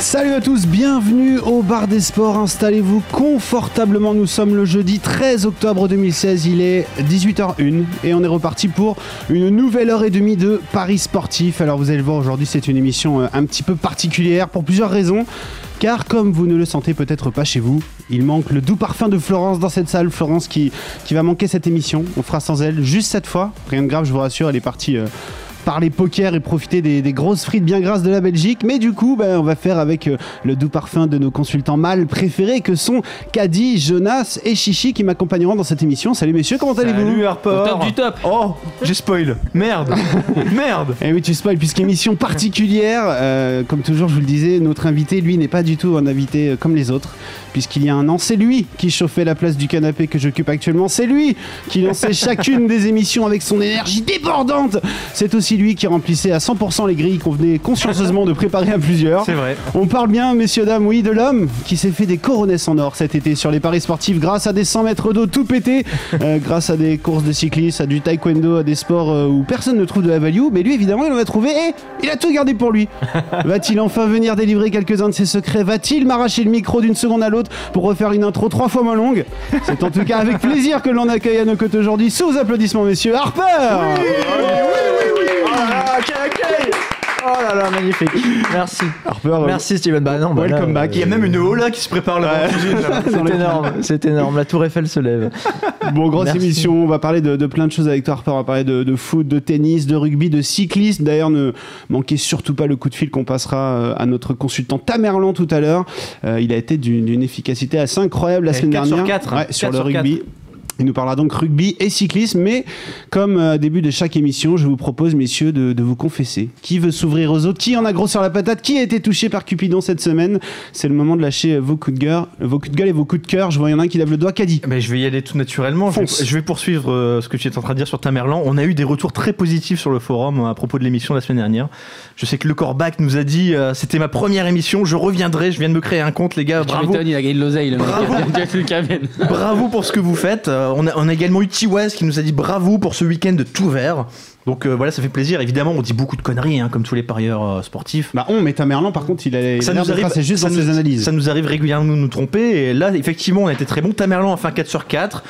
Salut à tous, bienvenue au Bar des Sports. Installez-vous confortablement. Nous sommes le jeudi 13 octobre 2016. Il est 18h01 et on est reparti pour une nouvelle heure et demie de Paris sportif. Alors vous allez le voir aujourd'hui, c'est une émission euh, un petit peu particulière pour plusieurs raisons. Car comme vous ne le sentez peut-être pas chez vous, il manque le doux parfum de Florence dans cette salle. Florence qui, qui va manquer cette émission. On fera sans elle juste cette fois. Rien de grave, je vous rassure, elle est partie. euh, parler poker et profiter des, des grosses frites bien grasses de la Belgique. Mais du coup, ben, on va faire avec euh, le doux parfum de nos consultants mâles préférés que sont Caddy, Jonas et Chichi qui m'accompagneront dans cette émission. Salut messieurs, comment allez-vous Salut Harper Au top du top. Oh, j'ai spoil Merde Merde Eh oui, tu spoil, puisqu'émission particulière, euh, comme toujours, je vous le disais, notre invité, lui, n'est pas du tout un invité euh, comme les autres, puisqu'il y a un an, c'est lui qui chauffait la place du canapé que j'occupe actuellement, c'est lui qui lançait chacune des émissions avec son énergie débordante, c'est aussi lui qui remplissait à 100% les grilles qu'on venait consciencieusement de préparer à plusieurs. C'est vrai. On parle bien, messieurs, dames, oui, de l'homme qui s'est fait des coronets en or cet été sur les paris sportifs grâce à des 100 mètres d'eau tout pété, euh, grâce à des courses de cyclistes, à du taekwondo, à des sports euh, où personne ne trouve de la value. Mais lui, évidemment, il en a trouvé et il a tout gardé pour lui. Va-t-il enfin venir délivrer quelques-uns de ses secrets Va-t-il m'arracher le micro d'une seconde à l'autre pour refaire une intro trois fois moins longue C'est en tout cas avec plaisir que l'on accueille à nos côtés aujourd'hui, sous applaudissements, messieurs, Harper Oh là Ah, là, quel accueil Oh là là, magnifique Merci Harper, euh, Merci Steven. Bah non, bah Welcome là, back. euh, Il y a même une là qui se prépare là C'est énorme, c'est énorme. La tour Eiffel se lève. Bon, grosse Merci. émission, on va parler de, de plein de choses avec toi, Harper. On va parler de, de foot, de tennis, de rugby, de cyclisme. D'ailleurs, ne manquez surtout pas le coup de fil qu'on passera euh, à notre consultant Tamerlan tout à l'heure. Euh, il a été d'une d'une efficacité assez incroyable la Et semaine quatre sur dernière. quatre, hein. Ouais, Quatre sur le sur rugby. Il nous parlera donc rugby et cyclisme, mais comme euh, à début de chaque émission, je vous propose, messieurs, de, de vous confesser. Qui veut s'ouvrir aux autres Qui en a gros sur la patate Qui a été touché par Cupidon cette semaine C'est le moment de lâcher euh, vos coups de gueule, vos coups de gueule et vos coups de cœur. Je vois, il y en a un qui lève le doigt, Caddy. Mais je vais y aller tout naturellement. Je vais, Fonce. je vais poursuivre euh, ce que tu es en train de dire sur Tamerlan. On a eu des retours très positifs sur le forum euh, à propos de l'émission de la semaine dernière. Je sais que le Corbac nous a dit euh, c'était ma première émission, je reviendrai, je viens de me créer un compte, les gars. Tu Bravo. m'étonnes, il a gagné de l'oseille, le mec. Il a fait le Kamen. Bravo pour ce que vous faites. Euh, on, a, on a également eu T-West qui nous a dit bravo pour ce week-end de tout vert. Donc euh, voilà, ça fait plaisir. Évidemment, on dit beaucoup de conneries, hein, comme tous les parieurs euh, sportifs. Bah on, mais Tamerlan par contre, il a il a l'air d'être assez juste ça dans nous- ses analyses. ça nous arrive régulièrement de nous tromper. Et là, effectivement, on a été très bon. Tamerlan a fait un 4 sur 4.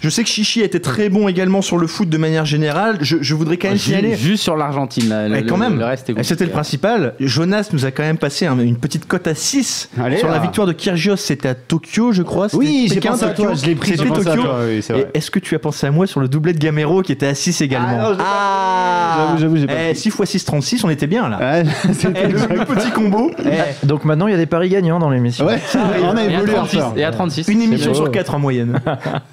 Je sais que Chichi a été très bon également sur le foot de manière générale. Je, je voudrais quand même Ah, signaler. Juste, juste sur l'Argentine, là. Le, Eh, quand le- même, le reste est eh, c'était le hein. compliqué. principal. Jonas nous a quand même passé un- une petite cote à 6 Allez, sur la là. victoire de Kyrgios. C'était à Tokyo, je crois. C'était Oui, j'ai Pékin, pensé à Tokyo. toi, je l'ai pris. C'était j'ai pensé à Tokyo. toi, oui, c'est Et vrai. est-ce que tu as pensé à moi sur le doublé de Gamero qui était à 6 également Ah non, j'ai pas- J'avoue, j'avoue, j'ai pas Eh, pris. 6 x 6, 36, on était bien là. Ouais, c'était- Eh, le, le petit combo. Eh, Donc maintenant, il y a des paris gagnants dans Eh, l'émission. Ouais, on a Et à évolué 36. hein. Arthur. Et à 36. Une émission C'est beau. sur 4 en moyenne.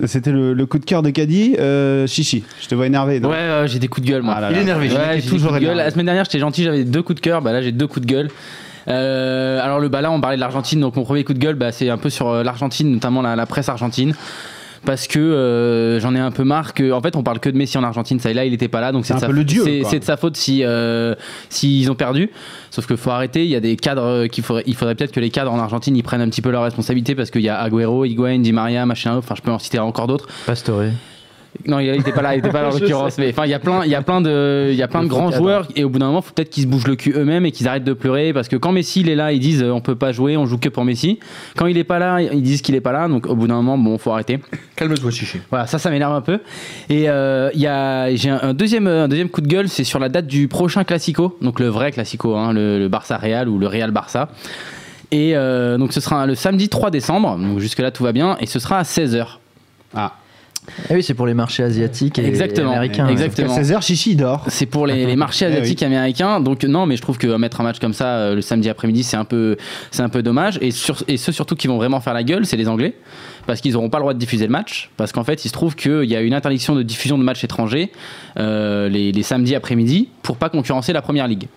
C'était le, le coup de cœur de Caddy. Euh, Chichi, je te vois énervé. non Ouais, ouais, j'ai des coups de gueule, moi. Ah là Il est énervé. Ouais, J'ai j'ai des coups de gueule. La semaine dernière, j'étais gentil, j'avais deux coups de cœur. Bah là, j'ai deux coups de gueule. Euh, alors le bah là, on parlait de l'Argentine, donc mon premier coup de gueule, bah, c'est un peu sur euh, l'Argentine, notamment la, la presse argentine. Parce que euh, j'en ai un peu marre que en fait on parle que de Messi en Argentine, ça et là il était pas là donc c'est un de sa peu le dieu, c'est- quoi. c'est de sa faute si euh, s'ils ont perdu. Sauf que faut arrêter, il y a des cadres euh, qu'il faudrait il faudrait peut-être que les cadres en Argentine ils prennent un petit peu leur responsabilité parce qu'il y a Agüero, Higuaín, Di Maria, machin, enfin je peux en citer encore d'autres. Pastore. Non, il était pas là, il était pas là en l'occurrence. Mais enfin, il y a plein, il y a plein de, il y a plein de Le grands cadre. joueurs et au bout d'un moment, faut peut-être qu'ils se bougent le cul eux-mêmes et qu'ils arrêtent de pleurer parce que quand Messi il est là, ils disent euh, on peut pas jouer, on joue que pour Messi. Quand il est pas là, ils disent qu'il est pas là, donc au bout d'un moment, bon, faut arrêter. Calme-toi, Chichi. Voilà, ça, ça m'énerve un peu. Et euh, il y a, j'ai un, un deuxième, un deuxième coup de gueule, c'est sur la date du prochain Classico, donc le vrai Classico, hein, le, Barça Real ou le Real Barça. Et euh, donc ce sera le samedi 3 décembre, donc jusque là tout va bien, et ce sera à 16h. Ah, Ah oui, c'est pour les marchés asiatiques et Exactement. et américains. à Exactement. 16h, Chichi il dort. C'est pour les, les marchés Eh oui. asiatiques américains. Donc non, mais je trouve que mettre un match comme ça euh, le samedi après-midi, c'est un peu, c'est un peu dommage. Et, sur, et ceux surtout qui vont vraiment faire la gueule, c'est les Anglais, parce qu'ils n'auront pas le droit de diffuser le match, parce qu'en fait, il se trouve qu'il y a une interdiction de diffusion de matchs étrangers euh, les, les samedis après-midi pour pas concurrencer la première ligue.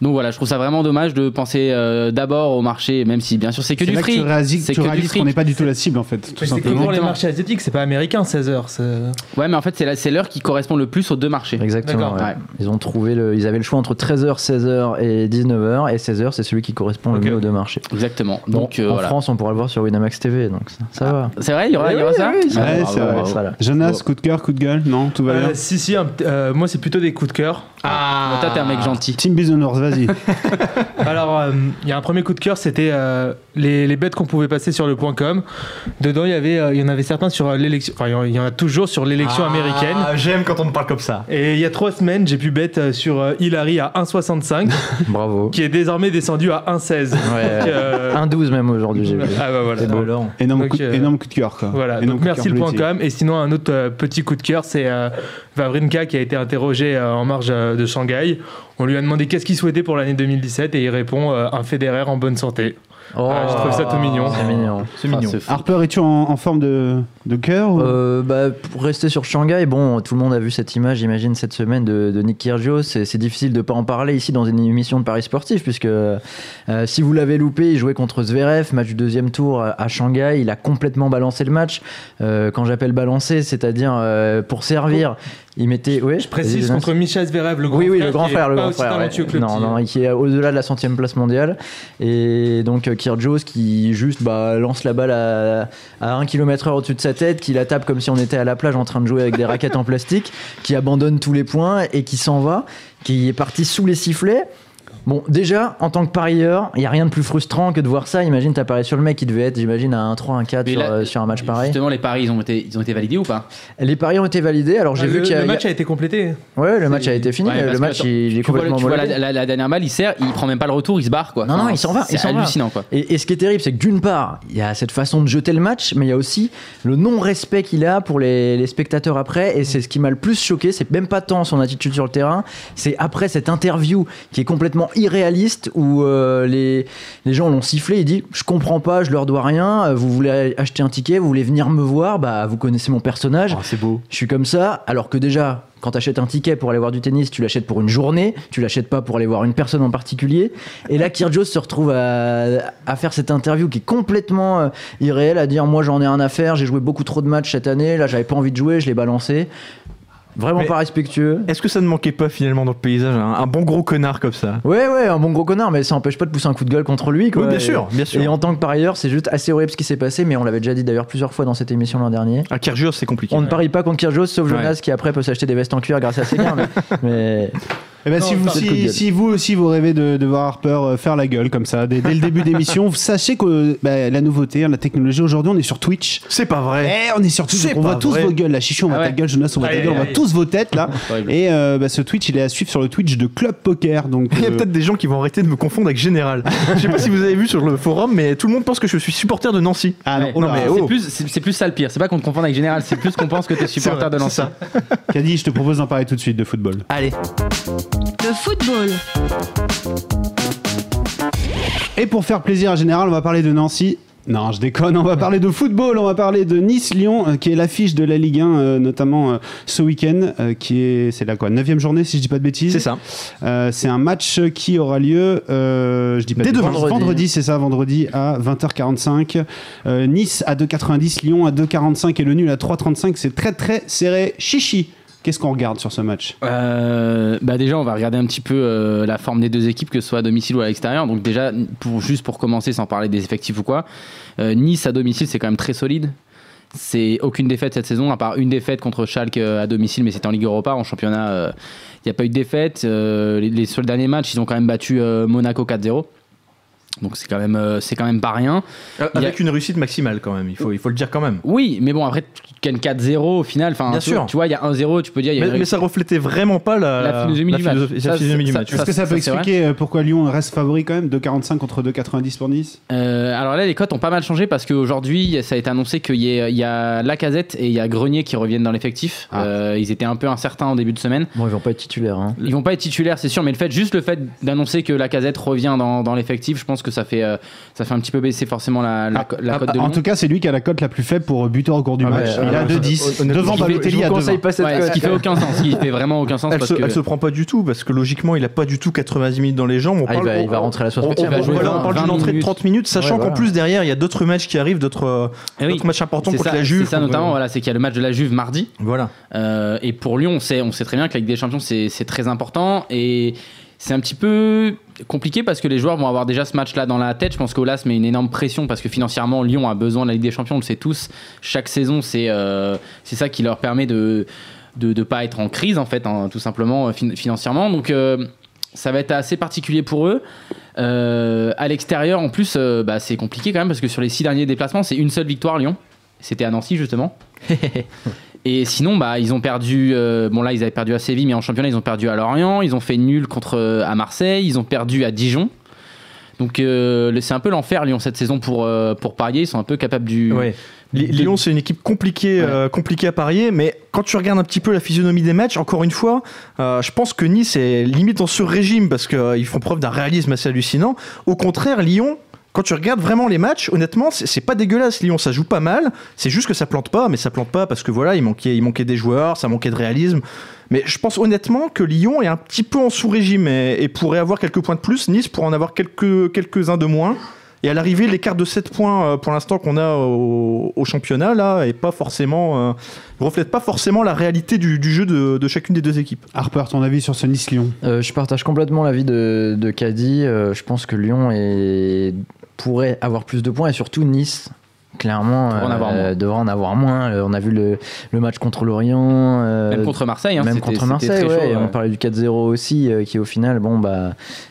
Donc voilà, je trouve ça vraiment dommage de penser euh, d'abord au marché, même si bien sûr c'est que C'est du là fric. tu réalises, c'est tu que du réalises qu'on fric. n'est pas du tout la cible en fait, tout C'est que simplement. pour les Exactement. marchés asiatiques, c'est pas américain, 16h. Ouais, mais en fait, c'est la- c'est l'heure qui correspond le plus aux deux marchés. Exactement. D'accord. ouais. Ouais. Ils ont trouvé le, ils avaient le choix entre 13h, 16h et 19h et 16h c'est celui qui correspond Ok. le mieux aux deux marchés. Exactement. Bon, Donc euh, en voilà. France, on pourra le voir sur Winamax TV, donc ça, ça va. C'est vrai, il y aura, il Eh y aura ça Ah, va, Ouais, c'est vrai. Voilà. Jonas, coup de cœur, coup de gueule, non, tout va bien. Euh, si, si, un p- euh, moi c'est plutôt des coups de cœur. Ah, Toi, t'es un mec gentil. Team Bisounours, vas-y. Alors, euh, il y a un premier coup de cœur, c'était euh, les, les bêtes qu'on pouvait passer sur le point .com. Dedans, il y avait, euh, il y en avait certains sur euh, l'élection. Enfin, il y en- il y en a toujours sur l'élection Ah, américaine. J'aime quand on me parle comme ça. Et il y a trois semaines, j'ai pu bête euh, sur euh, Hillary à 1,65, Bravo. qui est désormais descendu à 1,16. Donc, Ouais. euh, 1-12 même aujourd'hui, j'ai vu. ah bah voilà. alors. Énorme, Donc, coup, euh, énorme coup de cœur quoi. Voilà, Énorme donc coup de merci cœur le point politique. com. Et sinon, un autre euh, petit coup de cœur, c'est euh, Vavrinka qui a été interrogé euh, en marge euh, de Shanghai. On lui a demandé qu'est-ce qu'il souhaitait pour l'année 2017 et il répond euh, un Federer en bonne santé. Oh, Ah, je trouve ça tout mignon. C'est mignon. C'est mignon. Ah, ce fou. Harper, es-tu en, en forme de, de cœur ou- Euh, bah, pour rester sur Shanghai, bon, tout le monde a vu cette image, j'imagine, cette semaine de, de Nick Kyrgios. C'est c'est difficile de pas en parler ici dans une émission de Paris sportif, puisque euh, si vous l'avez loupé, il jouait contre Zverev, match du deuxième tour à à Shanghai. Il a complètement balancé le match. Euh, quand j'appelle balancer, c'est-à-dire euh, pour servir, il mettait. Oui, Je précise contre Michel Zverev, le grand oui, oui, frère, le grand qui est frère, le pas grand aussi frère. ouais. talentueux que le Non, petit. non, il est au-delà de la centième place mondiale. Et donc euh, Kyrgios qui juste bah, lance la balle à, à 1 km heure au-dessus de sa tête, qui la tape comme si on était à la plage en train de jouer avec des raquettes en plastique, qui abandonne tous les points et qui s'en va, qui est parti sous les sifflets. Bon, déjà, en tant que parieur, il n'y a rien de plus frustrant que de voir ça. Imagine, t'as parié sur le mec, il devait être, j'imagine, à 1-3, 1-4 Mais sur, là, euh, sur un match pareil. Justement, les paris, ils ont été, ils ont été validés ou pas Les paris ont été validés, alors j'ai Ah, vu le, qu'il y a. le match a été complété. Ouais, le match a été fini, Ouais, mais parce le que, match, attends, il est Tu vois, le- complètement tu vois la, volé. la- la dernière balle, il sert, il prend même pas le retour, il se barre quoi. Non, non, il s'en va, il C'est s'en va. hallucinant quoi. Et, et ce qui est terrible, c'est que d'une part, il y a cette façon de jeter le match, mais il y a aussi le non-respect qu'il a pour les, les spectateurs après. Et c'est ce qui m'a le plus choqué, c'est même pas tant son attitude sur le terrain, c'est après cette interview qui est complètement irréaliste où euh, les, les gens l'ont sifflé. Il dit Je comprends pas, je leur dois rien. euh, Vous voulez acheter un ticket, vous voulez venir me voir, bah vous connaissez mon personnage. Ah, c'est beau. Je suis comme ça, alors que déjà, quand t'achètes un ticket pour aller voir du tennis, tu l'achètes pour une journée, tu l'achètes pas pour aller voir une personne en particulier. Et là, Kyrgios se retrouve à, à faire cette interview qui est complètement euh, irréelle, à dire moi j'en ai rien à faire, j'ai joué beaucoup trop de matchs cette année, là j'avais pas envie de jouer, je l'ai balancé. Vraiment Mais- pas respectueux. Est-ce que ça ne manquait pas finalement dans le paysage un, un bon gros connard comme ça Ouais, ouais, un bon gros connard, mais ça empêche pas de pousser un coup de gueule contre lui. Quoi. Oui, bien Et- sûr, bien sûr. Et en tant que parieur, c'est juste assez horrible ce qui s'est passé, mais on l'avait déjà dit d'ailleurs plusieurs fois dans cette émission l'an dernier. Un Kyrgios, Ah, c'est compliqué. On ne parie pas contre Kyrgios, sauf Ouais. Jonas qui après peut s'acheter des vestes en cuir grâce à ses gains. mais- mais... Eh ben, Non, si, vous, enfin, c'est le coup de si, gueule. si vous aussi vous rêvez de, de voir Harper euh, faire la gueule comme ça dès, dès le début d'émission, vous sachez que euh, bah, la nouveauté, hein, la technologie aujourd'hui, on est sur Twitch. C'est pas vrai. Eh, on est sur Twitch, C'est donc on voit pas tous vrai. vos gueules, la chichon, on voit Ah ouais. ta gueule, Jonas, on voit ta Allez, gueule, on voit allez. tous vos têtes là. horrible. Et euh, bah, ce Twitch, il est à suivre sur le Twitch de Club Poker. Donc, Il y a euh, peut-être des gens qui vont arrêter de me confondre avec Général. Je sais pas si vous avez vu sur le forum, mais tout le monde pense que je suis supporter de Nancy. Ah non, Ouais. oh là, mais C'est oh. plus, c'est c'est plus ça le pire. C'est pas qu'on te confonde avec Général, c'est plus qu'on pense que t'es supporter vrai, de c'est l'ancien. Caddy, je te propose d'en parler tout de suite de football. Allez. Le football. Et pour faire plaisir à Général, on va parler de Nancy. Non, je déconne, on va parler de football, on va parler de Nice-Lyon, euh, qui est l'affiche de la Ligue 1, euh, notamment euh, ce week-end, euh, qui est, c'est la quoi, 9 journée, si je dis pas de bêtises. C'est ça. Euh, c'est un match qui aura lieu, euh, je dis pas Dès de demain. vendredi, vendredi c'est ça, vendredi à 20h45. Euh, nice à 2,90, Lyon à 2,45 et le nul à 3,35. C'est très très serré. Chichi, qu'est-ce qu'on regarde sur ce match Euh, bah déjà, on va regarder un petit peu euh, la forme des deux équipes, que ce soit à domicile ou à l'extérieur. Donc déjà, pour, juste pour commencer, sans parler des effectifs ou quoi, euh, Nice à domicile, c'est quand même très solide. C'est aucune défaite cette saison, à part une défaite contre Schalke euh, à domicile, mais c'était en Ligue Europa, en championnat. Il n'y a pas eu de défaite. Euh, les, les seuls derniers matchs, ils ont quand même battu euh, Monaco 4-0. Donc c'est quand même euh, c'est quand même pas rien. Il y a- Avec une réussite maximale quand même, il faut, il faut le dire quand même. Oui, mais bon après tu gagnes 4-0 au final. Enfin, Bien tu, sûr. tu vois, il y a 1-0, tu peux dire il y a Mais, une mais ça reflétait vraiment pas la, La philosophie du match. philosophie- Ça, la philosophie c'est- du match. Est-ce que ça peut ça, c'est expliquer euh, pourquoi Lyon reste favori quand même 2,45 contre 2,90 pour Nice Euh, alors là, les cotes ont pas mal changé parce qu'aujourd'hui, ça a été annoncé qu'il y, a- il y a Lacazette et il y a Grenier qui reviennent dans l'effectif. Ah. Euh, ils étaient un peu incertains en début de semaine. Bon, ils vont pas être titulaires. Hein. Ils vont pas être titulaires, c'est sûr, mais le fait, juste le fait d'annoncer que Lacazette revient dans, dans l'effectif, je pense pense que ça fait, euh, ça fait un petit peu baisser forcément la, Ah, la, la bah, cote de Ah, En Lyon. tout cas, c'est lui qui a la cote la plus faible pour euh, buteur au cours du Ah match. ouais, il a euh, 2-10. honnêtement, Devant je vous- je Balotelli vous à 2 conseille pas cette Ouais, cote. ce qui fait aucun sens, ce qui fait vraiment aucun sens euh, Elle parce se, que elle se prend pas du tout parce que logiquement il a pas du tout 90 minutes dans les jambes. On Ah, il parle- va- il on- va rentrer à la bah, on- on- 60e, on- il va jouer voilà, on parle 20 d'une entrée de minutes. 30 minutes, sachant Ouais, qu'en voilà. plus derrière il y a d'autres matchs qui arrivent, d'autres euh, Eh oui. d'autres matchs importants c'est contre ça, la c'est Juve. ça contre- notamment, voilà, c'est qu'il y a le match de la Juve mardi. Voilà. Euh, et pour Lyon, on sait, on sait très bien que la Ligue des Champions, c'est c'est très important. Et c'est un petit peu compliqué parce que les joueurs vont avoir déjà ce match-là dans la tête. Je pense qu'Olas met une énorme pression parce que financièrement, Lyon a besoin de la Ligue des Champions, on le sait tous. Chaque saison, c'est euh, c'est ça qui leur permet de de ne pas être en crise, en fait, hein, tout simplement, euh, fin- financièrement. Donc. euh, ça va être assez particulier pour eux. Euh, à l'extérieur, en plus, euh, bah, c'est compliqué quand même parce que sur les six derniers déplacements, c'est une seule victoire Lyon. C'était à Nancy justement. Et sinon, bah, ils ont perdu. euh, bon, là, ils avaient perdu à Séville, mais en championnat, ils ont perdu à Lorient. Ils ont fait nul contre euh, à Marseille. Ils ont perdu à Dijon. Donc, euh, le- c'est un peu l'enfer Lyon cette saison pour euh, pour parier. Ils sont un peu capables du. Ouais. Li- Lyon, c'est une équipe compliquée, euh, compliquée à parier, mais quand tu regardes un petit peu la physionomie des matchs, encore une fois, euh, je pense que Nice est limite en sur-régime parce qu'ils font preuve d'un réalisme assez hallucinant. Au contraire, Lyon. Quand tu regardes vraiment les matchs, honnêtement, c'est c'est pas dégueulasse. Lyon, ça joue pas mal. C'est juste que ça plante pas, mais ça plante pas parce que voilà, il manquait, il manquait des joueurs, ça manquait de réalisme. Mais je pense honnêtement que Lyon est un petit peu en sous-régime et, et pourrait avoir quelques points de plus. Nice pourrait en avoir quelques, quelques-uns de moins. Et à l'arrivée, l'écart de 7 points euh, pour l'instant qu'on a au, au championnat, là, est pas forcément, euh, reflète pas forcément la réalité du, du jeu de, de chacune des deux équipes. Harper, ton avis sur ce Nice-Lyon Euh, je partage complètement l'avis de, de Caddy. Euh, je pense que Lyon est- pourrait avoir plus de points et surtout Nice. Clairement, euh, Devrait en avoir moins. devrait en avoir moins. Euh, on a vu le, le match contre l'Orient, euh, Même contre Marseille. hein, même c'était- contre c'était Marseille. très ouais, chaud, ouais. et On parlait du 4-0 aussi, euh, qui au final, bon, bah,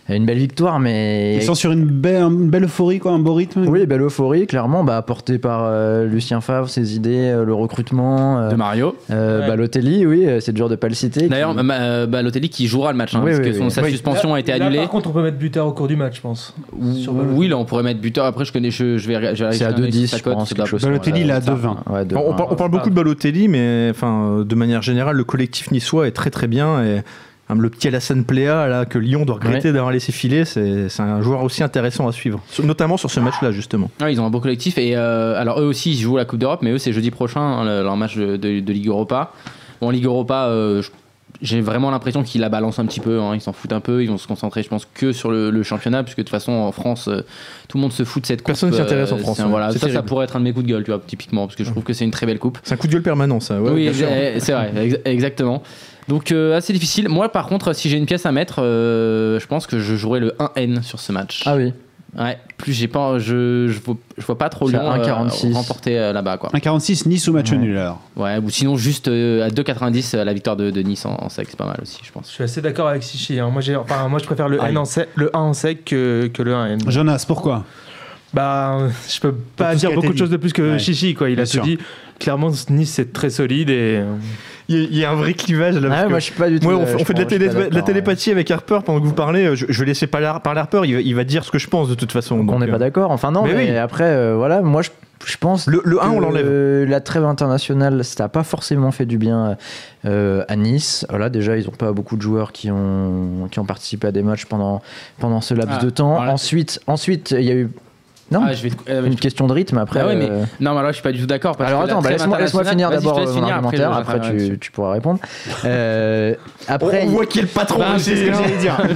une belle victoire, mais Ils sont sur une belle, une belle euphorie, quoi, un beau rythme. oui, belle euphorie, clairement, bah, apportée par euh, Lucien Favre, ses idées, euh, le recrutement, euh, de Mario. euh, Ouais. Balotelli, oui, euh, c'est dur de pas le citer. qui- D'ailleurs, bah, euh, Balotelli qui jouera le match, hein, Oui, parce oui, que son- oui. sa Oui. suspension a été Là, annulée. Par contre, on peut mettre buteur au cours du match, je pense. sur Balotelli. oui, là, on pourrait mettre buteur. Après, je connais, je, je vais. je vais C'est à regarder sur 2-10, sa je cote, pense, c'est quelque pas chose possible, Balotelli, ouais. il est à 2-20. Ouais, de- On, on par- on parle beaucoup de Balotelli, mais enfin, euh, de manière générale, le collectif niçois est très très bien. Et hein, le petit Alassane Plea, là, que Lyon doit regretter d'avoir laissé filer, c'est c'est un joueur aussi intéressant à suivre. Sur- Notamment sur ce Ah. match-là, justement. Ouais, ils ont un beau collectif et euh, alors eux aussi ils jouent la Coupe d'Europe, mais eux c'est jeudi prochain hein, le- leur match de, de- de Ligue Europa. Bon, en Ligue Europa, euh, je- j'ai vraiment l'impression qu'ils la balancent un petit peu, hein, ils s'en foutent un peu, ils vont se concentrer, je pense, que sur le, le championnat, puisque de toute façon en France, euh, tout le monde se fout de cette coupe. euh, Personne s'y intéresse en c'est France, un- ouais. voilà, C'est ça, ça terrible. pourrait être un de mes coups de gueule, tu vois, typiquement, parce que je trouve que c'est une très belle coupe. C'est un coup de gueule permanent, ça. ouais, oui, bien sûr. exa- c'est vrai, ex- exactement. Donc euh, assez difficile. Moi, par contre, si j'ai une pièce à mettre, euh, je pense que je jouerai le 1N sur ce match. Ah oui. Ouais, plus j'ai pas, je, je, vois, je vois pas trop C'est Lyon à euh, 1,46. remporter euh, là-bas quoi. 1,46, Nice ou match Ouais. nul alors Ouais, ou sinon juste euh, à 2,90 euh, la victoire de, de Nice en, en sec, c'est pas mal aussi, je Je pense. suis assez d'accord avec Sichi. hein. Moi, j'ai- enfin, moi, je préfère le, Aïe. N en sec, le 1 en sec que, que le 1N. Jonas, pourquoi Bah, euh, je peux tout pas ce qui a dire été beaucoup dit. de choses de plus que Ouais. Chichi. Quoi. Il Bien a tout sûr. dit. Clairement, Nice, c'est très solide. Et... euh, Il y a- il y a un vrai clivage là. Ah parce ouais, que- moi, je suis pas du tout. Ouais, on euh, fait, je on fait de la, pense- je suis télé- pas de la d'accord, ouais. télépathie avec Harper pendant que vous parlez. Je, je vais laisser parler, parler Harper, il va, il va dire ce que je pense de toute façon. Donc, on donc, n'est euh, pas d'accord. Enfin, non, Mais mais, oui. après, euh, voilà, moi, je, je pense. Le, le 1, on que, l'enlève. euh, La trêve internationale, ça n'a pas forcément fait du bien euh, à Nice. Voilà, déjà, ils n'ont pas beaucoup de joueurs qui ont, qui ont participé à des matchs pendant, pendant ce laps Ah, de temps. voilà. Ensuite, ensuite, il y a eu. Non, Ah, je vais te- euh, une question de rythme après. Ah ouais, mais- euh, Non, mais là je suis pas du tout d'accord. parce Alors que la attends, bah, trêve laisse-moi laisse-moi finir internationale- d'abord Vas-y, je te mon laisse finir, après, euh, argumentaire, je- après, je- tu, tu pourras répondre. Euh, après, on voit qui est le patron. Bah, ici, c'est ce que hein. j'allais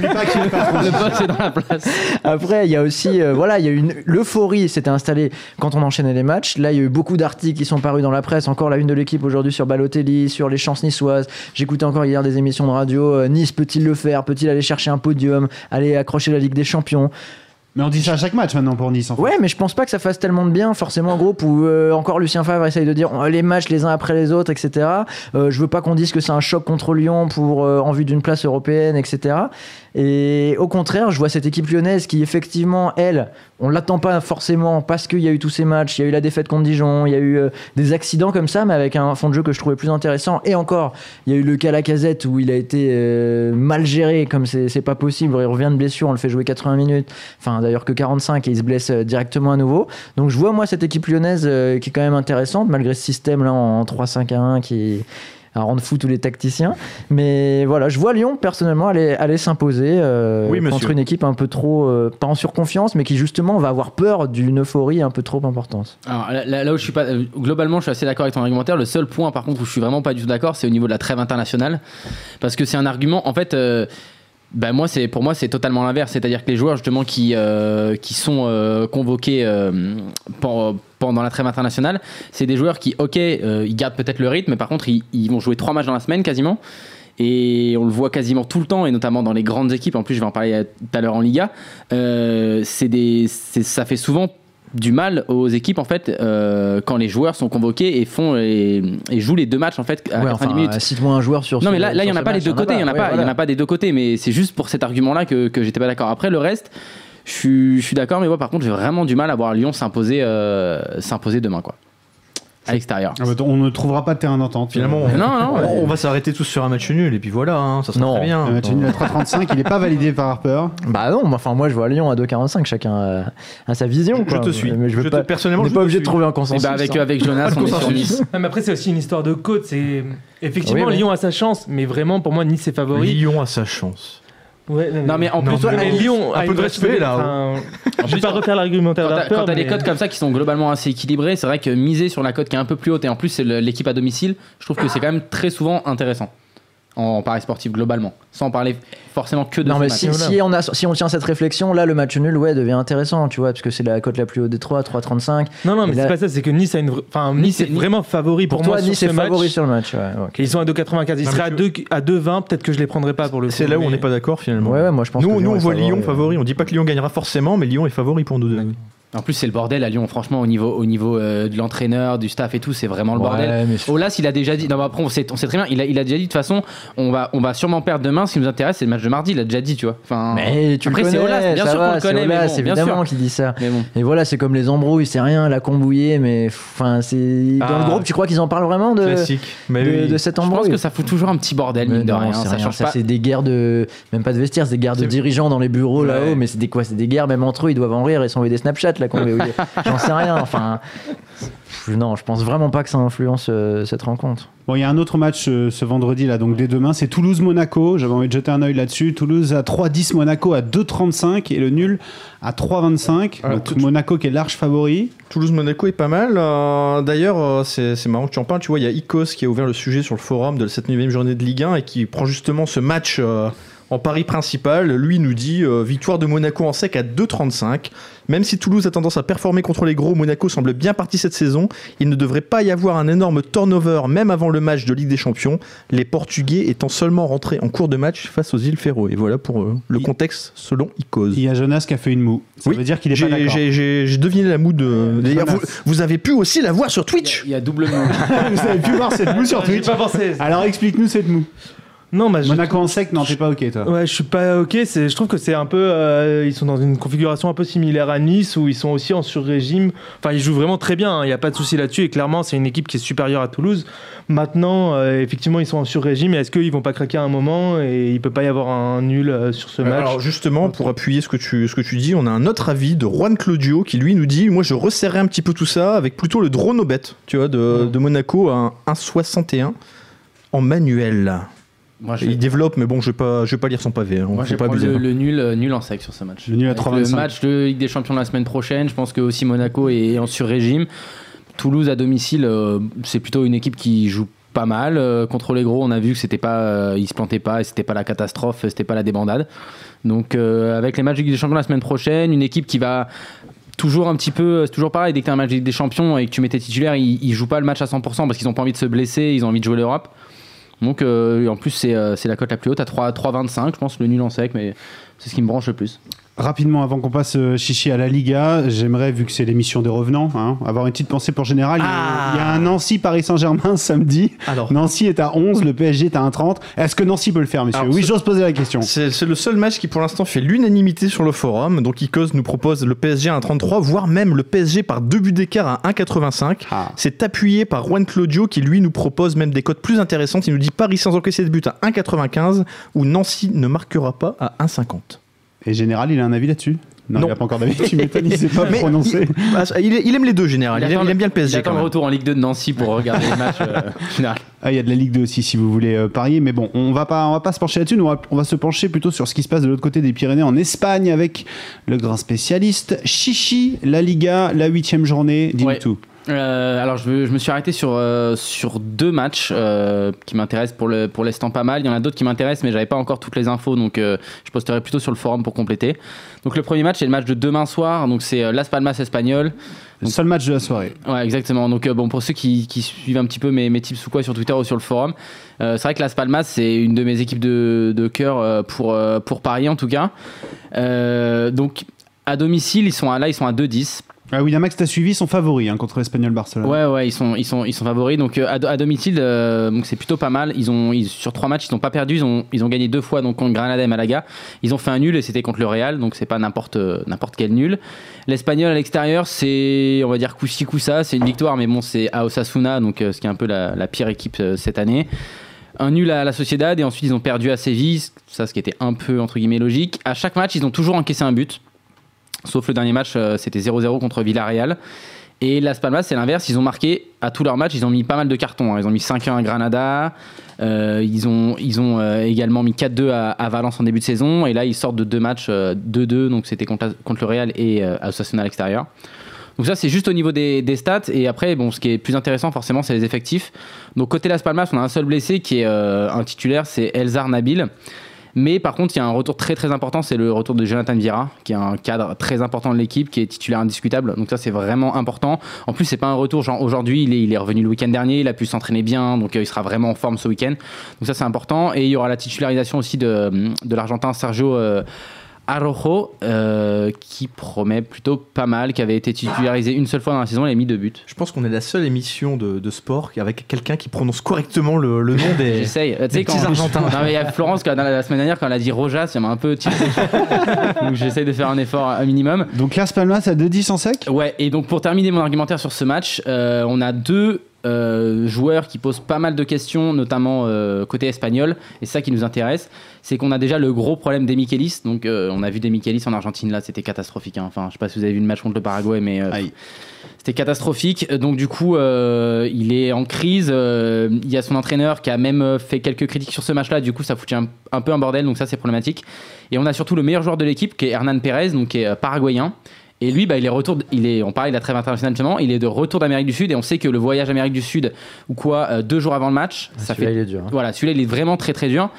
Jonas Le boss est dans la place. Après, il y a aussi, euh, voilà, il y a eu une l'euphorie s'était installée quand on enchaînait les matchs. Là, il y a eu beaucoup d'articles qui sont parus dans la presse. Encore la une de l'équipe aujourd'hui sur Balotelli, sur les chances niçoises. J'écoutais encore hier des émissions de radio. euh, nice peut-il le faire Peut-il aller chercher un podium Aller accrocher la Ligue des Champions Mais on dit ça à chaque match maintenant pour Nice en fait. Ouais, mais je pense pas que ça fasse tellement de bien, forcément, en groupe où euh, encore Lucien Favre essaye de dire euh, les matchs les uns après les autres, etc. Euh, je veux pas qu'on dise que c'est un choc contre Lyon pour, euh, en vue d'une place européenne, etc. Et au contraire, je vois cette équipe lyonnaise qui, effectivement, elle, on l'attend pas forcément parce qu'il y a eu tous ces matchs, il y a eu la défaite contre Dijon, il y a eu euh, des accidents comme ça, mais avec un fond de jeu que je trouvais plus intéressant. Et encore, il y a eu le cas Lacazette où il a été euh, mal géré, comme c'est c'est pas possible. Il revient de blessure, on le fait jouer 80 minutes, enfin d'ailleurs que 45 et il se blesse euh, directement à nouveau. Donc je vois moi cette équipe lyonnaise euh, qui est quand même intéressante malgré ce système là en 3-5-1 qui à rendre fou tous les tacticiens. Mais voilà, je vois Lyon personnellement aller, aller s'imposer euh, Oui, monsieur. contre une équipe un peu trop, euh, pas en surconfiance, mais qui justement va avoir peur d'une euphorie un peu trop importante. Alors là, là- là où je suis pas, euh, globalement, je suis assez d'accord avec ton argumentaire. Le seul point, par contre, où je suis vraiment pas du tout d'accord, c'est au niveau de la trêve internationale, parce que c'est un argument. En fait, euh, bah, moi, c'est pour moi, c'est totalement l'inverse. C'est-à-dire que les joueurs justement qui euh, qui sont euh, convoqués euh, pen- pendant la trêve internationale, c'est des joueurs qui, ok, euh, ils gardent peut-être le rythme, mais par contre, ils, ils vont jouer trois matchs dans la semaine quasiment. Et on le voit quasiment tout le temps, et notamment dans les grandes équipes. En plus, je vais en parler euh, tout à l'heure en Liga. Euh, c'est des, c'est- ça fait souvent du mal aux équipes en fait euh, quand les joueurs sont convoqués et font et, et jouent les deux matchs en fait à Ouais, 90 enfin, minutes. euh, Cite-moi un joueur sur. Non ce- mais là, là il y en sur a ce pas les match, deux côtés, il y en a ouais, pas, il y en voilà. a pas des deux côtés, mais c'est juste pour cet argument-là que, que j'étais pas d'accord. Après le reste, je suis, je suis d'accord, mais moi par contre j'ai vraiment du mal à voir Lyon s'imposer euh, s'imposer demain quoi, à l'extérieur. Ah bah, on ne trouvera pas de terrain d'entente. Finalement, Euh, on, Non, non, on- ouais. on va s'arrêter tous sur un match nul et puis voilà, hein, ça sera Non. très bien. le match nul à 3,35, il n'est pas validé par Harper. Bah non, mais enfin moi je vois Lyon à 2,45, chacun a, a sa vision. Je quoi. te suis. Mais je veux Je te- pas, personnellement, on n'est je pas te obligé de suis. trouver un Et consensus. bah, avec hein. avec Jonas, on est sur Nice. Ah, mais après, c'est aussi une histoire de côte. C'est effectivement Oui, oui. Lyon a sa chance, mais vraiment pour moi Nice est favori. Lyon a sa chance. Ouais, Non mais en Non, plus mais toi, bon. mais Lyon un a peu une de respect, grosse- là. enfin, En je vais plus, pas refaire l'argumentaire Quand t'as, d'Harper, quand t'as mais- des cotes comme ça qui sont globalement assez équilibrées, c'est vrai que miser sur la cote qui est un peu plus haute et en plus c'est le- l'équipe à domicile, je trouve que c'est quand même très souvent intéressant en paris sportif globalement, sans parler forcément que de Non ce mais match. si, si on a, si on tient cette réflexion, là le match nul ouais devient intéressant, tu vois, parce que c'est la cote la plus haute des 3, 3,35. Non, non, mais Et là- c'est pas ça, c'est que Nice a une. vra- Enfin, Nice Nice est est- vraiment favori pour, Pour toi moi Nice sur est ce match. favori sur le match. Ouais, ok. Et Ils sont à 2,95. Ils Non, seraient à mais 2 à 2,20. Peut-être que je les prendrais pas pour le coup. C'est là où on mais- n'est pas d'accord finalement. Ouais, ouais, moi je pense. que nous, Lyon nous on est voit Lyon ouais. favori. On dit pas que Lyon gagnera forcément, mais Lyon est favori pour nous deux. En plus c'est le bordel à Lyon, franchement au niveau, au niveau euh, de l'entraîneur, du staff et tout, c'est vraiment le bordel. Oh. Ouais, mais Olas, il a déjà dit. Non, mais après, on sait, on sait très bien. Il a, il a déjà dit de toute façon, on va, on va sûrement perdre demain. Ce qui nous intéresse, c'est le match de mardi. Il a déjà dit, tu vois. Enfin, Mais tu après, le c'est connais, Olas, bien ça sûr qu'on va, le c'est connaît, mais Olas, bon, bien sûr. évidemment qui dit ça. mais bon. Et voilà, c'est comme les embrouilles, c'est rien, la combouillée, mais enfin, c'est dans Ah. le groupe, tu crois qu'ils en parlent vraiment de, Classique. Mais Euh, de, oui. de cette Je embrouille pense que ça fout toujours un petit bordel, Mais mine de non, rien. c'est Ça rien, change pas. c'est des guerres de même pas de vestiaires, c'est des guerres de C'est- dirigeants dans les bureaux Ouais. là-haut, mais c'est des quoi C'est des guerres même entre eux, ils doivent en rire et s'envoyer des Snapchats là qu'on veut. J'en sais rien. Enfin, pff, non, je pense vraiment pas que ça influence euh, cette rencontre. Bon, il y a un autre match euh, ce vendredi, là, donc dès demain, c'est Toulouse-Monaco. J'avais envie de jeter un œil là-dessus. Toulouse à 3,10, Monaco à 2,35 et le nul à 3,25. Alors, Donc, tout- Monaco qui est large favori. Toulouse-Monaco est pas mal. Euh, D'ailleurs, euh, c'est c'est marrant que tu en parles. Tu vois, il y a Icos qui a ouvert le sujet sur le forum de cette 9 journée de Ligue 1 et qui prend justement ce match euh, en pari principal. Lui nous dit euh, victoire de Monaco en sec à 2,35. Même si Toulouse a tendance à performer contre les gros, Monaco semble bien parti cette saison. Il ne devrait pas y avoir un énorme turnover même avant le match de Ligue des Champions. Les Portugais étant seulement rentrés en cours de match face aux îles Féroé. Et voilà pour euh, le Il- contexte selon Icos. Il y a Jonas qui a fait une moue. Ça Oui, veut dire qu'il est pas J'ai- d'accord. J'ai j'ai- j'ai deviné la moue de. D'ailleurs, vous, menace. vous avez pu aussi la voir sur Twitch. Il y a double mot. Vous avez pu voir cette moue sur Ah, J'ai Twitch. pas pensé. Alors explique-nous cette moue. Ah, Non, mais je- Monaco en sec, non, t'es pas ok, toi. Ouais, je suis pas ok. C'est, je trouve que c'est un peu, euh, ils sont dans une configuration un peu similaire à Nice où ils sont aussi en sur-régime. Enfin, ils jouent vraiment très bien. hein, Il n'y a pas de souci là-dessus. Et clairement, c'est une équipe qui est supérieure à Toulouse. Maintenant, euh, effectivement, ils sont en sur-régime. Et est-ce qu'ils vont pas craquer à un moment et il peut pas y avoir un nul euh, sur ce match Alors justement, pour appuyer ce que, tu, ce que tu dis, on a un autre avis de Juan Claudio qui lui nous dit, moi je resserrais un petit peu tout ça avec plutôt le drone au bête, tu vois, de, de Monaco à un 1,61 en manuel. Moi, je, Il développe, mais bon, je vais pas, je vais pas lire son pavé. hein, on moi, faut je pas prends abuser. le, le nul, euh, nul en sec sur ce match. Le nul à Avec 3,25. Le match de Ligue des Champions la semaine prochaine. Je pense que aussi Monaco est en sur-régime. Toulouse à domicile, euh, c'est plutôt une équipe qui joue pas mal. Euh, contre les gros, on a vu que c'était pas, euh, ils se plantaient pas, et c'était pas la catastrophe, c'était pas la débandade. Donc euh, avec les matchs de Ligue des Champions la semaine prochaine, une équipe qui va toujours un petit peu, euh, c'est toujours pareil, dès que tu as un match de Ligue des Champions et que tu mets tes titulaires, ils, ils jouent pas le match à 100% parce qu'ils ont pas envie de se blesser, ils ont envie de jouer l'Europe. Donc euh, en plus c'est euh, c'est la cote la plus haute à 3 3,25, je pense le nul en sec, mais c'est ce qui me branche le plus. Rapidement, avant qu'on passe euh, chichi à la Liga, j'aimerais, vu que c'est l'émission des revenants, hein, avoir une petite pensée pour Général. Il y a- Il y a un Nancy-Paris Saint-Germain samedi. Ah. Alors, Nancy est à 11, le PSG est à 1,30. Est-ce que Nancy peut le faire, messieurs Alors, Oui, ce- j'ose poser la question. C'est c'est le seul match qui pour l'instant fait l'unanimité sur le forum. Donc Icos nous propose le PSG à 1,33, voire même le PSG par deux buts d'écart à 1,85. Ah. C'est appuyé par Juan Claudio qui lui nous propose même des cotes plus intéressantes. Il nous dit Paris sans encaisser de but à 1,95 ou Nancy ne marquera pas à 1,50. Et Général, il a un avis là-dessus Non, Non. il n'a pas encore d'avis. Tu m'étonnes, il sait pas Mais prononcer. Ah, ça- il, est- il aime les deux général. Il, aime, il aime bien le PSG. J'attends quand le même. retour en Ligue 2 de Nancy pour regarder les matchs euh, finales. Ah, il y a de la Ligue 2 aussi si vous voulez euh, parier, mais bon, on va pas, on va pas se pencher là-dessus, nous, on va, on va se pencher plutôt sur ce qui se passe de l'autre côté des Pyrénées en Espagne avec le grand spécialiste Chichi, la Liga, la huitième journée, dis-nous Ouais. tout. Euh, alors, je, veux- je me suis arrêté sur, euh, sur deux matchs euh, qui m'intéressent pour, le, pour l'instant pas mal. Il y en a d'autres qui m'intéressent, mais j'avais pas encore toutes les infos, donc euh, je posterai plutôt sur le forum pour compléter. Donc, le premier match, c'est le match de demain soir. Donc, c'est euh, Las Palmas espagnol. Le seul match de la soirée. Ouais, exactement. Donc, euh, bon, pour ceux qui, qui suivent un petit peu mes, mes tips ou quoi sur Twitter ou sur le forum, euh, c'est vrai que Las Palmas, c'est une de mes équipes de, de cœur euh, pour, euh, pour Paris, en tout cas. Euh, donc, à domicile, ils sont à, là, ils sont à 2-10. Ah, Winamax t'as suivi son favori hein, contre l'Espagnol Barcelone. Ouais, ouais, ils sont, ils sont, ils sont favoris. Donc, euh, à, do- à domicile, euh, donc c'est plutôt pas mal. Ils ont, ils- sur trois matchs, ils n'ont pas perdu. Ils ont, ils ont gagné deux fois, donc contre Granada et Malaga. Ils ont fait un nul et c'était contre le Real, donc c'est pas n'importe, euh, n'importe quel nul. L'Espagnol à l'extérieur, c'est, on va dire, coup ci, coup ça. C'est une victoire, mais bon, c'est à Osasuna, donc euh, ce qui est un peu la, la pire équipe euh, cette année. Un nul à la Sociedad et ensuite ils ont perdu à Séville, ça ce qui était un peu entre guillemets logique. À chaque match, ils ont toujours encaissé un but, sauf le dernier match, euh, c'était 0-0 contre Villarreal. Et Las Palmas, c'est l'inverse. Ils ont marqué à tous leurs matchs. Ils ont mis pas mal de cartons. hein. Ils ont mis 5-1 à Granada. Euh, ils ont, ils ont euh, également mis 4-2 à, à Valence en début de saison. Et là, ils sortent de deux matchs euh, 2-2. Donc, c'était contre, la- contre le Real et euh, à Osasuna à l'extérieur. Donc, ça, c'est juste au niveau des, des stats. Et après, bon, ce qui est plus intéressant, forcément, c'est les effectifs. Donc, côté Las Palmas, on a un seul blessé qui est euh, un titulaire c'est Elzar Nabil. Mais par contre, il y a un retour très très important, c'est le retour de Jonathan Vieira, qui est un cadre très important de l'équipe, qui est titulaire indiscutable. Donc ça, c'est vraiment important. En plus, c'est pas un retour genre aujourd'hui, il est, il est revenu le week-end dernier, il a pu s'entraîner bien, donc euh, il sera vraiment en forme ce week-end. Donc ça, c'est important. Et il y aura la titularisation aussi de, de l'Argentin Sergio. euh, Arojo, euh, qui promet plutôt pas mal, qui avait été titularisé une seule fois dans la saison, il a mis deux buts. Je pense qu'on est la seule émission de, de sport avec quelqu'un qui prononce correctement le, le nom des. J'essaye. Euh, Tu sais, des quand. petits Argentins. Non, mais il y a Florence, quand, dans la, la semaine dernière, quand elle a dit Rojas, ça m'a un peu tilté. Donc j'essaye de faire un effort un minimum. Donc Las Palmas à 2-10 en sec Ouais, et donc pour terminer mon argumentaire sur ce match, euh, on a deux euh, joueurs qui posent pas mal de questions, notamment euh, côté espagnol, et c'est ça qui nous intéresse, c'est qu'on a déjà le gros problème d'Emichelis. Donc euh, on a vu d'Emichelis en Argentine, là c'était catastrophique. hein. Enfin, je sais pas si vous avez vu le match contre le Paraguay, mais euh, Aïe. c'était catastrophique. Donc du coup, euh, il est en crise. Euh, il y a son entraîneur qui a même euh, fait quelques critiques sur ce match-là. Du coup, ça foutait un, un peu un bordel. Donc ça, c'est problématique. Et on a surtout le meilleur joueur de l'équipe, qui est Hernan Pérez, donc qui est euh, paraguayen. Et lui, bah, il est retour. Il est, on parlait de la trêve internationale justement. Il est de retour d'Amérique du Sud et on sait que le voyage Amérique du Sud ou quoi, euh, deux jours avant le match, ça Celui-là, fait il est dur. hein. voilà, celui-là, il est vraiment très très dur.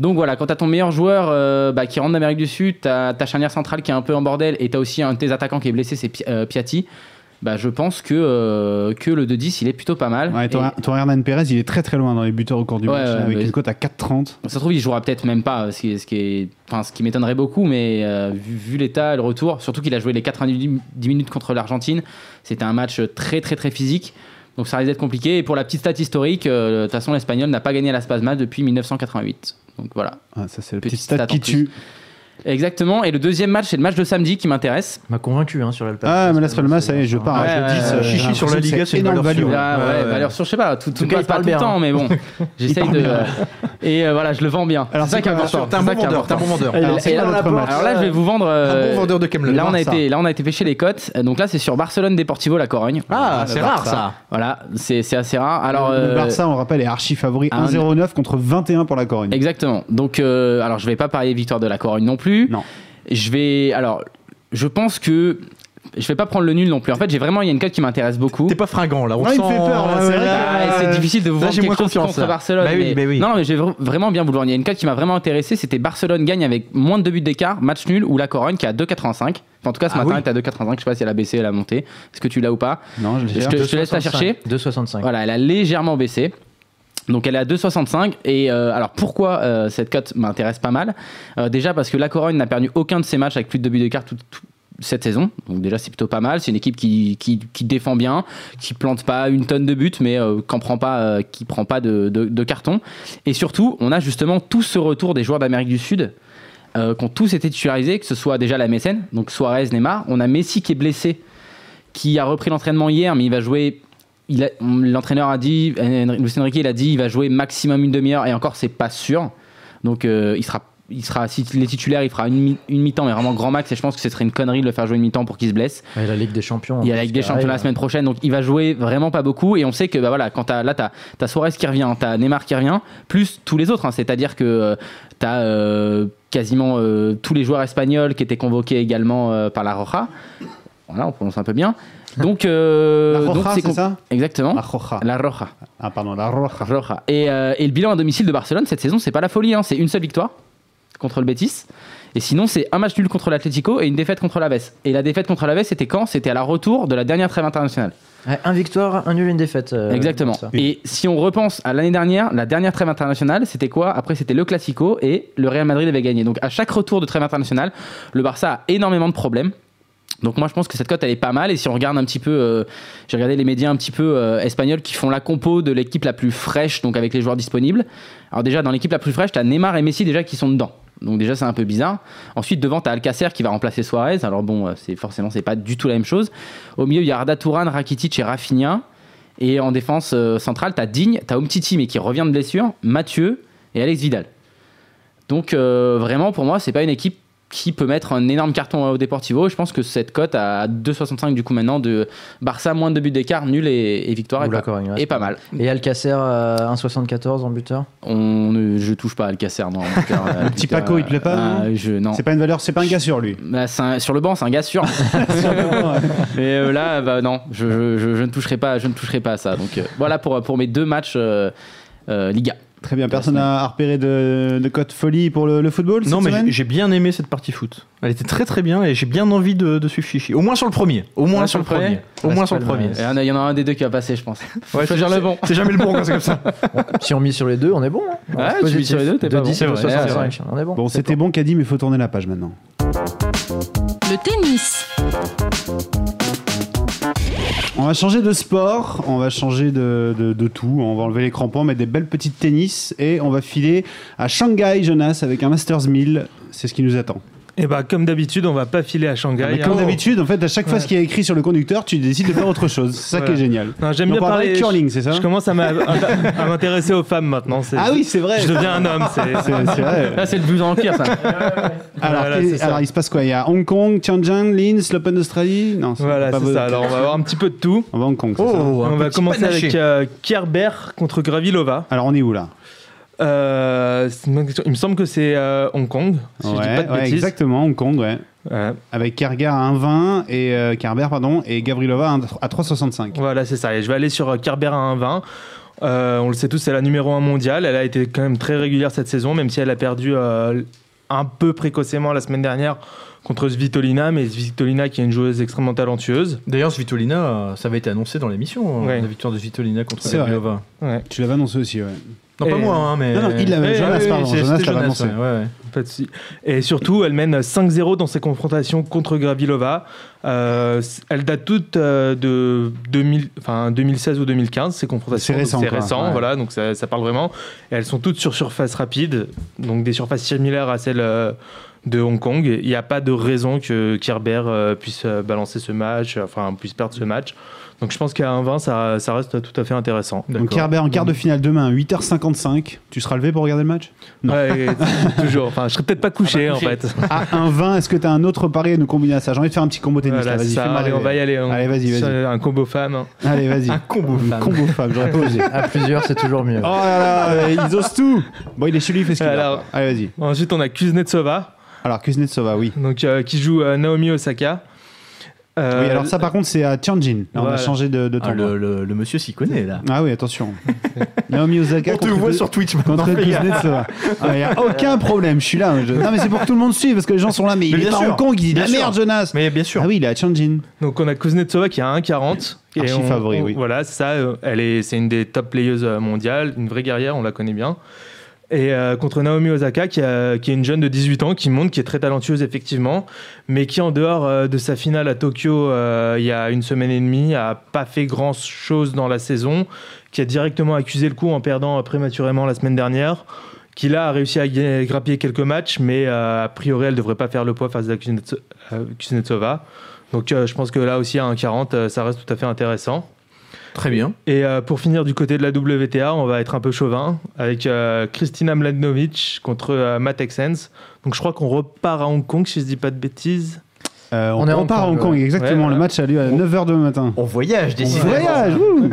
Donc voilà, quand t'as ton meilleur joueur euh, bah, qui rentre d'Amérique du Sud, t'as ta charnière centrale qui est un peu en bordel et t'as aussi un de tes attaquants qui est blessé, c'est Pi- euh, Piatti. Bah, je pense que, euh, que le 2-10, il est plutôt pas mal. Ouais, ton, ton Hernan Pérez, il est très très loin dans les buteurs au cours du Ouais, match, ouais, avec mais- une cote à 4-30. Et ça se trouve, il jouera peut-être même pas, ce qui, est- ce qui, est- enfin, ce qui m'étonnerait beaucoup, mais euh, vu, vu l'état, le retour, surtout qu'il a joué les 90 minutes contre l'Argentine, c'était un match très très très physique. Donc ça risque d'être compliqué. Et pour la petite stat historique, euh, de toute façon, l'Espagnol n'a pas gagné à la Spasma depuis 1988. Donc voilà. Ah, ça c'est le Petite petit stat stat en qui plus. tue. Exactement. Et le deuxième match, c'est le match de samedi qui m'intéresse. M'a convaincu hein, sur l'Alpa. Ah, mais Las Palmas, ça y est, je pars. Ouais, à 10, ouais, ouais, euh, chichi j'ai sur la l'impression que Liga, c'est une énorme valeur value. sûre. Ouais, Ah, ouais, ouais, ouais. valeur sûre, je sais pas, tout, tout tout cas, passe il pas parle tout le bien, hein. temps, mais bon. J'essaye de. Et euh, voilà, je le vends bien. Alors, c'est ça c'est qui est quoi, important. T'es un C'est ça bon qui est vendeur. t'es un important. bon vendeur. Alors, c'est et quoi alors, notre match alors là, je vais vous vendre. Un euh, bon vendeur de Camelot. Là on, a été, là, on a été pêcher les cotes. Euh, Donc là, c'est sur Barcelone Deportivo La Corogne. Ah, c'est rare ça. Voilà, c'est c'est assez rare. Alors, Le euh, Ah, Barça, on rappelle, est archi favori un- 1-0-9 contre 21 pour la Corogne. Exactement. Donc, euh, alors je vais pas parler victoire de la Corogne non plus. Non. Je vais. Alors, je pense que. Je vais pas prendre le nul non plus. En fait, j'ai vraiment. Il y a une cote qui m'intéresse beaucoup. T'es pas fringant là. On Ah, il me sent- fait peur, là, Ouais, c'est ouais, vrai Ah, là, c'est difficile de vous là, vendre j'ai quelque moins chose confiance, contre là. Barcelone. Bah oui, mais- bah oui. Non, non, mais j'ai vr- vraiment bien voulu. Il y a une cote qui m'a vraiment intéressé. C'était Barcelone gagne avec moins de 2 buts d'écart, match nul ou la Corogne qui est à 2,85. Enfin, en tout cas, ce Ah matin, oui. elle était à 2,85. Je sais pas si elle a baissé, elle a monté. Est-ce que tu l'as ou pas Non, je l'ai Je te, je te laisse la chercher. 2,65. Voilà, elle a légèrement baissé. Donc elle est à 2,65 et euh, alors pourquoi euh, cette cote m'intéresse pas mal Euh, Déjà parce que la Corogne n'a perdu aucun de ses matchs avec plus de deux buts d'écart toute, toute cette saison. Donc déjà c'est plutôt pas mal. C'est une équipe qui, qui, qui défend bien, qui plante pas une tonne de buts, mais euh, qu'en prend pas, euh, qui prend pas de, de, de carton. Et surtout, on a justement tout ce retour des joueurs d'Amérique du Sud euh, qui ont tous été titularisés, que ce soit déjà la mécène, donc Suarez, Neymar. On a Messi qui est blessé, qui a repris l'entraînement hier, mais il va jouer. il a- L'entraîneur a dit, Lucien Enrique, il a dit, il va jouer maximum une demi-heure, et encore, c'est pas sûr. Donc, euh, il sera il sera, si les titulaires, il fera une, mi- une mi-temps, mais vraiment grand max. Et je pense que ce serait une connerie de le faire jouer une mi-temps pour qu'il se blesse. Et la Ligue des Champions. bah, Il y a la Ligue des Champions la semaine prochaine, donc il va jouer vraiment pas beaucoup. Et on sait que bah voilà, quand t'as, là, t'as, t'as Suarez qui revient, t'as Neymar qui revient, plus tous les autres. hein. C'est-à-dire que euh, t'as euh, quasiment euh, tous les joueurs espagnols qui étaient convoqués également euh, par la Roja. Voilà, on prononce un peu bien. Donc, euh, La Roja, donc c'est ça Exactement. La Roja. La Roja. Ah, pardon, la Roja. Roja. Et, euh, et le bilan à domicile de Barcelone cette saison, c'est pas la folie. hein. C'est une seule victoire contre le Betis. Et sinon, c'est un match nul contre l'Atlético et une défaite contre la Vesse. Et la défaite contre la Vesse, c'était quand C'était à la retour de la dernière trêve internationale. un victoire, un nul, une défaite. euh, Exactement. comme ça. Et si on repense à l'année dernière, la dernière trêve internationale, c'était quoi Après, c'était le Classico et le Real Madrid avait gagné. Donc, à chaque retour de trêve internationale, le Barça a énormément de problèmes. Donc moi je pense que cette cote elle est pas mal et si on regarde un petit peu, euh, j'ai regardé les médias un petit peu euh, espagnols qui font la compo de l'équipe la plus fraîche donc avec les joueurs disponibles. Alors déjà dans l'équipe la plus fraîche t'as Neymar et Messi déjà qui sont dedans. Donc déjà c'est un peu bizarre. Ensuite devant t'as Alcacer qui va remplacer Suarez. Alors bon euh, c'est forcément c'est pas du tout la même chose. Au milieu il y a Arda Turan, Rakitic et Rafinha. Et en défense euh, centrale t'as Digne, t'as Umtiti mais qui revient de blessure, Mathieu et Alex Vidal. Donc euh, vraiment pour moi c'est pas une équipe qui peut mettre un énorme carton au Deportivo. Je pense que cette cote à 2,65 du coup maintenant de Barça moins de buts d'écart, nul et, et victoire est Oula, pas, Corrigno, est pas mal. Et Alcacer, euh, 1,74 en buteur. On, ne- je touche pas Alcacer non. en tout cas, euh, petit Victor, Paco, il te plaît pas, ah, non je- Non. C'est pas une valeur, c'est pas un gars sur lui. Bah, c'est un- sur le banc, c'est un gars sûr. Mais euh, là, bah, non, je, je- je- je ne toucherai pas, je ne toucherai pas à ça. Donc euh, voilà pour pour mes deux matchs euh, euh, Liga. Très bien, personne n'a repéré de, de cote folie pour le, le football cette Non, mais semaine j'ai- j'ai bien aimé cette partie foot. Elle était très très bien et j'ai bien envie de, de suivre Chichi. Au moins sur le premier. Au moins Ouais, sur le premier. Au Ouais, moins c'est sur le pas le premier. mal. Et Il y en a- il y en a un des deux qui va passer, je pense. Ouais, Faut choisir le bon. C'est jamais le bon quand c'est comme ça. Si on mise sur les deux, on est bon. hein. Ouais, C'est tu mises positif. sur les deux, t'es De pas bon. 10 C'est à vrai, 65, on est bon. Bon, c'était bon qu'a dit, mais il faut tourner la page maintenant. Le tennis. On va changer de sport, on va changer de, de- de tout, on va enlever les crampons, mettre des belles petites tennis et on va filer à Shanghai, Jonas, avec un Masters 1000. C'est ce qui nous attend. Et bah, comme d'habitude, on va pas filer à Shanghai. Ah, Mais comme hein. d'habitude, en fait, à chaque fois ce qu'il y a écrit sur le conducteur, tu décides de faire autre chose. C'est ça Ouais. qui est génial. Non, j'aime Donc, bien on va parler. de curling, c'est ça Je commence à m'a- à m'intéresser aux femmes maintenant. c'est- hein. Ah oui, c'est vrai. Je deviens un homme. c'est- C'est c'est vrai. Là, c'est le but en pire, ça. Alors, Voilà, quel- c'est ça. alors, il se passe quoi Il y a Hong Kong, Tianjin, Linz, l'Open d'Australie Non, c'est Voilà, pas c'est beau. ça. Alors, on va Oh. avoir un petit peu de tout. On va à Hong Kong, c'est ça on va commencer avec euh, Kerber contre Gravilova. Alors, on est où là Euh, c'est une bonne question. Il me semble que c'est euh, Hong Kong, si je dis Ouais, pas de ouais, bêtises. Euh, exactement, Hong Kong, ouais. Voilà. Avec Kergar à 1,20 et euh, Kerber, pardon, et Gavrilova à 1- à 3,65. Voilà, c'est ça. Et je vais aller sur euh, Kerber à 1,20. Euh, on le sait tous, c'est la numéro 1 mondiale. Elle a été quand même très régulière cette saison, même si elle a perdu euh, un peu précocement la semaine dernière contre Svitolina, mais Svitolina qui est une joueuse extrêmement talentueuse. D'ailleurs, Svitolina, euh, ça avait été annoncé dans l'émission, euh, Ouais. la victoire de Svitolina contre C'est vrai. Gabrielova. Ouais, Tu l'avais annoncé aussi, ouais. Non, Et- pas moi, hein, mais. Non, non, il l'avait, Eh, Jonas, oui, oui, pardon, c'est- Jonas c'était l'avait annoncé. ouais, ouais. pas de souci. Et surtout, elle mène 5-0 dans ses confrontations contre Gravilova. Euh, c- elle date toutes euh, de 2000, enfin, 2016 ou 2015, ces confrontations. C'est récent, Donc, quoi, ouais. voilà, donc ça, ça parle vraiment. Et elles sont toutes sur surface rapide, donc des surfaces similaires à celles euh, de Hong Kong. Il n'y a pas de raison que Kerber euh, puisse euh, balancer ce match, euh, enfin, puisse perdre ce match. Donc je pense qu'à 1-20, ça, ça reste tout à fait intéressant. Donc Kerber en Mm. quart de finale demain à 8h55. Tu seras levé pour regarder le match Non. Ah bah, Ouais, et- toujours. Enfin, je serais peut-être pas couché, en couché. fait. À 1,20, est-ce que t'as Ah, un autre pari à nous combiner à ça J'ai envie de faire un petit combo tennis, Voilà, là, vas-y, c'est ça. fais-moi Allez, rêver. on va y aller. on- Allez, vas-y, vas-y. Un combo femme. hein. Allez, vas-y. hein. Un combo Un femme. combo femme, j'aurais pas osé. À plusieurs, c'est toujours mieux. Oh là là, ils osent tout Bon, il est chez lui, il fait ce qu'il a. Alors- quoi. Allez, vas-y. Ensuite, on a Kuznetsova, Alors, Kuznetsova, oui. donc, euh, qui joue euh, Naomi Osaka. Euh, Oui, alors ça, par contre, c'est à Tianjin. Là, on a Voilà. changé de, de Ah, temps. le, le- le monsieur s'y connaît, là. Ah oui, attention. Naomi Osaka On te contre voit Kuz- sur Twitch maintenant. contre les gars. Kuznetsova. Ah, Il n'y a aucun problème, je suis là. je- Non, mais c'est pour que tout le monde suive parce que les gens sont là, mais il Mais est bien pas sûr. Hong Kong, il dit de la Bien merde, sûr. Jonas. Mais bien sûr. Ah oui, il est à Tianjin. Donc, on a Kuznetsova qui a 1,40. Et Archi on- favori, on- oui. Voilà, c'est ça. euh, Elle est, c'est une des top playeuses euh, mondiales, une vraie guerrière, on la connaît bien. Et euh, contre Naomi Osaka, qui, a- qui est une jeune de 18 ans, qui monte, qui est très talentueuse effectivement, mais qui en dehors euh, de sa finale à Tokyo euh, il y a une semaine et demie, a pas fait grand chose dans la saison, qui a directement accusé le coup en perdant euh, prématurément la semaine dernière, qui là a réussi à ga- grappiller quelques matchs, mais euh, a priori elle devrait pas faire le poids face à Kuznets- euh, Kuznetsova. Donc euh, je pense que là aussi à 1,40, euh, ça reste tout à fait intéressant. Très bien. Et euh, pour finir du côté de la WTA, on va être un peu chauvin avec euh, Kristina Mladenovic contre euh, Matt Texens. Donc je crois qu'on repart à Hong Kong si je dis pas de bêtises. Euh, on, On est à Hong repart à Hong Kong, Kong, ouais. exactement. Ouais, voilà. Le match a lieu à 9h demain matin. On voyage, On décidément. voyage ouh.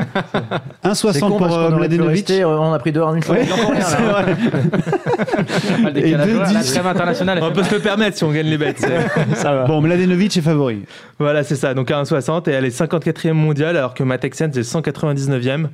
1,60 pour euh, Mladenovic. Mladenovic. On a pris deux heures une fois. Ouais, Il en prend rien, là. c'est vrai. Le décalage deux horaire, la dix. trêve internationale. On peut se le permettre si on gagne les bêtes. c'est- Bon, Mladenovic est favori. voilà, c'est ça. Donc à 1,60 et elle est 54e mondiale alors que Matt Texens est 199e.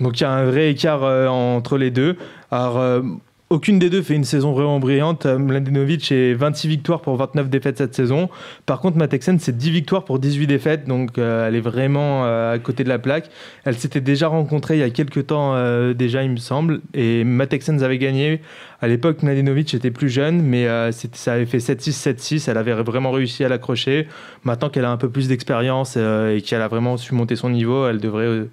Donc il y a un vrai écart euh, entre les deux. Alors euh, aucune des deux fait une saison vraiment brillante. Euh, Mladenovic est 26 victoires pour 29 défaites cette saison. Par contre, Matt Texen, c'est 10 victoires pour 18 défaites, donc euh, elle est vraiment euh, à côté de la plaque. Elle s'était déjà rencontrée il y a quelques temps euh, déjà, il me semble, et Matt Texen avait gagné. À l'époque, Mladenovic était plus jeune, mais euh, c'était- ça avait fait 7-6, 7-6, elle avait vraiment réussi à l'accrocher. Maintenant qu'elle a un peu plus d'expérience euh, et qu'elle a vraiment su monter son niveau, elle devrait, euh,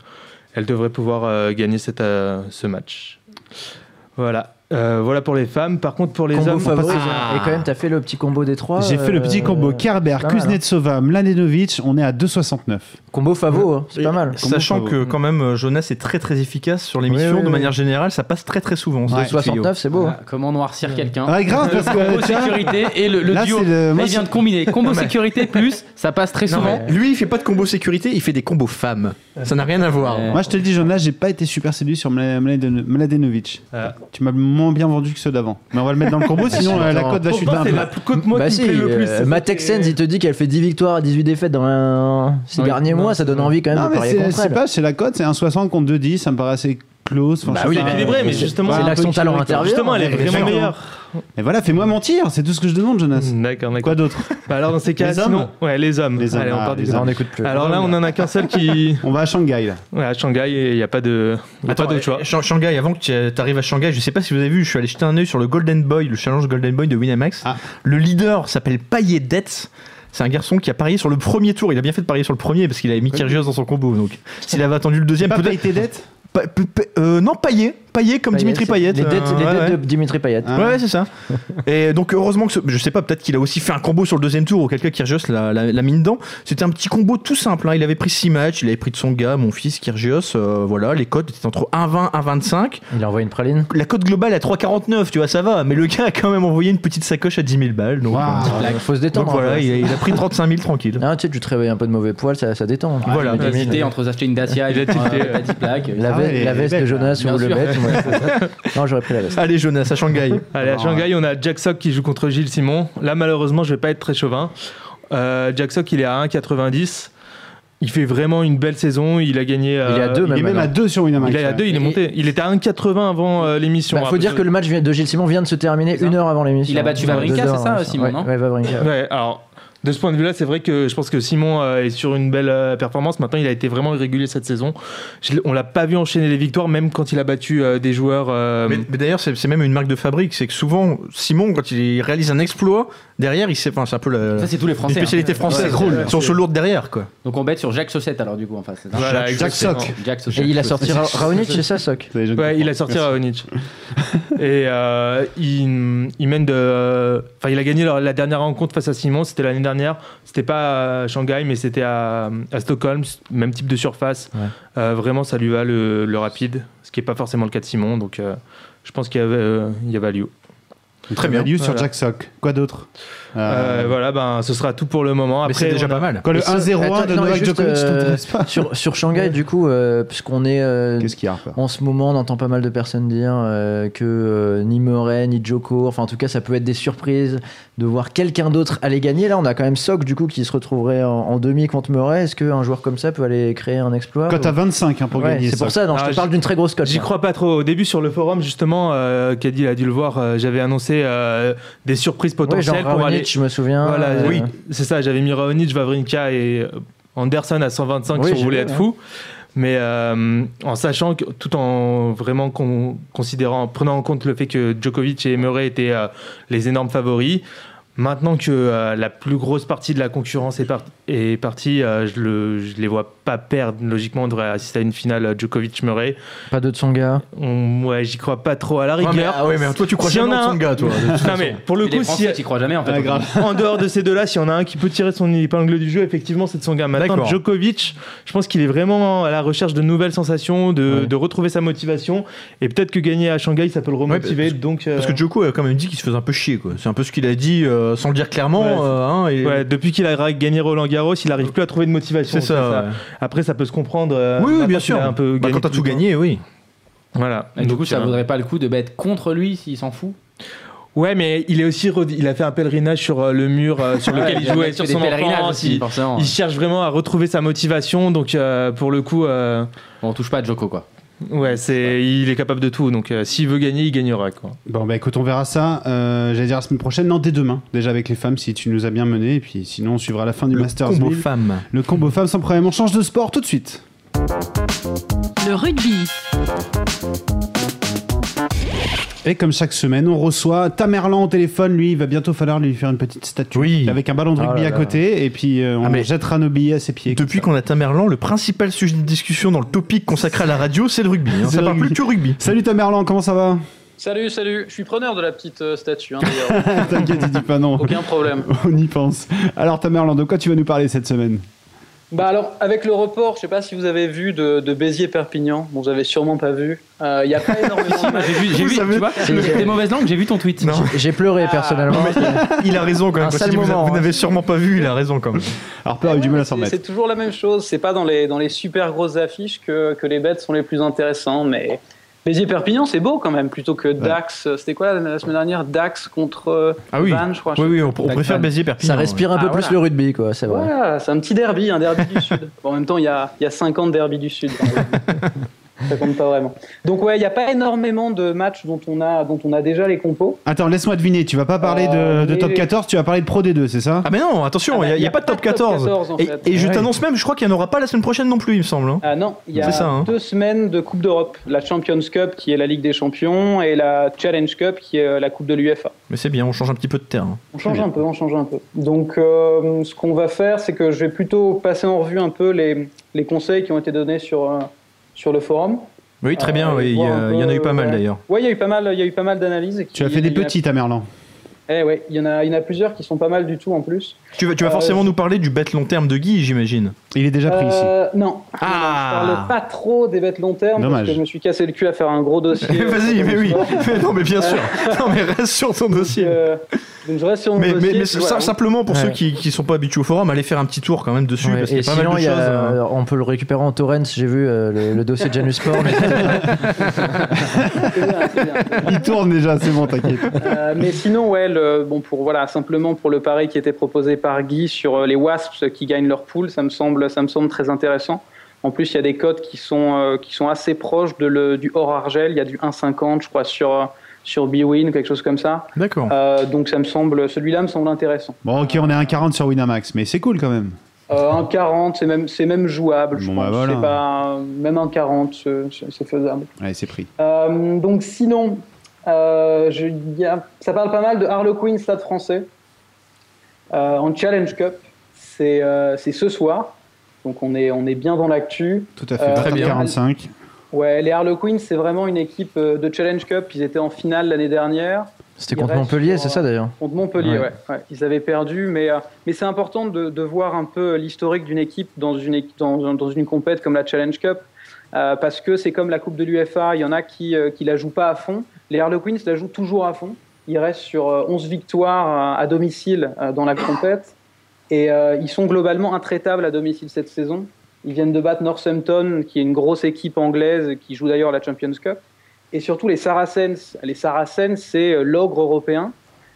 elle devrait pouvoir euh, gagner cette, euh, ce match. Voilà. Euh, voilà pour les femmes. Par contre, pour les Combo hommes, on passe favori. aux- Et quand même, t'as fait le petit combo des trois. J'ai fait le petit euh, combo Kerber, pas mal, Kuznetsova, Mladenovic. On est à 2,69. Combo favo, hein, c'est pas mal. Sachant Combo, que quand même euh, Jonas est très très efficace sur l'émission, Oui, oui, de oui. manière générale, ça passe très très souvent. on se Ouais. donne ce tuyau. 69, c'est beau. hein. Voilà, Comment noircir quelqu'un Ouais, grave, parce que Combo tiens, sécurité et le, le là, duo. c'est le- Là, moi, il vient c'est- de combiner combo sécurité plus, ça passe très Non, souvent. mais lui, il fait pas de combo sécurité, il fait des combos femmes. Euh, Ça n'a rien à voir. Ouais. moi, je te le dis, Jonas, j'ai pas été super séduit sur Mla- Mladen- Mladenovic. Ah. Tu m'as moins bien vendu que ceux d'avant. Mais on va le mettre dans le combo, sinon euh, la Attends. cote va chuter Pourtant, un c'est peu. la côte moi bah qui si, me plaît le plus. euh, Matt Texens, il te dit qu'elle fait 10 victoires, 18 défaites dans un- ces Oui, derniers non, mois, ça donne envie quand même Non, de mais parier c'est- contre c'est elle. pas, c'est la cote, c'est 1,60 contre 2,10, ça me paraît assez close. Enfin, Bah je oui, sais pas. Bah, mais équilibré, mais justement, C'est un là que peu son talent équilibré, quoi. intervient. Justement, elle est vraiment Exactement. meilleure. Mais voilà, fais-moi mentir, c'est tout ce que je demande, Jonas. D'accord, d'accord. Quoi d'autre Bah alors dans ces cas, Les hommes sinon, ouais, les hommes. Les hommes, Allez, on ah, part les des hommes. On hommes. n'écoute plus. Alors là, on en a qu'un seul qui On va à Shanghai, là. ouais, à Shanghai et il n'y a pas de, y a Attends, pas d'autre choix. eh, Shang- Shanghai, avant que tu arrives à Shanghai, je sais pas si vous avez vu, je suis allé jeter un œil sur le Golden Boy, le challenge Golden Boy de Winamax. Ah. Le leader s'appelle Payet Debs. C'est un garçon qui a parié sur le premier tour. Il a bien fait de parier sur le premier parce qu'il avait mis Euh, Kyrgios dans son combo. Donc, s'il avait attendu le deuxième, Pas peut-être. paye tes dettes Pa- pa- pa- euh, non, Payet. Payet comme Dimitri Payet. Payet. Les dettes, Euh, les ouais, dettes ouais. de Dimitri Payet. Ah. Ouais, ouais, c'est ça. Et donc, heureusement que ce- je sais pas, peut-être qu'il a aussi fait un combo sur le deuxième tour ou quelqu'un Kyrgios l'a, l'a, l'a mis dedans. C'était un petit combo tout simple. hein. Il avait pris 6 matchs, il avait pris de son gars, mon fils Kyrgios. euh, voilà, les cotes étaient entre 1,20 et 1,25. Il envoie une praline. La cote globale est à 3,49, tu vois, ça va. Mais le gars a quand même envoyé une petite sacoche à 10 000 balles. Donc, Waouh. euh, donc Il faut se détendre. hein, un voilà, peu. il a, il a pris 35 000 tranquille. Ah, tu sais, tu te réveilles un peu de mauvais poil, ça, ça détend. Voilà. Il a Dimitri- hésité entre s'acheter une Dacia et Il a prendre, tilté, euh, la 10 plaques. La, Ah veste- ouais, elle est la veste belle, de Jonas bien ou le sûr. bête. moi, c'est ça. non, j'aurais pris la veste. Allez, Jonas, à Shanghai. Allez, Ah. à Shanghai, on a Jack Sock qui joue contre Gilles Simon. Là, malheureusement, je vais pas être très chauvin. Euh, Jack Sock, il est à 1,90. Il fait vraiment une belle saison. Il a gagné. Il est à euh, deux, Il est même maintenant. à 2 sur Winamax. Il est à ouais. 2, il est Et- monté. Il était à 1,80 avant euh, l'émission. Bah, faut dire que le match vient- de Gilles Simon vient de se terminer ça. une heure avant l'émission. Il a battu Enfin, Wawrinka, c'est deux heures, ça, ouais, Simon, ouais, non Ouais, Wawrinka. Ouais, alors, de ce point de vue-là, c'est vrai que je pense que Simon euh, est sur une belle euh, performance. Maintenant, il a été vraiment irrégulier cette saison. Je l'ai- on l'a pas vu enchaîner les victoires, même quand il a battu euh, des joueurs. euh, Mais, mais d'ailleurs, c'est, c'est même une marque de fabrique. C'est que souvent, Simon, quand il réalise un exploit, derrière, il sait. Enfin, c'est un peu la. Ça, c'est tous les une Français. hein. spécialité française. Ils sont sur lourde derrière, quoi. Donc on bête sur Jacques Saucette alors du coup en face. c'est ça Voilà, Jack exactement. Sock. Jacques Et Saucette. il a sorti Ra- Raonic, c'est ça, Soc Ça y est, je Ouais, comprends. il a sorti Raonic. Et euh, il, il mène de. Enfin, il a gagné leur- la dernière rencontre face à Simon. C'était l'année dernière. C'était pas à Shanghai, mais c'était à, à Stockholm. Même type de surface. Ouais. Euh, vraiment, ça lui va le, le rapide. Ce qui n'est pas forcément le cas de Simon. Donc, euh, je pense qu'il y, avait, euh, il y a value. Très bien. Value sur euh, Voilà. Jack Sock. Quoi d'autre Euh, Euh, voilà, ben, ce sera tout pour le moment. Ah. mais Après, c'est déjà on a- pas mal. Quoi, le Et ça- 1-0-1 de attends, non, mais Novak juste, Djokovic euh, t'intéresse pas sur, sur Shanghai, du coup, euh, puisqu'on est. euh, Qu'est-ce qu'il y a Harper En ce moment, on entend pas mal de personnes dire euh, que euh, ni Murray, ni Joko, enfin en tout cas, ça peut être des surprises de voir quelqu'un d'autre aller gagner. Là, on a quand même Sock du coup qui se retrouverait en, en demi contre Murray. Est-ce qu'un joueur comme ça peut aller créer un exploit Cote à 25 hein, pour Ouais, gagner C'est pour Sock. ça, non, Ah, je te parle d'une très grosse cote. J'y moi. crois pas trop. Au début, sur le forum, justement, euh, Caddy a dû le voir, euh, j'avais annoncé euh, des surprises Ouais, genre potentielles pour Raonic, aller. je me souviens. Ah, Voilà, euh, oui, c'est ça. J'avais mis Raonic, Vavrinka et euh, Anderson à 125 Oui, si on j'ai voulait vu, être ouais. fou. Mais euh, en sachant que, tout en vraiment con- considérant, en prenant en compte le fait que Djokovic et Murray étaient euh, les énormes favoris, maintenant que euh, la plus grosse partie de la concurrence est, par- est partie, euh, je, le- je les vois pas perdre. Logiquement, on devrait assister à une finale euh, Djokovic-Murray. Pas de Tsonga. On- Ouais, j'y crois pas trop à la rigueur. ah ouais, mais toi, tu crois S'il y en jamais a en un- Tsonga, toi. de toute Non, façon. mais pour le Et les coup, si, Français, t'y crois jamais en fait. Ah, au grave. en dehors de ces deux-là, s'il y en a un qui peut tirer son épingle du jeu, effectivement, c'est de son gars. Maintenant, D'accord. Djokovic, je pense qu'il est vraiment à la recherche de nouvelles sensations, de, de retrouver sa motivation. Et peut-être que gagner à Shanghai, ça peut le remotiver. Ouais, parce- donc, euh, Parce que Joko a quand même dit qu'il se faisait un peu chier, quoi. C'est un peu ce qu'il a dit, euh, sans le dire clairement. Ouais, c'est- euh, hein, et- ouais, depuis qu'il a gagné Roland Garros, il n'arrive plus à trouver de motivation. C'est ça. ouais. Après, ça peut se comprendre. euh, Oui, oui, maintenant bien qu'il sûr. a Un peu Bah, gagné quand t'as le tout temps. gagné, oui. Voilà. Et du Donc, coup, ça euh, vaudrait pas le coup de bah, être contre lui s'il s'en fout. Ouais, mais il est aussi redi- il a fait un pèlerinage sur euh, le mur euh, sur lequel il jouait sur sur des son pèlerinages enfance. aussi, Il, forcément. il cherche vraiment à retrouver sa motivation. Donc, euh, pour le coup. euh, On touche pas à Joko quoi. Ouais, c'est il est capable de tout, donc euh, s'il veut gagner, il gagnera quoi. Bon, bah écoute, on verra ça, euh, j'allais dire la semaine prochaine, non, dès demain, déjà avec les femmes, si tu nous as bien mené, et puis sinon, on suivra la fin du Le Masters combo 1000. femme. Le combo femmes sans problème. On change de sport tout de suite. Le rugby. Et comme chaque semaine, on reçoit Tamerlan au téléphone. Lui, il va bientôt falloir lui faire une petite statue. Oui. Avec un ballon de Ah rugby là à là. côté, et puis euh, on Ah, mais- jettera nos billets à ses pieds. Depuis qu'on a Tamerlan, le principal sujet de discussion dans le topic consacré à la radio, c'est le rugby. hein. C'est Ça le parle rugby. plus que rugby. Salut Tamerlan, comment ça va Salut, salut. Je suis preneur de la petite euh, statue, hein, d'ailleurs. T'inquiète, il dit pas non. Aucun problème. On y pense. Alors Tamerlan, de quoi tu vas nous parler cette semaine Bah alors, avec le report, je sais pas si vous avez vu de, de Béziers-Perpignan. Bon, vous avez sûrement pas vu. Euh, Il y a pas énormément de matchs. J'ai vu, Vous j'ai vu, savez- tu vois, j'ai- j'ai des mauvaises langues, j'ai vu ton tweet. Non. J'ai pleuré Ah. personnellement. Il a raison quand même. Un parce sale que vous a- moment, vous hein. n'avez sûrement pas vu, il a raison quand même. Alors peur a eu du mal à s'en C'est- remettre. C'est toujours la même chose. C'est pas dans les, dans les super grosses affiches que, que les bêtes sont les plus intéressants. Mais Béziers-Perpignan, c'est beau quand même, plutôt que Dax. euh, C'était quoi la semaine dernière Dax contre euh, Ah oui. Vannes, je crois. Oui, oui, on, on préfère Van. Béziers Perpignan. Ça respire un peu Ah, plus voilà. le rugby, quoi, c'est vrai. Voilà, c'est un petit derby, un derby du Sud. Bon, en même temps, il y a, il y a 50 derbys du Sud. hein. Ça compte pas vraiment. Donc ouais, il n'y a pas énormément de matchs dont on a, dont on a déjà les compos. Attends, laisse-moi deviner, tu vas pas parler Euh, de, de mais- top 14, tu vas parler de Pro D2, c'est ça Ah mais non, attention, Ah bah, il n'y a, pas de top 14. en et fait. et je Ouais. t'annonce même, je crois qu'il n'y en aura pas la semaine prochaine non plus, il me semble. hein. Ah non, il y a C'est ça, hein. deux semaines de Coupe d'Europe. La Champions Cup, qui est la Ligue des Champions, et la Challenge Cup, qui est euh, la Coupe de l'UEFA. Mais c'est bien, on change un petit peu de terrain. On change un peu, on change un peu. Donc, euh, ce qu'on va faire, c'est que je vais plutôt passer en revue un peu les, les conseils qui ont été donnés sur, euh, sur le forum. Oui, très Euh, bien, oui, il y, voir a- un peu, il y en a eu pas mal ouais. d'ailleurs. Ouais, il y a eu pas mal, il y a eu pas mal d'analyses. Tu as fait des petits Tamerlan. Eh ouais, il y en a, il y en a plusieurs qui sont pas mal du tout en plus. Tu vas, tu vas Euh, forcément nous parler du bête long terme de Guy, j'imagine. Il est déjà pris ici. Euh, non. Ah. Non, non, je parle pas trop des bêtes long terme Dommage. parce que je me suis cassé le cul à faire un gros dossier. Vas-y, mais oui. Mais non, mais bien sûr. Non, mais reste sur ton dossier. Euh, donc je reste sur mon Mais, mais- dossier. mais puis ça- voilà. simplement pour Ouais. ceux qui ne sont pas habitués au forum, allez faire un petit tour quand même dessus Ouais, parce qu'il y et a pas mal sinon, de il y choses. a- euh. on peut le récupérer en torrents. J'ai vu euh, le, le dossier de Janus Sport. mais- C'est bien, c'est bien. Il tourne déjà, c'est bon, t'inquiète. Euh, mais sinon, ouais, le- bon, pour, voilà, simplement pour le pari qui était proposé par Guy sur euh, les Wasps qui gagnent leur poule, ça me semble, ça me semble très intéressant. En plus, il y a des cotes qui sont, euh, qui sont assez proches de le, du hors Argel. Il y a du 1,50, je crois, sur, euh, sur Bwin, quelque chose comme ça. D'accord. Euh, donc, ça me semble, celui-là me semble intéressant. Bon, ok, on est à 1,40 sur Winamax, mais c'est cool quand même. Euh, un 40, c'est même, c'est même jouable, je Bon, pense. bah voilà. C'est pas, euh, même un 40, c'est- c'est c'est faisable. Allez, c'est pris. Euh, donc sinon, euh, je- il y a- ça parle pas mal de Harlequin Stade français Euh, en Challenge Cup. C'est euh, c'est ce soir, donc on est, on est bien dans l'actu. Tout à fait. Euh, très bien. 45. Ouais, les Harlequins, c'est vraiment une équipe euh, de Challenge Cup. Ils étaient en finale l'année dernière C'était Il contre reste Montpellier, sur, c'est ça d'ailleurs. contre Montpellier. Ouais. ouais, ouais. Ils avaient perdu, mais, euh, mais c'est important de, de voir un peu l'historique d'une équipe dans une, équi- dans, dans une compète comme la Challenge Cup, euh, parce que c'est comme la Coupe de l'UFA, il y en a qui ne la jouent pas à fond. Les Harlequins la jouent toujours à fond. Ils restent sur euh, 11 victoires euh, à domicile euh, dans la compète, et euh, ils sont globalement intraitables à domicile cette saison. Ils viennent de battre Northampton, qui est une grosse équipe anglaise qui joue d'ailleurs la Champions Cup. Et surtout les Saracens. Les Saracens, c'est euh, l'ogre européen.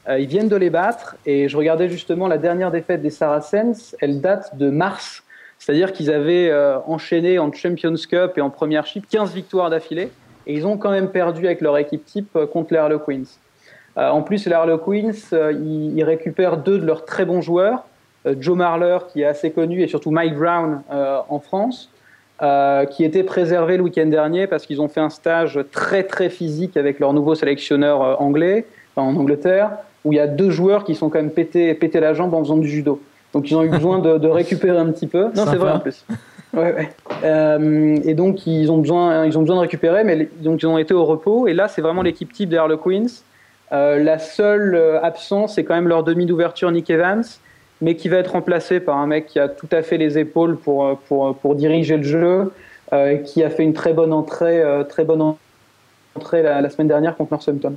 Euh, ils viennent de les battre et je regardais justement la dernière défaite des Saracens, elle date de mars. C'est-à-dire qu'ils avaient euh, enchaîné en Champions Cup et en Première Chip 15 victoires d'affilée et ils ont quand même perdu avec leur équipe type euh, contre les Harlequins. Euh, en plus, les Harlequins, euh, ils, ils récupèrent deux de leurs très bons joueurs, euh, Joe Marler qui est assez connu et surtout Mike Brown euh, en France. euh, qui étaient préservés le week-end dernier parce qu'ils ont fait un stage très très physique avec leur nouveau sélectionneur euh, anglais, enfin, en Angleterre où il y a deux joueurs qui sont quand même pétés, pétés la jambe en faisant du judo. Donc ils ont eu besoin de, de récupérer un petit peu. Non, Sympa. c'est vrai en plus. Ouais, ouais. Euh, et donc ils ont besoin, ils ont besoin de récupérer, mais les- donc ils ont été au repos. Et là, c'est vraiment l'équipe type des Harlequins. Euh, la seule euh, absence, c'est quand même leur demi d'ouverture Nick Evans, mais qui va être remplacé par un mec qui a tout à fait les épaules pour euh, pour, euh, pour diriger le jeu, euh, qui a fait une très bonne entrée, euh, très bonne en- entrée la, la semaine dernière contre Northampton.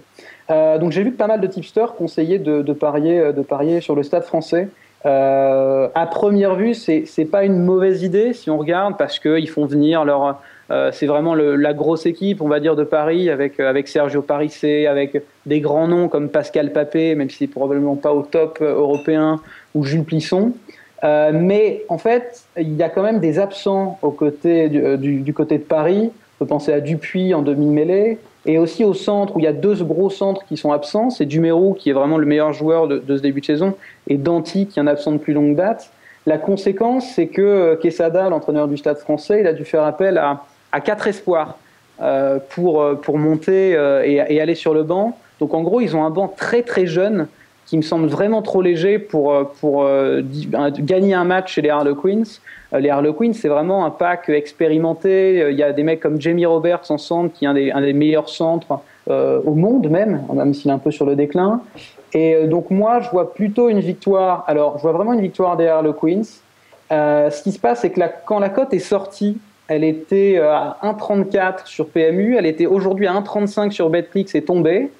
Euh, donc j'ai vu que pas mal de tipsters conseillaient de, de parier euh, de parier sur le Stade Français. Euh, à première vue, c'est c'est pas une mauvaise idée si on regarde parce qu'ils font venir leur. euh, c'est vraiment le- la grosse équipe, on va dire, de Paris avec, euh, avec Sergio Parissé, avec des grands noms comme Pascal Papé, même si probablement pas au top euh, européen, ou Jules Plisson. Euh, mais en fait, il y a quand même des absents au côté du, euh, du- du côté de Paris. On peut penser à Dupuis en demi-mêlée. Et aussi au centre, où il y a deux gros centres qui sont absents. C'est Dumérou, qui est vraiment le meilleur joueur de- de ce début de saison, et Danti qui est un absent de plus longue date. La conséquence, c'est que euh, Quesada, l'entraîneur du Stade français, il a dû faire appel à, à quatre espoirs euh, pour, euh, pour monter euh, et, et aller sur le banc. Donc en gros, ils ont un banc très très jeune qui me semble vraiment trop léger pour, euh, pour euh, di- un- gagner un match chez les Harlequins. Euh, Les Harlequins, c'est vraiment un pack expérimenté. Euh, Il y a des mecs comme Jamie Roberts ensemble, qui est un des, un des meilleurs centres euh, au monde même, même s'il est un peu sur le déclin. Et euh, donc moi, je vois plutôt une victoire. Alors, je vois vraiment une victoire derrière le Queens. Euh, ce qui se passe, c'est que la- quand la cote est sortie, elle était euh, à 1,34 sur PMU, elle était aujourd'hui à 1,35 sur Betclic, c'est tombé.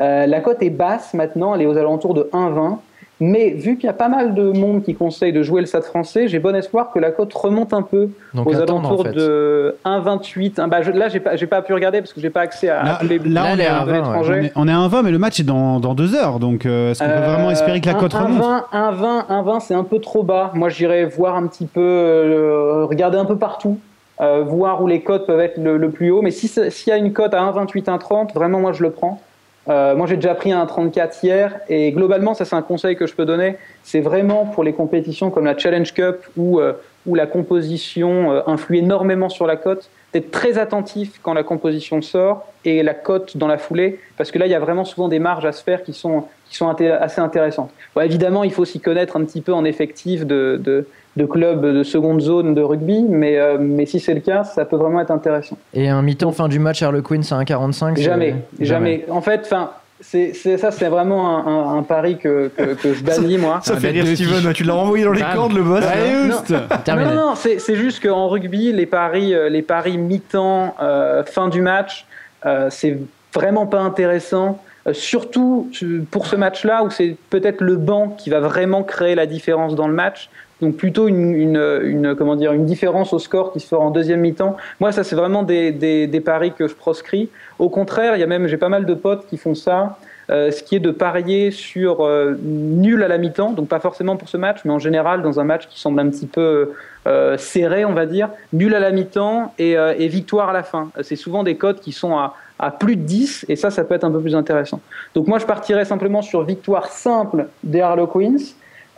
Euh, la cote est basse maintenant, elle est aux alentours de 1,20. Mais vu qu'il y a pas mal de monde qui conseille de jouer le Stade français, j'ai bon espoir que la cote remonte un peu Donc aux attendre, alentours en fait. de 1,28. Hein, bah, je- là, j'ai pas, j'ai pas pu regarder parce que j'ai pas accès à Là, tous Ah, les là, boules on de est à 20, ouais. l'étranger. On est, on est à 1,20, mais le match est dans, dans deux heures, donc euh, est-ce qu'on peut vraiment espérer que la cote remonte 1,20, 1,20, 1,20, c'est un peu trop bas. Moi, j'irais voir un petit peu, euh, regarder un peu partout, euh, voir où les cotes peuvent être le, le plus haut. Mais si c'est- s'il y a une cote à 1,28, 1,30, vraiment, moi, je le prends. Euh, moi, j'ai déjà pris un 1,34 hier. Et globalement, ça, c'est un conseil que je peux donner. C'est vraiment pour les compétitions comme la Challenge Cup où, euh, où la composition euh, influe énormément sur la cote d'être très attentif quand la composition sort et la cote dans la foulée, parce que là, il y a vraiment souvent des marges à se faire qui sont, qui sont inté- assez intéressantes. Bon, évidemment, il faut s'y connaître un petit peu en effectif de, de, de clubs de seconde zone de rugby, mais, euh, mais si c'est le cas, ça peut vraiment être intéressant. Et un mi-temps fin du match, Harlequin, c'est un 45. c'est- Jamais, jamais. En fait, enfin... C'est, c'est- ça, c'est vraiment un, un- un pari que, que, que je bannis, moi. Ça Ah, fait bah, rire deux Steven, ouais, tu l'as renvoyé dans les Bam. cordes le boss. Bah, Ouais, juste. Ah, Terminé. Non, non, c'est c'est juste qu'en rugby, les paris, euh, les paris mi-temps, euh, fin du match, euh, c'est vraiment pas intéressant. Euh, surtout euh, pour ce match-là où c'est peut-être le banc qui va vraiment créer la différence dans le match. Donc plutôt une, une- une- comment dire, une différence au score qui se fera en deuxième mi-temps. Moi, ça, c'est vraiment des, des- des paris que je proscris. Au contraire, il y a même, j'ai pas mal de potes qui font ça. euh, ce qui est de parier sur euh, nul à la mi-temps, donc pas forcément pour ce match, mais en général dans un match qui semble un petit peu euh, euh, serré, on va dire, nul à la mi-temps et, euh, et victoire à la fin. Euh, C'est souvent des cotes qui sont à, à plus de 10 et ça, ça peut être un peu plus intéressant. Donc moi, je partirais simplement sur victoire simple des Harlequins.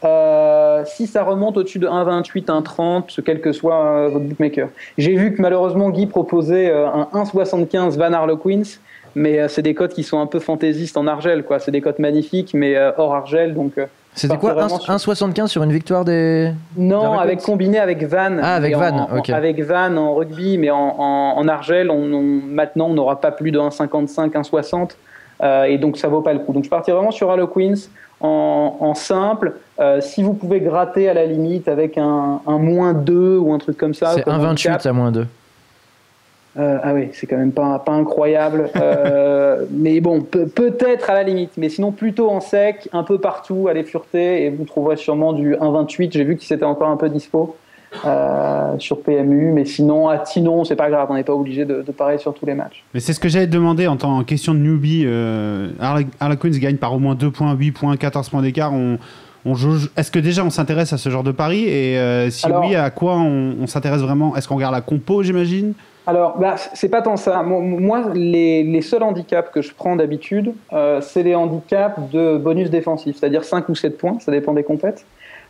Euh, si ça remonte au-dessus de 1,28, 1,30, quel que soit euh, votre bookmaker. J'ai vu que malheureusement Guy proposait euh, un 1,75 Van Harlequins, mais euh, c'est des cotes qui sont un peu fantaisistes en Argel, quoi. C'est des cotes magnifiques, mais euh, hors Argel, donc euh, C'était quoi Partir un- vraiment sur- 1,75 sur une victoire des. non, Harlequins. avec combiné avec Van. Ah, avec Et en- Van, en- ok. avec Van en rugby, mais en, en, en Argel, on, on- maintenant, on n'aura pas plus de 1,55, 1,60. euh, et donc, ça vaut pas le coup. Donc, je partirai vraiment sur Harlequins en, en simple. Euh, si vous pouvez gratter à la limite avec un, un moins 2 ou un truc comme ça. C'est comme 1,28 handicap. à moins 2. Euh, ah oui, c'est quand même pas, pas incroyable. Euh, mais bon, pe- peut-être à la limite. Mais sinon, plutôt en sec, un peu partout, allez fureter. Et vous trouverez sûrement du 1,28. J'ai vu qu'il s'était encore un peu dispo euh, sur PMU. Mais sinon, à Tinon, c'est pas grave. On n'est pas obligé de, de parier sur tous les matchs. Mais c'est ce que j'avais demandé en tant en question de newbie. Euh, Harle- Harlequins gagne par au moins 2 points, 8 points, 14 points d'écart. On, on jauge. Est-ce que déjà on s'intéresse à ce genre de pari Et euh, si Alors- oui, à quoi on, on s'intéresse vraiment Est-ce qu'on regarde la compo, j'imagine Alors, bah, c'est pas tant ça. Moi- Moi, les, les seuls handicaps que je prends d'habitude, euh, c'est les handicaps de bonus défensif, c'est-à-dire 5 ou 7 points, ça dépend des compètes.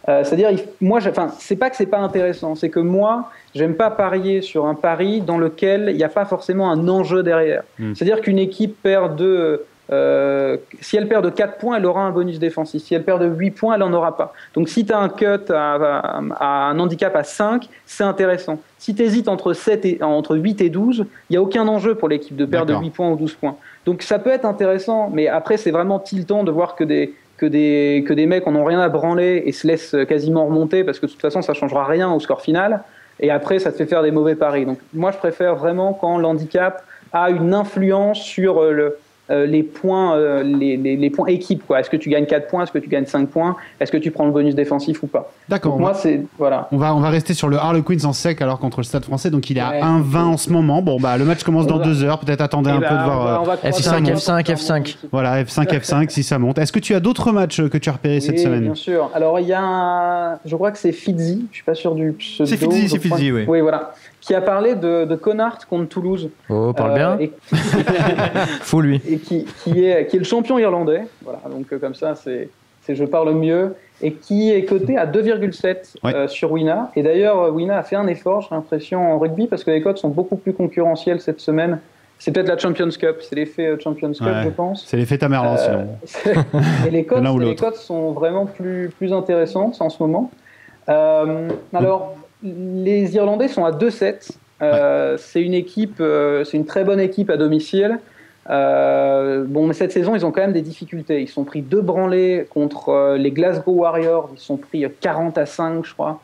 Euh, c'est-à-dire, il- moi, j'ai- enfin, c'est pas que c'est pas intéressant, c'est que moi, j'aime pas parier sur un pari dans lequel il n'y a pas forcément un enjeu derrière. Mm. C'est-à-dire qu'une équipe perd de euh, si elle perd de 4 points, elle aura un bonus défensif. Si elle perd de 8 points, elle n'en aura pas. Donc si tu as un cut à, à- à un handicap à 5, c'est intéressant. Si tu hésites entre, 7 et, entre 8 et 12, il n'y a aucun enjeu pour l'équipe de perdre de D'accord. 8 points ou 12 points. Donc ça peut être intéressant, mais après c'est vraiment tiltant de voir que des, que des, que des mecs en ont rien à branler et se laissent quasiment remonter parce que de toute façon ça changera rien au score final. Et après ça te fait faire des mauvais paris. Donc moi je préfère vraiment quand l'handicap a une influence sur euh, le, euh, les points, euh, les, les- les points équipe. quoi. Est-ce que tu gagnes 4 points Est-ce que tu gagnes 5 points Est-ce que tu prends le bonus défensif ou pas D'accord. Donc, on va- moi, c'est. Voilà. On va, on va rester sur le Harlequins en sec alors contre le Stade français, donc il est Ouais. à 1-20 en ce moment. Bon, bah le match commence dans On va- deux heures, peut-être attendez un Eh ben, peu de voir. on va- euh, on va croiser F5, un peu F5, sur F5. mon- Voilà, F5, F5 si ça monte. Est-ce que tu as d'autres matchs euh, que tu as repérés cette Oui, semaine Bien sûr. Alors il y a, un- je crois que c'est Fizzi, je suis pas sûr du pseudo. C'est Fizzi, je c'est crois. Fizzi, oui. Oui, voilà. Qui a parlé de, de Connard contre Toulouse. Oh, parle Euh, bien. Et, Fou lui. et qui, qui est, qui est le champion irlandais. Voilà, donc euh, comme ça, c'est, c'est je parle mieux. Et qui est coté à 2,7 Ouais. euh, sur Wina. Et d'ailleurs, euh, Wina a fait un effort, j'ai l'impression, en rugby, parce que les cotes sont beaucoup plus concurrentielles cette semaine. C'est peut-être la Champions Cup, c'est l'effet euh, Champions Cup, Ouais. je pense. C'est l'effet Tamerlan, Euh, sinon. et les cotes, L'un ou les l'autre. cotes sont vraiment plus, plus intéressantes en ce moment. Euh, alors, les Irlandais sont à 2-7. Euh, C'est une équipe, euh, c'est une très bonne équipe à domicile. Euh, bon, mais cette saison, ils ont quand même des difficultés. Ils sont pris deux branlés contre euh, les Glasgow Warriors. Ils sont pris 40 à 5, je crois.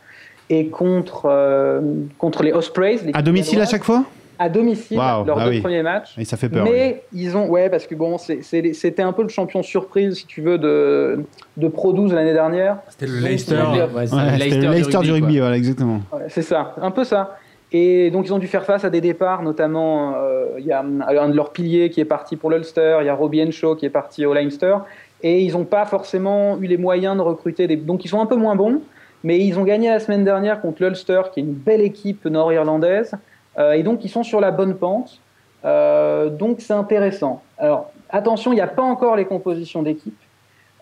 Et contre, euh, contre les Ospreys. l'équipe À domicile à galloise. chaque fois À domicile, Waouh, leurs ah deux oui. premiers matchs. Et ça fait peur. oui. Mais ils ont, ouais, parce que bon, c'est- c'est- c'était un peu le champion surprise, si tu veux, de, de Pro 12 l'année dernière. C'était le Donc, Leicester. il y a- Ouais, c'est Ouais, c'était le Leicester du rugby, quoi. voilà, exactement. Ouais, c'est ça, un peu ça. Et donc ils ont dû faire face à des départs, notamment euh, il y a hum, un de leurs piliers qui est parti pour l'Ulster, il y a Robbie Henshaw qui est parti au Leinster, et ils n'ont pas forcément eu les moyens de recruter des... Donc ils sont un peu moins bons, mais ils ont gagné la semaine dernière contre l'Ulster, qui est une belle équipe nord-irlandaise, euh, et donc ils sont sur la bonne pente, Euh, donc c'est intéressant. Alors attention, il n'y a pas encore les compositions d'équipe.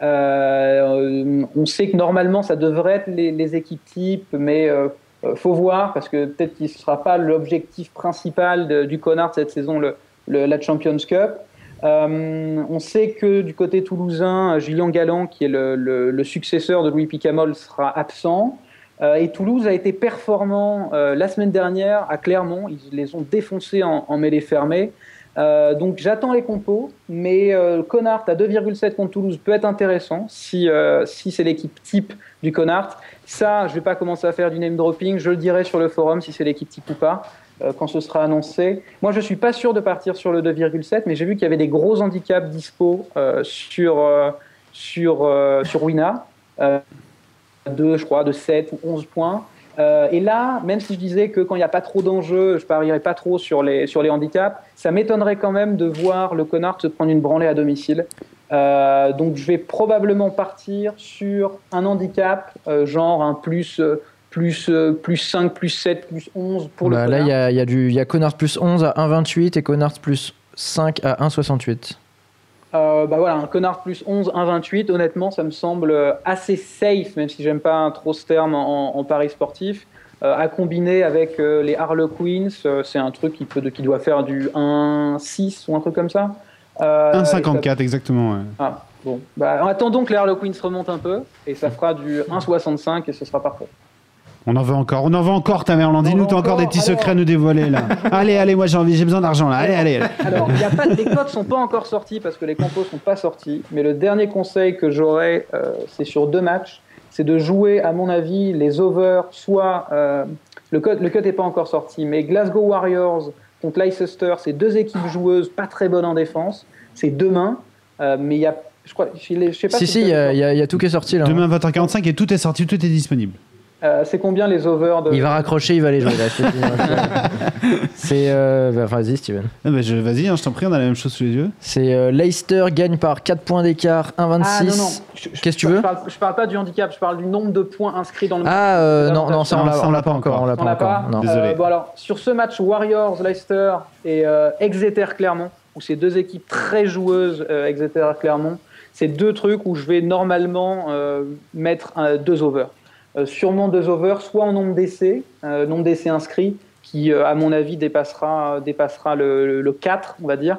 Euh, on sait que normalement ça devrait être les, les équipes types, mais euh, euh, faut voir parce que peut-être qu'il ne sera pas l'objectif principal de- du Connard cette saison, le, le- la Champions Cup. Euh, on sait que du côté toulousain, euh, Gillian Galland, qui est le, le- le successeur de Louis Picamol, sera absent. Euh, et Toulouse a été performant euh, la semaine dernière à Clermont. Ils les ont défoncés en, en mêlée fermée. Euh, donc j'attends les compos, mais euh, Connard à 2,7 contre Toulouse peut être intéressant si, euh, si c'est l'équipe type du Connard. Ça, je vais pas commencer à faire du name dropping. Je le dirai sur le forum si c'est l'équipe type ou pas, euh, quand ce sera annoncé. Moi, je suis pas sûr de partir sur le 2,7, mais j'ai vu qu'il y avait des gros handicaps dispo euh, sur, euh, sur, euh, sur Wina. Euh, de, je crois, de 7 ou 11 points. Euh, et là, même si je disais que quand il n'y a pas trop d'enjeux, je parierais pas trop sur les, sur les handicaps, ça m'étonnerait quand même de voir le connard se prendre une branlée à domicile. Euh, donc je vais probablement partir sur un handicap, euh, genre un plus, euh, plus, euh, plus 5, plus 7, plus 11 pour Bah, le là, connard. il y a, il y, a du- il y a Connard plus 11 à 1,28 et Connard plus 5 à 1,68. Euh, bah voilà, un connard plus 11, 1,28, honnêtement, ça me semble euh, assez safe, même si j'aime pas trop ce terme en, en paris sportif. Euh, à combiner avec euh, les Harlequins, euh, c'est un truc qui, peut, qui doit faire du 1,6 ou un truc comme ça. Euh, et ça- 1,54, exactement. ouais. Ah, bon. Bah, attendons que les Harlequins remontent un peu, et ça fera du 1,65 et ce sera parfait. On en veut encore, on en veut encore, Tamerlan. en Dis-nous, veut t'as encore des encore, petits alors. secrets à nous dévoiler, là. allez, allez, moi j'ai envie, j'ai besoin d'argent, là. Allez, allez, allez. Alors, il y a pas, les codes sont pas encore sortis parce que les compos sont pas sortis. Mais le dernier conseil que j'aurais, euh, c'est sur deux matchs, c'est de jouer, à mon avis, les overs. Soit euh, le code, le code n'est pas encore sorti, mais Glasgow Warriors contre Leicester, c'est deux équipes joueuses pas très bonnes en défense. C'est demain, euh, mais il y a, je crois, je je sais pas. Si, euh, si, il y, a- il y a il y a tout qui est sorti là. hein. Demain 20h45 et tout est sorti, tout est disponible. Euh, c'est combien les overs de Il va raccrocher, il va aller jouer là. je te le dis. C'est. euh, bah, Vas-y, Steven. Ah, bah, je- Vas-y, hein, je t'en prie, on a la même chose sous les yeux. C'est euh, Leicester gagne par 4 points d'écart, 1,26. Ah non non. Je- je- Qu'est-ce que tu je veux parle- Je parle pas du handicap, je parle du nombre de points inscrits dans le. Ah, euh, non, non, ça on Non, l'a- ça, on l'a pas encore. On l'a On n'a pas pas. encore. non. Désolé. Euh, bon alors, sur ce match Warriors Leicester et euh, Exeter Clermont, où ces deux équipes très joueuses, euh, Exeter Clermont, c'est deux trucs où je vais normalement euh, mettre euh, deux overs. Euh, sûrement deux overs, soit en nombre d'essais, euh, nombre d'essais inscrits, qui euh, à mon avis dépassera, dépassera le, le 4, on va dire.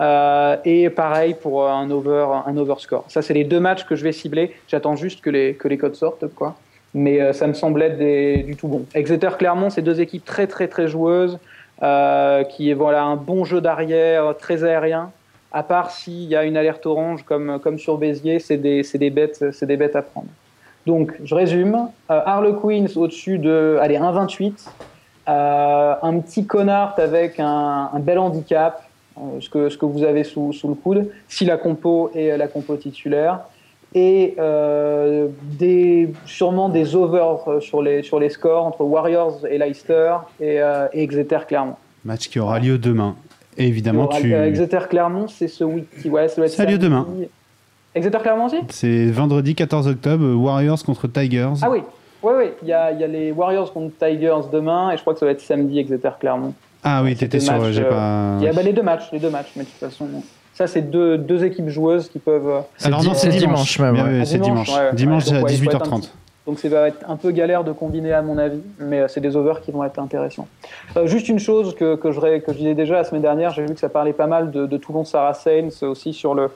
Euh, et pareil pour un over un overscore. Ça, c'est les deux matchs que je vais cibler. J'attends juste que les que les codes sortent, quoi. Mais euh, ça me semble être des- du tout bon. Exeter Clermont, c'est deux équipes très très très joueuses euh, qui voilà un bon jeu d'arrière très aérien. À part s'il y a une alerte orange comme comme sur Béziers, c'est des c'est des bêtes c'est des bêtes à prendre. Donc je résume. Euh, Harlequins au-dessus de allez 1,28. Euh, un petit connard avec un, un bel handicap, euh, ce, que, ce que vous avez sous, sous le coude, si la compo est euh, la compo titulaire, et euh, des, sûrement des overs euh, sur les, sur les scores entre Warriors et Leicester et, euh, et Exeter Clermont. Match qui aura lieu demain. Et évidemment, Alors, tu. euh, Exeter Clermont, c'est ce week-end. Ouais, ça doit être Ça a lieu samedi. demain. Exeter Clermont aussi C'est vendredi 14 octobre, Warriors contre Tigers. Ah oui, oui, oui. Il y, a, il y a les Warriors contre Tigers demain, et je crois que ça va être samedi Exeter Clermont. Ah oui, C'était t'étais sur. match, J'ai euh, pas. Il y a bah, les deux matchs, les deux matchs, mais de toute façon, non. ça c'est deux, deux équipes joueuses qui peuvent. euh, Alors non, di- c'est c'est dimanche. dimanche même, Mais hein. ouais. oui, C'est dimanche. Dimanche, ouais, ouais. Dimanche, Ouais, donc, ouais, il faut c'est à être un 18h30. petit- Donc ça va être un peu galère de combiner à mon avis, mais euh, c'est des overs qui vont être intéressants. Euh, juste une chose que, que, je, ré- que je disais déjà la semaine dernière, j'ai vu que ça parlait pas mal de, de Toulon Saracens aussi sur le,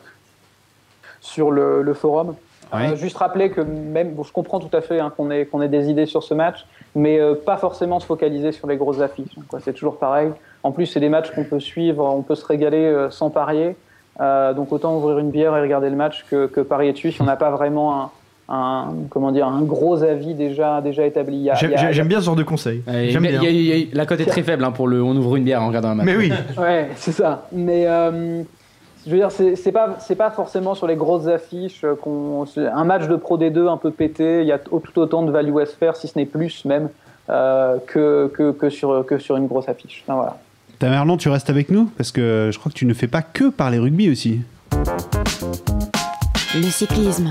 sur le, le forum. Ouais. Euh, juste rappeler que même, bon, je comprends tout à fait hein, qu'on ait, qu'on ait des idées sur ce match, mais euh, pas forcément se focaliser sur les grosses affiches. quoi. C'est toujours pareil. En plus, c'est des matchs qu'on peut suivre, on peut se régaler euh, sans parier. Euh, donc autant ouvrir une bière et regarder le match que, que parier dessus si on n'a pas vraiment un, un- comment dire, un gros avis déjà, déjà établi. Il y a- il J'ai- y a- j'ai- J'aime bien ce genre de conseil. Et J'aime il y a- bien. il y a- il y a- la cote est très faible hein, pour le. On ouvre une bière en regardant un match. Mais oui, Ouais, c'est ça. Mais euh, je veux dire, c'est c'est pas c'est pas forcément sur les grosses affiches euh, qu'on c'est un match de Pro D2 un peu pété. Il y a t- tout autant de value à se faire, si ce n'est plus même euh, que, que que sur que sur une grosse affiche. Enfin, voilà. Tamerlan, tu restes avec nous Parce que je crois que tu ne fais pas que parler rugby aussi. le cyclisme,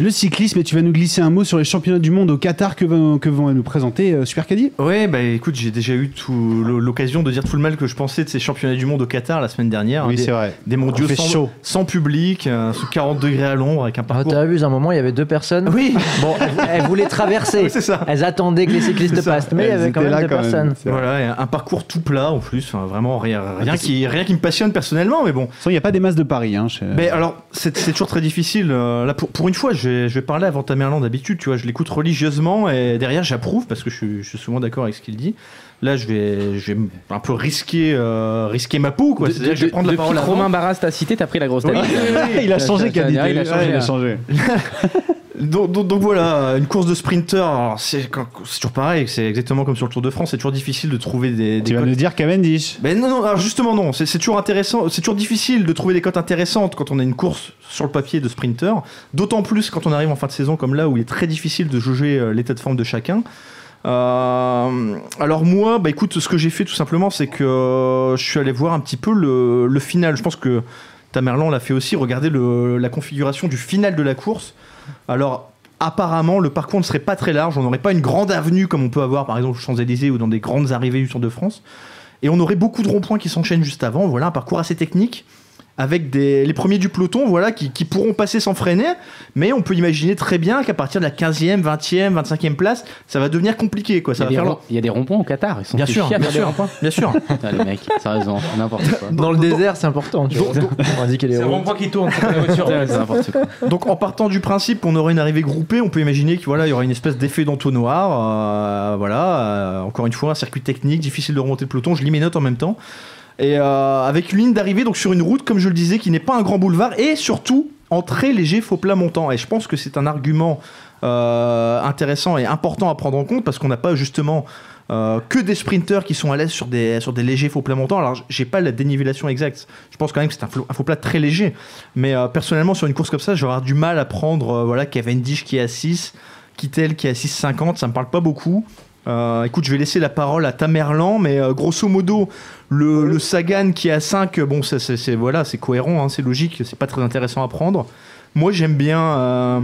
Le cyclisme, et tu vas nous glisser un mot sur les championnats du monde au Qatar que vont, que vont nous présenter euh, Super Caddy Ouais, bah écoute, j'ai déjà eu tout l'o- l'occasion de dire tout le mal que je pensais de ces championnats du monde au Qatar la semaine dernière. Oui, Ah, des, c'est vrai. des mondiaux Il fait chaud. sans, sans public, euh, sous 40 degrés à l'ombre, avec un Ah, parcours. T'as vu, à un moment, il y avait deux personnes. oui, Bon, elles, elles voulaient traverser. c'est ça. Elles attendaient que les cyclistes C'est ça. passent, mais il y Elles avait quand étaient même là deux quand même, personnes. c'est vrai. De Voilà, et un parcours tout plat en plus, enfin, vraiment rien, rien, qui, rien qui me passionne personnellement, mais bon. toute façon, il n'y a pas des masses de Paris. Hein, Euh, chez- Mais alors, c'est c'est toujours très difficile. euh, Là, pour, pour une fois, je vais, je vais parler avant Tamerlan d'habitude, tu vois, je l'écoute religieusement et derrière j'approuve parce que je, suis- je suis souvent d'accord avec ce qu'il dit. Là, je vais, je vais un peu risquer, euh, risquer ma peau, quoi. De- C'est-à-dire que de- je vais prendre la depuis parole que avant. Romain Barras t'a cité, t'as pris la grosse tête. Oui, il a changé, Ça, ça, Caddy. Ah, ça, il a changé, Ouais, hein. Donc, donc- donc voilà, une course de sprinter, alors c'est quand- c'est toujours pareil, c'est exactement comme sur le Tour de France, c'est toujours difficile de trouver des, des Tu vas cotes. nous dire Cavendish. Ben non, non, alors justement non, c'est c'est toujours intéressant, c'est toujours difficile de trouver des cotes intéressantes quand on a une course sur le papier de sprinter, d'autant plus quand on arrive en fin de saison comme là où il est très difficile de jauger euh, l'état de forme de chacun. Euh, alors moi, bah écoute, ce que j'ai fait tout simplement, c'est que euh, je suis allé voir un petit peu le, le final. Je pense que Tamerlan l'a fait aussi, regarder le- la configuration du final de la course. Alors apparemment, le parcours ne serait pas très large, on n'aurait pas une grande avenue comme on peut avoir par exemple aux Champs-Élysées ou dans des grandes arrivées du Tour de France. Et on aurait beaucoup de ronds-points qui s'enchaînent juste avant. Voilà un parcours assez technique avec des, les premiers du peloton voilà, qui, qui pourront passer sans freiner. Mais on peut imaginer très bien qu'à partir de la 15e, 20e, 25e place, ça va devenir compliqué. Quoi. Il y Ça a va des faire ronds- Il y a des ronds-points au Qatar. Ils sont Bien tous sûr, chiés à Ah, bien faire des sûr. ronds-points. Eh Bien sûr. Putain, les mecs, sérieusement, n'importe quoi. Dans le désert, c'est important. Tu vois. On dit qu'elle est C'est ronde. rond-point qui tourne, c'est pas la voiture. Putain, c'est n'importe quoi. Donc en partant du principe qu'on aurait une arrivée groupée, on peut imaginer qu'il voilà, il y aura une espèce d'effet d'entonnoir. euh, voilà, euh, encore une fois, un circuit technique, difficile de remonter le peloton, je lis mes notes en même temps. Et euh, avec une ligne d'arrivée donc sur une route, comme je le disais, qui n'est pas un grand boulevard, et surtout en très léger faux plat montant. Et je pense que c'est un argument euh, intéressant et important à prendre en compte, parce qu'on n'a pas justement... euh, que des sprinteurs qui sont à l'aise sur des, sur des légers faux plats montants. Alors, j'ai pas la dénivellation exacte. Je pense quand même que c'est un flo- un faux plat très léger. Mais euh, personnellement, sur une course comme ça, j'aurais du mal à prendre euh, voilà, Cavendish qui est à 6, Kittel qui est à 6,50. Ça me parle pas beaucoup. Euh, écoute, je vais laisser la parole à Tamerlan, mais euh, grosso modo, le, le Sagan qui est à 5, bon, ça, c'est c'est- voilà, c'est cohérent, hein, c'est logique, c'est pas très intéressant à prendre. Moi, j'aime bien, euh,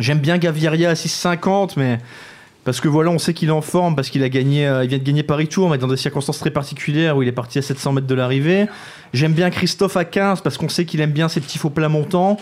j'aime bien Gaviria à 6,50, mais parce que voilà, on sait qu'il est en forme, parce qu'il a gagné, euh, il vient de gagner Paris-Tour, mais dans des circonstances très particulières où il est parti à 700 mètres de l'arrivée. J'aime bien Christophe à 15 parce qu'on sait qu'il aime bien ses petits faux plats montants.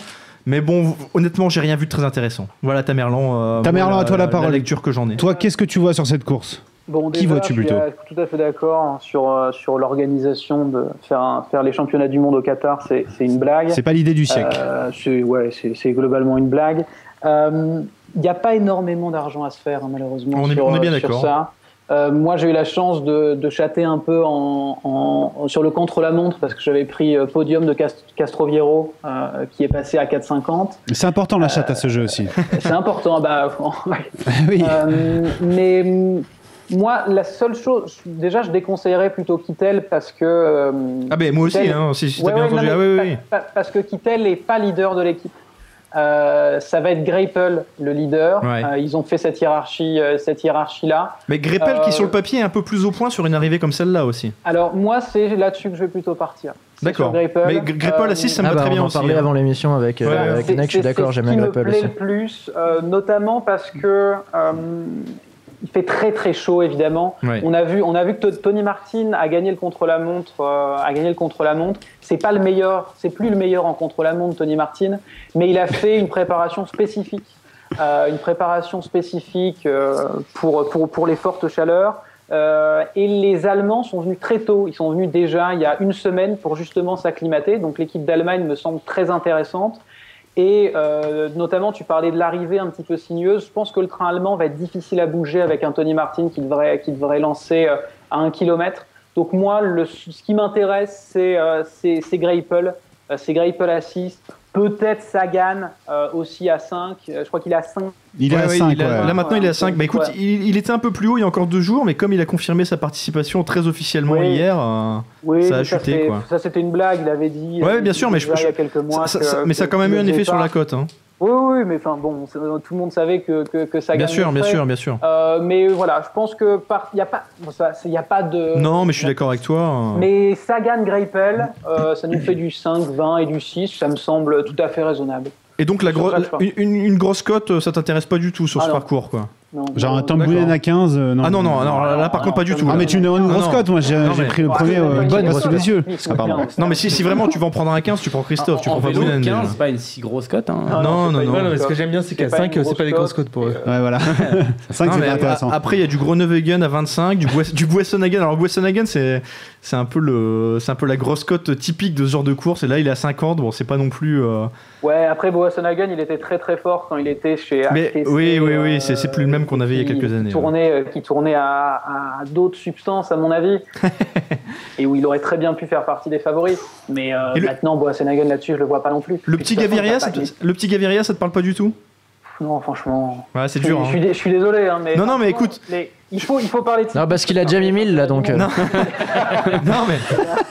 Mais bon, honnêtement, j'ai rien vu de très intéressant. Voilà, Tamerlan. euh, Tamerlan, voilà, à toi la parole. La lecture que j'en ai. Toi, qu'est-ce que tu vois sur cette course Bon, Qui déjà, vois-tu je suis, plutôt euh, tout à fait d'accord hein, sur, euh, sur l'organisation de faire, un- faire les championnats du monde au Qatar, c'est c'est une blague. C'est pas l'idée du siècle. Euh, c'est ouais, c'est- c'est globalement une blague. Euh, Il n'y a pas énormément d'argent à se faire, hein, malheureusement. On est- sur, on est bien euh, sur d'accord. ça. Euh, moi, j'ai eu la chance de, de chatter un peu en, en- sur le contre-la-montre parce que j'avais pris euh, podium de Cast- Castroviero euh, qui est passé à 4,50. C'est important la chatte à ce jeu aussi. euh, C'est important. bah, oui. Euh, mais hum, moi, la seule chose, déjà, je déconseillerais plutôt Kittel parce que. euh, Ah, ben moi aussi, Tel- hein, si, si t'as Ouais, bien ouais, entendu. non, Ah, mais oui, pa- oui. pa- Parce que Kittel n'est pas leader de l'équipe. Euh, ça va être Greipel le leader. Ouais. Euh, ils ont fait cette hiérarchie, euh, cette hiérarchie là. Mais Greppel, Euh, qui sur le papier est un peu plus au point sur une arrivée comme celle-là aussi. Alors moi, c'est là-dessus que je vais plutôt partir. C'est D'accord. sur Greipel. Mais Gre- Greppel à Euh, 6, ça me Ah va bah, très on bien en aussi. parlait hein. avant l'émission avec, euh, Ouais, avec C'est- Neck, je suis c'est- d'accord, c'est j'aime ce bien qui me Greppel plaît aussi. le plus, euh, notamment parce que euh, il fait très très chaud évidemment. Ouais. On a vu, on a vu que T- Tony Martin a gagné le contre-la-montre, euh, a gagné le contre-la-montre. C'est pas le meilleur, c'est plus le meilleur en contre-la-montre, Tony Martin, mais il a fait une préparation spécifique, euh, une préparation spécifique euh, pour pour pour les fortes chaleurs. Euh, et les Allemands sont venus très tôt. Ils sont venus déjà il y a une semaine pour justement s'acclimater. Donc l'équipe d'Allemagne me semble très intéressante. Et euh, notamment, tu parlais de l'arrivée un petit peu sinueuse. Je pense que le train allemand va être difficile à bouger avec un Tony Martin qui devrait, qui devrait lancer euh, à un kilomètre. Donc moi, le, ce qui m'intéresse, c'est euh, c'est- c'est Greipel. Euh, c'est Greipel à 6. Peut-être Sagan euh, aussi à 5. je crois qu'il est à 5. Il est Ouais, à ouais, 5. il a- ouais. Là maintenant il est à 5. Bah écoute, Ouais. il, il était un peu plus haut il y a encore deux jours, mais comme il a confirmé sa participation très officiellement Oui. hier, euh, Oui, Ça a mais chuté, c'est- quoi. ça c'était une blague, il avait dit. Ouais, euh, bien sûr, mais je- déjà il y a je- quelques mois ça- que- ça- mais ça a quand même que eu un le effet sur départ- la cote. hein. Oui, oui, mais enfin bon, c'est- tout le monde savait que, que, que Sagan. Bien sûr, le bien ferait. sûr, bien sûr. Euh, mais voilà, je pense que par... il n'y a pas, bon, ça, c'est- il y a pas de. Non, mais je suis d'accord avec toi. euh. Mais Sagan Greipel, euh, ça nous fait du 5, 20 et du 6, ça me semble tout à fait raisonnable. Et donc la sur gro- ça, je crois. une, une- une grosse cote, euh, ça t'intéresse pas du tout sur Ah, ce non. parcours quoi. Non, Genre un non, tambourin à 15. euh, non. Ah non non, alors là, non, par non, contre pas du non, tout. Ah, là. mais tu me demandes une Ah, grosse non. cote. Moi, j'ai Non, j'ai mais- pris le Ah, premier c'est euh, une bonne bonne sous les cote. yeux. Oui, Ah, pardon. bien. Non mais si, si vraiment tu vas en prendre un 15, tu prends Christophe, tu en prends pas vélo, Boulen. 15, déjà. c'est pas une si grosse cote. hein. Ah, Non, c'est non, pas une non. Ouais, non, mais bonne ce que cote. j'aime bien, c'est C'est qu'à pas 5, une c'est pas des grosse grosses cotes pour eux. Ouais, voilà. 5, Non, c'est mais pas intéressant. a- Après, il y a du Groenewegen à 25, du, Guess- du Guessenhagen. Alors, Guessenhagen, c'est c'est un, peu le- c'est un peu la grosse cote typique de ce genre de course. Et là, il est à 50. Bon, c'est pas non plus. euh, Ouais, après Boassonagan, il était très très fort quand il était chez. Mais ATC, oui, oui, oui, euh, c'est- c'est plus le même qu'on avait il y a qui- quelques années, Qui tournait, euh, qui tournait à, à d'autres substances, à mon avis, et où il aurait très bien pu faire partie des favoris. Mais euh, Et le- maintenant, Boassonagan là-dessus, je le vois pas non plus. Le Puis, petit, de toute façon, Gaviria, t'as ça pas- te, le petit Gaviria, ça te parle pas du tout Non, franchement. Ouais, c'est Je, dur. je hein. suis, dé- je suis désolé, hein, mais. Non, non, mais écoute. Mais il faut, il faut parler de. Ah, Non, parce qu'il a déjà mis 1000 là donc. euh, Non. non, mais.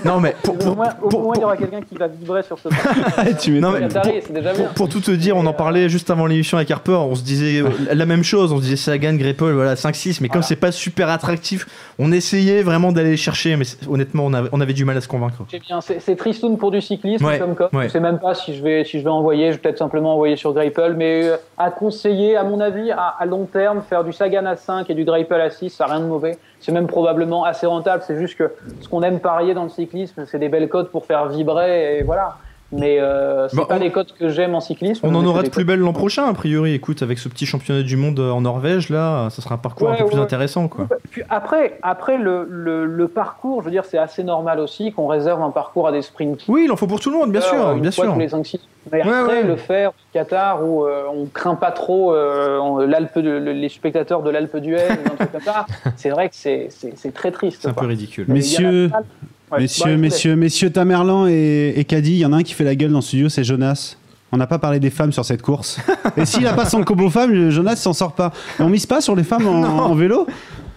Non, mais. Pour, Au pour- moins, au pour- moins, il y pour- aura quelqu'un qui va vibrer sur ce. parti. tu m'étonnes. non, mais pour- Qatari, c'est déjà pour, bien. pour tout te dire, on en parlait juste avant l'émission avec Harper, on se disait euh, la même chose, on se disait Sagan, Greppel, voilà 5-6, mais comme c'est pas super attractif, on essayait vraiment d'aller les chercher, mais c'est- honnêtement, on avait, on avait du mal à se convaincre. C'est bien, c'est c'est tristoun pour du cyclisme Ouais, comme quoi. ouais. Je sais même pas si je vais, si je vais envoyer, je vais peut-être simplement envoyer sur Greipel, mais euh, à conseiller, à mon avis, à, à long terme, faire du Sagan à 5 et du Greipel à 6, ça n'a rien de mauvais. C'est même probablement assez rentable, c'est juste que ce qu'on aime parier dans le cyclisme, c'est des belles cotes pour faire vibrer et voilà. Mais euh, c'est Bah, pas on- les cotes que j'aime en cyclisme. On en mais aura c'est de des plus belles l'an prochain, a priori. Écoute, avec ce petit championnat du monde euh, en Norvège, là, ça sera un parcours un Ouais, peu plus ouais. intéressant, quoi. Puis après, après le, le, le parcours, je veux dire, c'est assez normal aussi qu'on réserve un parcours à des sprints. Oui, il en faut pour tout le monde, bien Euh, sûr, une bien fois sûr. tous les cinq, six. Mais Ouais, ouais. après, le faire au Qatar où euh, on craint pas trop euh, on- l'Alpe, de- le- les spectateurs de l'Alpe d'Huez, ou un truc comme ça, c'est vrai que c'est, c'est, c'est très triste. C'est un quoi. peu ridicule. Mais- Il y en a Messieurs, pas- Ouais, bah, je Messieurs, vous laisse. messieurs, messieurs Tamerlan et, et Caddy, il y en a un qui fait la gueule dans le studio, c'est Jonas. On n'a pas parlé des femmes sur cette course. Et s'il n'a pas son combo femme, Jonas s'en sort pas. On mise pas sur les femmes en, en vélo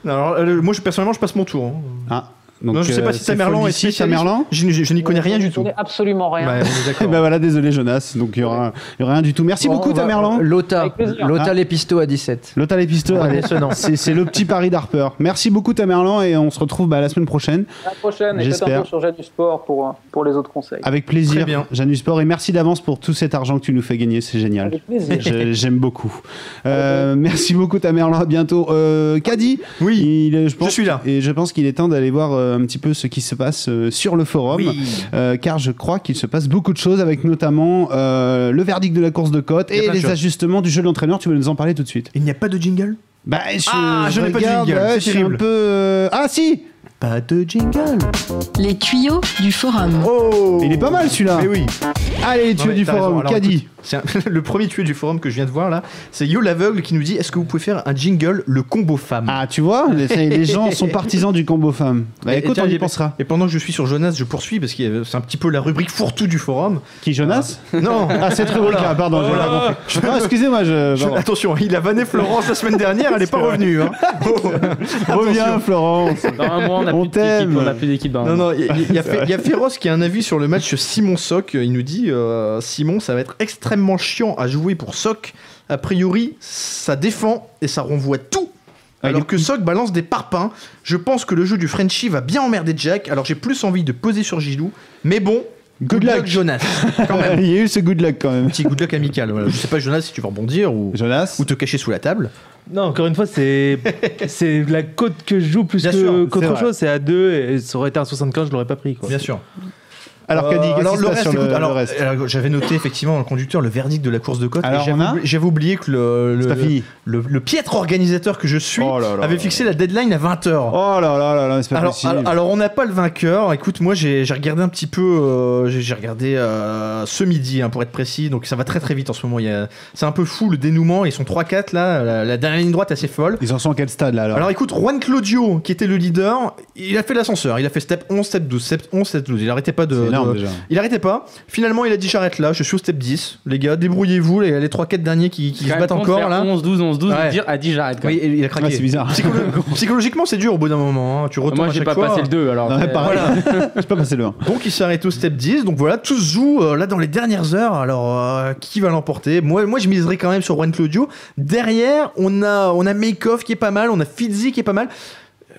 Alors, euh, moi, je, personnellement, je passe mon tour. hein. Ah, donc, Non, je sais pas si c'est Tamerlan folle est d'ici, spécialiste. Tamerlan Je, je- je n'y connais rien Je du ne tout. connais absolument rien. Bah, on est Eh d'accord. ben voilà, désolé Jonas. Donc il y aura, il y aura rien du tout. Merci bon, beaucoup on va- Tamerlan. Lota, Avec plaisir. Lota Hein Ah. les pistos à 17. L'hôtel et Pisto, Prenez allez. ce nom. c'est c'est le petit pari d'Harper. Merci beaucoup Tamerlan et on se retrouve bah, la semaine prochaine À la prochaine, et peut-être J'espère. un tour sur Jeanne du Sport pour, euh, pour les autres conseils. Ah, avec plaisir. Très bien. Jeanne du Sport et merci d'avance pour tout cet argent que tu nous fais gagner, c'est génial. Avec plaisir. Je- J'aime beaucoup. Euh, merci beaucoup Tamerlan, à bientôt. Euh, Caddy, Oui, il est- je suis là. Et je pense qu'il est temps d'aller voir euh, un petit peu ce qui se passe euh, sur le forum. Oui. Euh, car je crois qu'il se passe beaucoup de choses avec notamment euh, le verdict de la course de côte y a et plein de les choses. ajustements du jeu de l'entraîneur. Tu veux nous en parler tout de suite Il n'y a pas de jingle Bah, je, Ah, je n'ai pas de regarde, jingle, ouais, c'est je suis un terrible. peu. euh, Ah si Pas de jingle Les tuyaux du forum. Oh Il est pas mal, celui-là. Mais oui Allez, les tuyaux Non, mais du t'as forum, raison. Alors, Caddy. écoute, c'est un- Le premier tuyau du forum que je viens de voir là, c'est Yo l'aveugle qui nous dit est-ce que vous pouvez faire un jingle le combo femme Ah, tu vois, les, les gens sont partisans du combo femme. Bah Et- et écoute, tiens, on y et- pensera. Et pendant que je suis sur Jonas, je poursuis parce que c'est un petit peu la rubrique fourre-tout du forum. Qui, Jonas Non Ah, cette rubrique-là, pardon, j'ai pas compris. Ah, excusez-moi, je. Je- pardon. attention, il a vanné Florence la semaine dernière, elle n'est pas revenue. hein. Oh, Reviens, attention. Florence. Dans un mois, on a On plus d'équipe. t'aime. On a plus d'équipe. dans un Non, mois. non, il y, il y a Fé- il y a Féroce qui a un avis sur le match Simon Soc. Il nous dit euh, Simon, ça va être extrêmement chiant à jouer pour Soc. A priori, ça défend et ça renvoie tout. Ah, il Alors est- que Soc balance des parpaings. Je pense que le jeu du Frenchie va bien emmerder Jack. Alors j'ai plus envie de poser sur Gilou. Mais bon, Good luck. Jonas. Quand même. Il y a eu ce good luck quand même. Petit good luck amical. voilà. Je sais pas, Jonas, si tu vas rebondir ou, Jonas ou te cacher sous la table. Non, encore une fois, c'est c'est la côte que je joue plus Bien que- sûr, qu'autre c'est vrai. chose. C'est à 2 et ça aurait été un 75, je l'aurais pas pris. Quoi. sûr. Alors, Caddy, Euh, qu'est-ce alors, qui se le passe reste, sur le, écoute, le alors, euh, reste alors, j'avais noté effectivement dans le conducteur le verdict de la course de côte. et Alors, j'avais on a oubli- J'avais oublié que le, C'est le, pas fini. le, le piètre organisateur que je suis Oh là là. avait fixé la deadline à 20h. Oh là là là là, c'est pas Alors, possible. alors- alors, on n'a pas le vainqueur. Écoute, moi j'ai j'ai regardé un petit peu, euh, j'ai j'ai regardé euh, ce midi hein, pour être précis, donc ça va très très vite en ce moment. Il y a- C'est un peu fou le dénouement, ils sont 3-4 là, la, la dernière ligne droite assez folle. Ils en sont à quel stade là alors, Alors écoute, Juan Claudio, qui était le leader, il a fait l'ascenseur. Il a fait step 11, step 12, step 11, step 12. Il arrêtait pas de. C'est énorme, de- déjà. Il arrêtait pas. Finalement, il a dit j'arrête là, je suis au step 10. Les gars, débrouillez-vous. Les, les 3-4 derniers qui, qui se Quand même, battent compte encore faire là. 11, 12, 11, 12. Ouais. et Dire à 10 j'arrête. quoi. Oui, il a craqué. Euh, Ouais, Ah, c'est bizarre. Psycholo- Psychologiquement, c'est dur au bout d'un moment. hein. Tu retombes Moi, à j'ai chaque pas fois. passé le 2 alors. Non, euh, mais pareil. Je peux pas passer le 1. Donc il s'arrête au step 10. Donc voilà, tout se joue euh, là dans les dernières heures. Alors euh, qui va l'emporter Moi, moi je miserais quand même sur Juan Claudio. Derrière, on a on a Makeoff qui est pas mal, on a Fizzy qui est pas mal.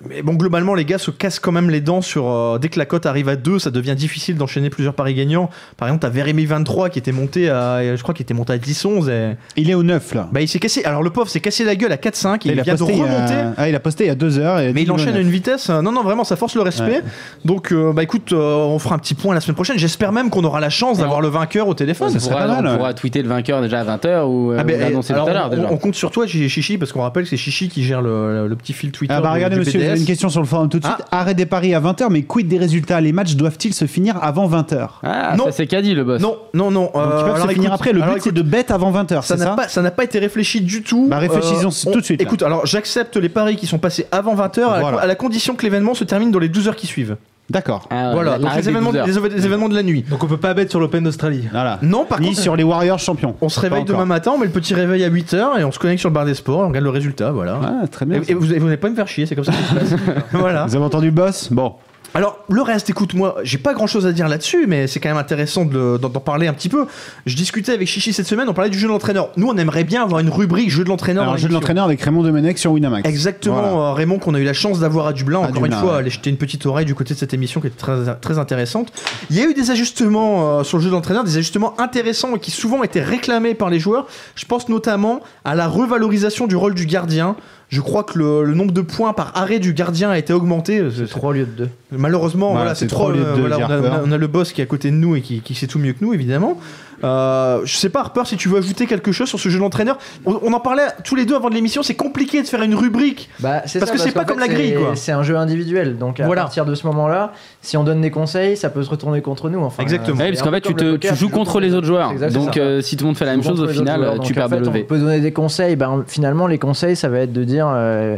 Mais bon, globalement, les gars se cassent quand même les dents sur. euh, dès que la cote arrive à 2, ça devient difficile d'enchaîner plusieurs paris gagnants. Par exemple, t'as Veremi 23 qui était monté à. Je crois qu'il était monté à 10-11. Et... Il est au 9 là. Bah, il s'est cassé. Alors, le pauvre s'est cassé la gueule à 4-5. Il, a vient de posté il y a- remonter. Ah, il a posté il y a 2 heures. Et Mais il est au enchaîne à 9. une vitesse. euh, Non, non, vraiment, ça force le respect. Donc, euh, bah écoute, euh, on fera un petit point la semaine prochaine. J'espère même qu'on aura la chance d'avoir le vainqueur au téléphone. On ça serait pourra, pas mal, on ouais. pourra tweeter le vainqueur déjà à 20h ou euh, Ah, ou bah, eh, l'annoncer tout alors, à l'heure on, déjà. on compte sur toi, Chi- Chichi, parce qu'on rappelle que c'est Chichi qui gère le, le- le petit fil Twitter. Ah bah du- regardez du monsieur, vous BDS. avez une question sur le forum tout de suite. Arrêt des paris à 20h, mais quid des résultats Les matchs doivent-ils se finir avant 20h Ah, Non. ça c'est qu'a dit le boss. Non, non, non. Donc euh, ils peuvent alors, se finir écoute, après. Le alors, but c'est de bet avant 20h, c'est Ça n'a ça pas, ça n'a pas été réfléchi du tout. Euh, Bah, réfléchissons tout de suite, là. Écoute, alors j'accepte les paris qui sont passés avant 20h à, la- Voilà. à la condition que l'événement se termine dans les 12 heures qui suivent. D'accord. Ah, ouais, voilà, la- donc la les règle des événements, 12 heures. les éve- les événements de la nuit. Donc on peut pas bête sur l'Open d'Australie. Voilà. Non, par Ni contre, sur les Warriors champions. On se réveille Pas encore. demain matin, on met le petit réveil à 8h et on se connecte sur le bar des sports, on regarde le résultat, voilà. Ah, très bien. Et- Et vous et vous n'allez pas me faire chier, c'est comme ça que ça se passe. voilà. Vous avez entendu boss Bon. Alors, le reste, écoute-moi, j'ai pas grand chose à dire là-dessus, mais c'est quand même intéressant de le- d'en d'en parler un petit peu. Je discutais avec Chichi cette semaine, on parlait du jeu de l'entraîneur. Nous, on aimerait bien avoir une rubrique jeu de l'entraîneur. dans Alors jeu de l'émission. l'entraîneur avec Raymond Domenech sur Winamax. Exactement, Voilà. euh, Raymond, qu'on a eu la chance d'avoir à Dublin. À Encore Dublin, une fois, ouais. allez jeter une petite oreille du côté de cette émission qui est très, très intéressante. Il y a eu des ajustements euh, sur le jeu d'entraîneur, des ajustements intéressants et qui souvent étaient réclamés par les joueurs. Je pense notamment à la revalorisation du rôle du gardien. Je crois que le, le nombre de points par arrêt du gardien a été augmenté. Euh, C'est- 3 lieux de 2. Malheureusement, Voilà, voilà, c'est c'est trop. trois au lieu de euh, deux, voilà, j'ai on, a, Harper. on a le boss qui est à côté de nous et qui, qui sait tout mieux que nous, évidemment. Euh, je sais pas, Harper, si tu veux ajouter quelque chose sur ce jeu d'entraîneur. On, on en parlait tous les deux avant de l'émission. C'est compliqué de faire une rubrique. Bah, c'est Parce ça, que c'est pas qu'en comme la fait, grille, c'est- quoi. C'est un jeu individuel, donc à Voilà. partir de ce moment-là, si on donne des conseils, ça peut se retourner contre nous. Enfin, Exactement. euh, Ouais, c'est parce un qu'en peu fait, tu, comme te, le poker, tu joues contre les autres joueurs. C'est exact, Donc, c'est ça. euh, si tout le monde fait la même chose, au Contre les autres final, joueurs. tu Donc, en perds de fait, On levée. peut donner des conseils. Ben, finalement, les conseils, ça va être de dire euh,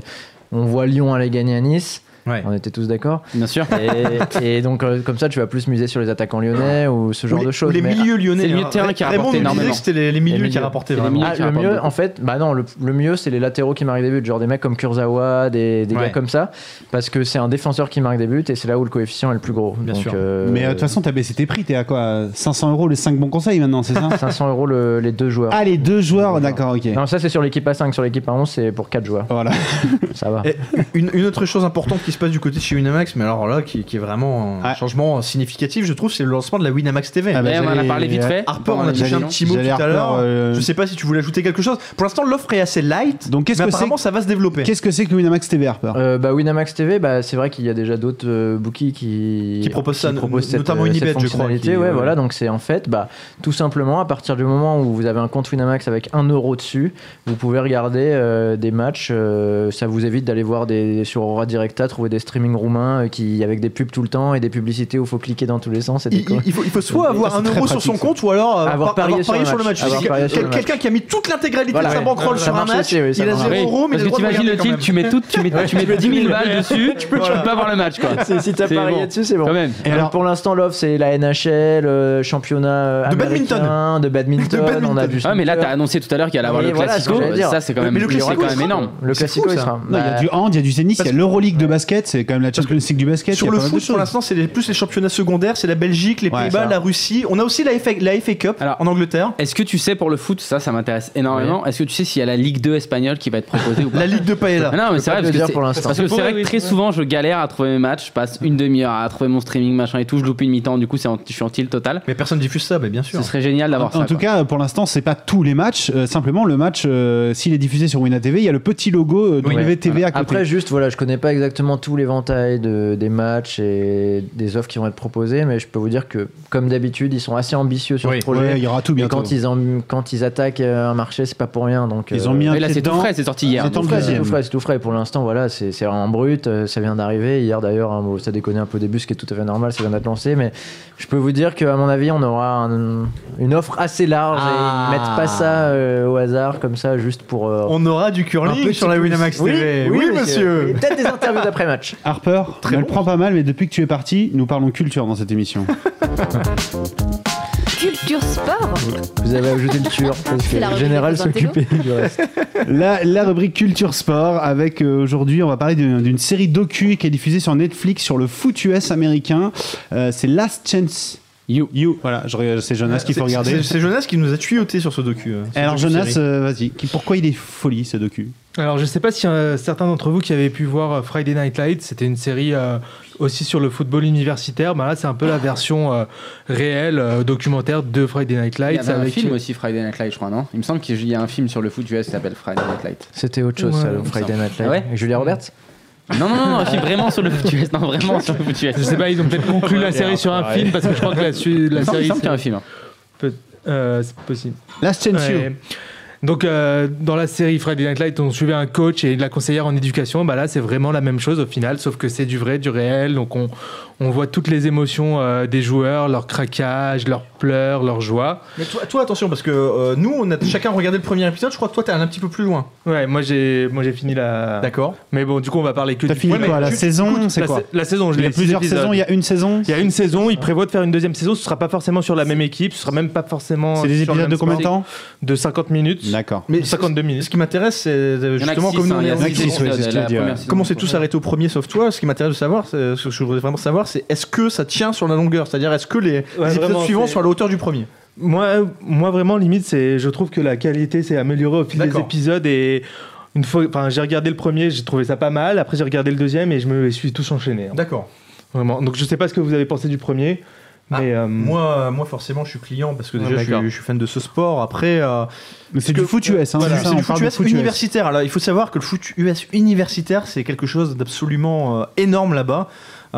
on voit Lyon aller gagner à Nice. Ouais. On était tous d'accord. Bien sûr. Et, et donc, euh, comme ça, tu vas plus miser sur les attaquants lyonnais ou ce genre Ou les- de ou choses. Les mais- milieux lyonnais. hein. C'est le milieu de terrain qui a Raymond rapporté nous disait énormément. que C'était les, les milieux qui milieux. rapportaient C'est les vraiment. milieux. Ah, qui le rapporte mieux, beaucoup. en fait, bah non, le, le mieux, c'est les latéraux qui marquent des buts, genre des mecs comme Kurzawa, des, des Ouais. gars comme ça, parce que c'est un défenseur qui marque des buts et c'est là où le coefficient est le plus gros. Bien Donc, sûr. euh, Mais euh, de toute façon, t'as baissé tes prix, t'es à quoi 500 euros les 5 bons conseils maintenant, c'est ça 500 euros le- les deux joueurs. Ah, les deux joueurs, d'accord, ok. Non, ça c'est sur l'équipe à 5, sur l'équipe à 11, c'est pour 4 joueurs. Voilà. Ça va. Et une, une autre chose importante qui se se passe du côté de chez Winamax, mais alors là, qui, qui est vraiment un Ouais. changement significatif, je trouve, c'est le lancement de la Winamax TV. Ah bah, Eh, on en a j'allais- parlé vite fait. Harper, on Pendant a la touché un diffusion. petit mot tout J'allais à Harper, l'heure. euh, Je sais pas si tu voulais ajouter quelque chose. Pour l'instant, l'offre est assez light. Donc, qu'est-ce mais que c'est apparemment, ça va se développer. Qu'est-ce que c'est que le Winamax TV Harper Euh, bah, Winamax TV, bah, c'est vrai qu'il y a déjà d'autres euh, bookies qui, Qui proposent ça, cette, notamment euh, Unibet, cette je crois, fonctionnalité. qui- ouais, ouais. voilà. Donc c'est en fait, bah, tout simplement, à partir du moment où vous avez un compte Winamax avec un euro dessus, vous pouvez regarder euh, des matchs. euh, ça vous évite d'aller voir des, sur Aura Directa, trouver des streamings roumains euh, qui, avec des pubs tout le temps et des publicités où il faut cliquer dans tous les sens. et des Il, il- il faut, il faut soit Ça, avoir c'est un très euro sur pratique, son ça. compte ou alors euh, Avoir par- parié sur le sur le match. match. Avoir Quel- parié sur le match. Quelqu'un qui a mis toute l'intégralité Voilà. de sa Ouais. banquerolle Ça sur un marche match, aussi, oui, ça il a marche. 0 Oui, euros, mais parce il a que le droit de t'imagines le regarder tilt, quand tu mets tout, tu mets, tu mets 10 000 balles dessus, tu peux, Voilà. pas voir le match quoi. Si- si t'as C'est parié bon. dessus, c'est bon. Ah Quand même. Et alors, pour l'instant, l'offre, c'est la NHL, le championnat euh, De américain, badminton. de badminton. De badminton. On a vu Ah mais là t'as annoncé tout à l'heure qu'il allait avoir Oui, le voilà, classico, c'est ce que j'allais dire. ça c'est quand même Mais le il y aura Classico, quand même il sera- énorme. Le C'est classico, fou, il ça. sera. Non, il y Bah, a du hand, il y a du tennis, il y a Euh, Parce- l'Euroleague de basket, c'est quand même la Champions League du basket. il y Sur a le pas mal de foot, pour choses. l'instant, c'est les- plus les championnats secondaires, c'est la Belgique, les Ouais, Pays-Bas, ça. la Russie. On a aussi la FA, la FA Cup Alors- en Angleterre. Est-ce que tu sais pour le foot, ça ça m'intéresse énormément, est-ce que tu sais s'il y a la Ligue 2 espagnole qui va être proposée ou pas La Ligue de Paella. Ah Non, mais c'est pas vrai, parce te le que, dire c'est- pour l'instant. parce que c'est C'est pour- vrai que oui, très c'est souvent je galère à trouver mes matchs, je passe une demi-heure à trouver mon streaming machin et tout, je loupe une mi-temps, du coup c'est en- je suis en tilt total. Mais personne diffuse ça, mais bien sûr. Ce serait génial d'avoir ça. En tout quoi. cas, pour l'instant, c'est pas tous les matchs. euh, simplement, le match, euh, s'il est diffusé sur WinaTV, il y a le petit logo euh, Oui. WTV à côté. Après, juste, voilà, je connais pas exactement tout l'éventail de, des matchs et des offres qui vont être proposées, mais je peux vous dire que, comme d'habitude, ils sont assez ambitieux sur Oui. ce Ouais, projet. il y aura tout Mais bientôt. quand ils, en- quand ils attaquent euh, un marché, c'est pas pour rien. Donc, Ils euh, ont mis un Mais là pied c'est tout dedans. frais, c'est sorti hier. C'est C'est en tout frais, c'est deuxième. tout frais, c'est tout frais. Pour l'instant, voilà, c'est c'est en brut, euh, ça vient d'arriver. Hier d'ailleurs, hein, bon, ça déconne un peu au début, ce qui est tout à fait normal, ça vient d'être lancé. Mais je peux vous dire qu'à mon avis, on aura un- une offre assez large Ah. et ils mettent pas ça euh, au hasard comme ça, juste pour. euh, On aura du un curling petit sur la plus. Winamax oui, TV. Oui, monsieur. Et Peut-être des interviews d'après-match. Harper, ne le prends pas mal, mais depuis que tu es parti, nous parlons culture dans cette émission. Culture sport Vous avez ajouté le tueur, parce C'est que la le rubrique général des intellos. s'occupait du reste. la, la rubrique culture sport avec euh, aujourd'hui, on va parler d'une d'une série docu qui est diffusée sur Netflix sur le foot US américain. Euh, c'est Last Chance. You. Voilà, je regarde- c'est Jonas Euh, qu'il faut C'est- regarder. c'est- C'est Jonas qui nous a tuyauté sur ce docu. euh, cette Alors Jonas, docu-série. euh, vas-y, qui- pourquoi il est folie ce docu Alors, je sais pas si euh, certains d'entre vous qui avaient pu voir euh, Friday Night Lights, c'était une série euh, aussi sur le football universitaire. Bah, là, c'est un peu Ah. la version euh, réelle, euh, documentaire de Friday Night Il y Lights. avait un avec- film aussi Friday Night Light, je crois, non Il me semble qu'il y a un film sur le foot US qui s'appelle Friday Night Light. C'était autre chose, ça, le Friday Night Live. Ah ouais Avec Julia Roberts Non, non, non, non, un film vraiment sur le foot US. Non, vraiment sur le foot US. Je sais pas, ils ont peut-être conclu la série sur un film parce que je crois que la, su- Il la me semble il me série. semble qu'il y a un film. hein. c'est- euh, c'est possible. Last Chance You. Ouais. Donc, euh, dans la série Friday Night Light, on suivait un coach et la conseillère en éducation. Bah là, c'est vraiment la même chose au final, sauf que c'est du vrai, du réel. Donc, on, on voit toutes les émotions euh, des joueurs, leurs craquages, leurs pleurs, leurs joies. Mais toi, toi, attention, parce que euh, nous, on a chacun regardé le premier épisode. Je crois que toi, t'es allé un petit peu plus loin. Ouais, moi j'ai, moi j'ai fini la. D'accord. Mais bon, du coup, on va parler que T'as du fini Ouais, mais quoi La tu- saison, c'est la, quoi sa- la saison, je Il y l'ai a plusieurs six saisons, il y a une saison. Il y a une saison, il prévoit de faire une deuxième saison, ce sera pas forcément sur la même équipe, ce sera même pas forcément. C'est des sur le épisodes même de combien de sport. temps De 50 minutes. D'accord. Mais 52 ce- minutes. Ce qui m'intéresse, c'est euh, Il y en a que justement six, comme nous, hein, on il y est a en six six, ouais, épisodes, c'est ce que la je dis, première ouais. saison. Comment c'est tous arrêté au premier sauf toi Ce qui m'intéresse de savoir, c'est- ce que je voudrais vraiment savoir, c'est est-ce que ça tient sur la longueur C'est-à-dire est-ce que les, les épisodes vraiment, suivants c'est- sont à la hauteur du premier Moi, moi vraiment, limite, c'est, je trouve que la qualité s'est améliorée au fil des D'accord. épisodes et. Une fois, enfin, j'ai regardé le premier, j'ai trouvé ça pas mal. Après, j'ai regardé le deuxième et je me suis tous enchaîné. hein. D'accord. Vraiment. Donc, je sais pas ce que vous avez pensé du premier, Ah, mais euh, Moi, euh, moi, forcément, je suis client parce que Ah, déjà, je, d'accord. suis, je suis fan de ce sport. Après, euh, Mais c'est que- euh, du foot US, hein, voilà, c'est ça, c'est on du foot parle de US foot US. universitaire. Alors, il faut savoir que le foot US universitaire, c'est quelque chose d'absolument euh, énorme là-bas.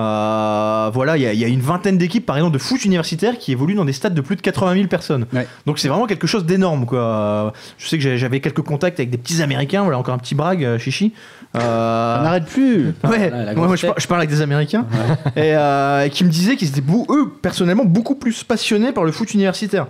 Euh, voilà, il y, a- il y a une vingtaine d'équipes, par exemple, de foot universitaire qui évoluent dans des stades de plus de 80 000 personnes. Ouais. Donc, c'est vraiment quelque chose d'énorme, quoi. Euh, Je sais que j'ai- j'avais quelques contacts avec des petits Américains. Voilà, encore un petit brag, euh, chichi. Euh, On n'arrête plus Ouais, Voilà, la moi, moi, grosse je, par- je parle avec des Américains et, euh, et qui me disaient qu'ils étaient, beau- eux, personnellement, beaucoup plus passionnés par le foot universitaire.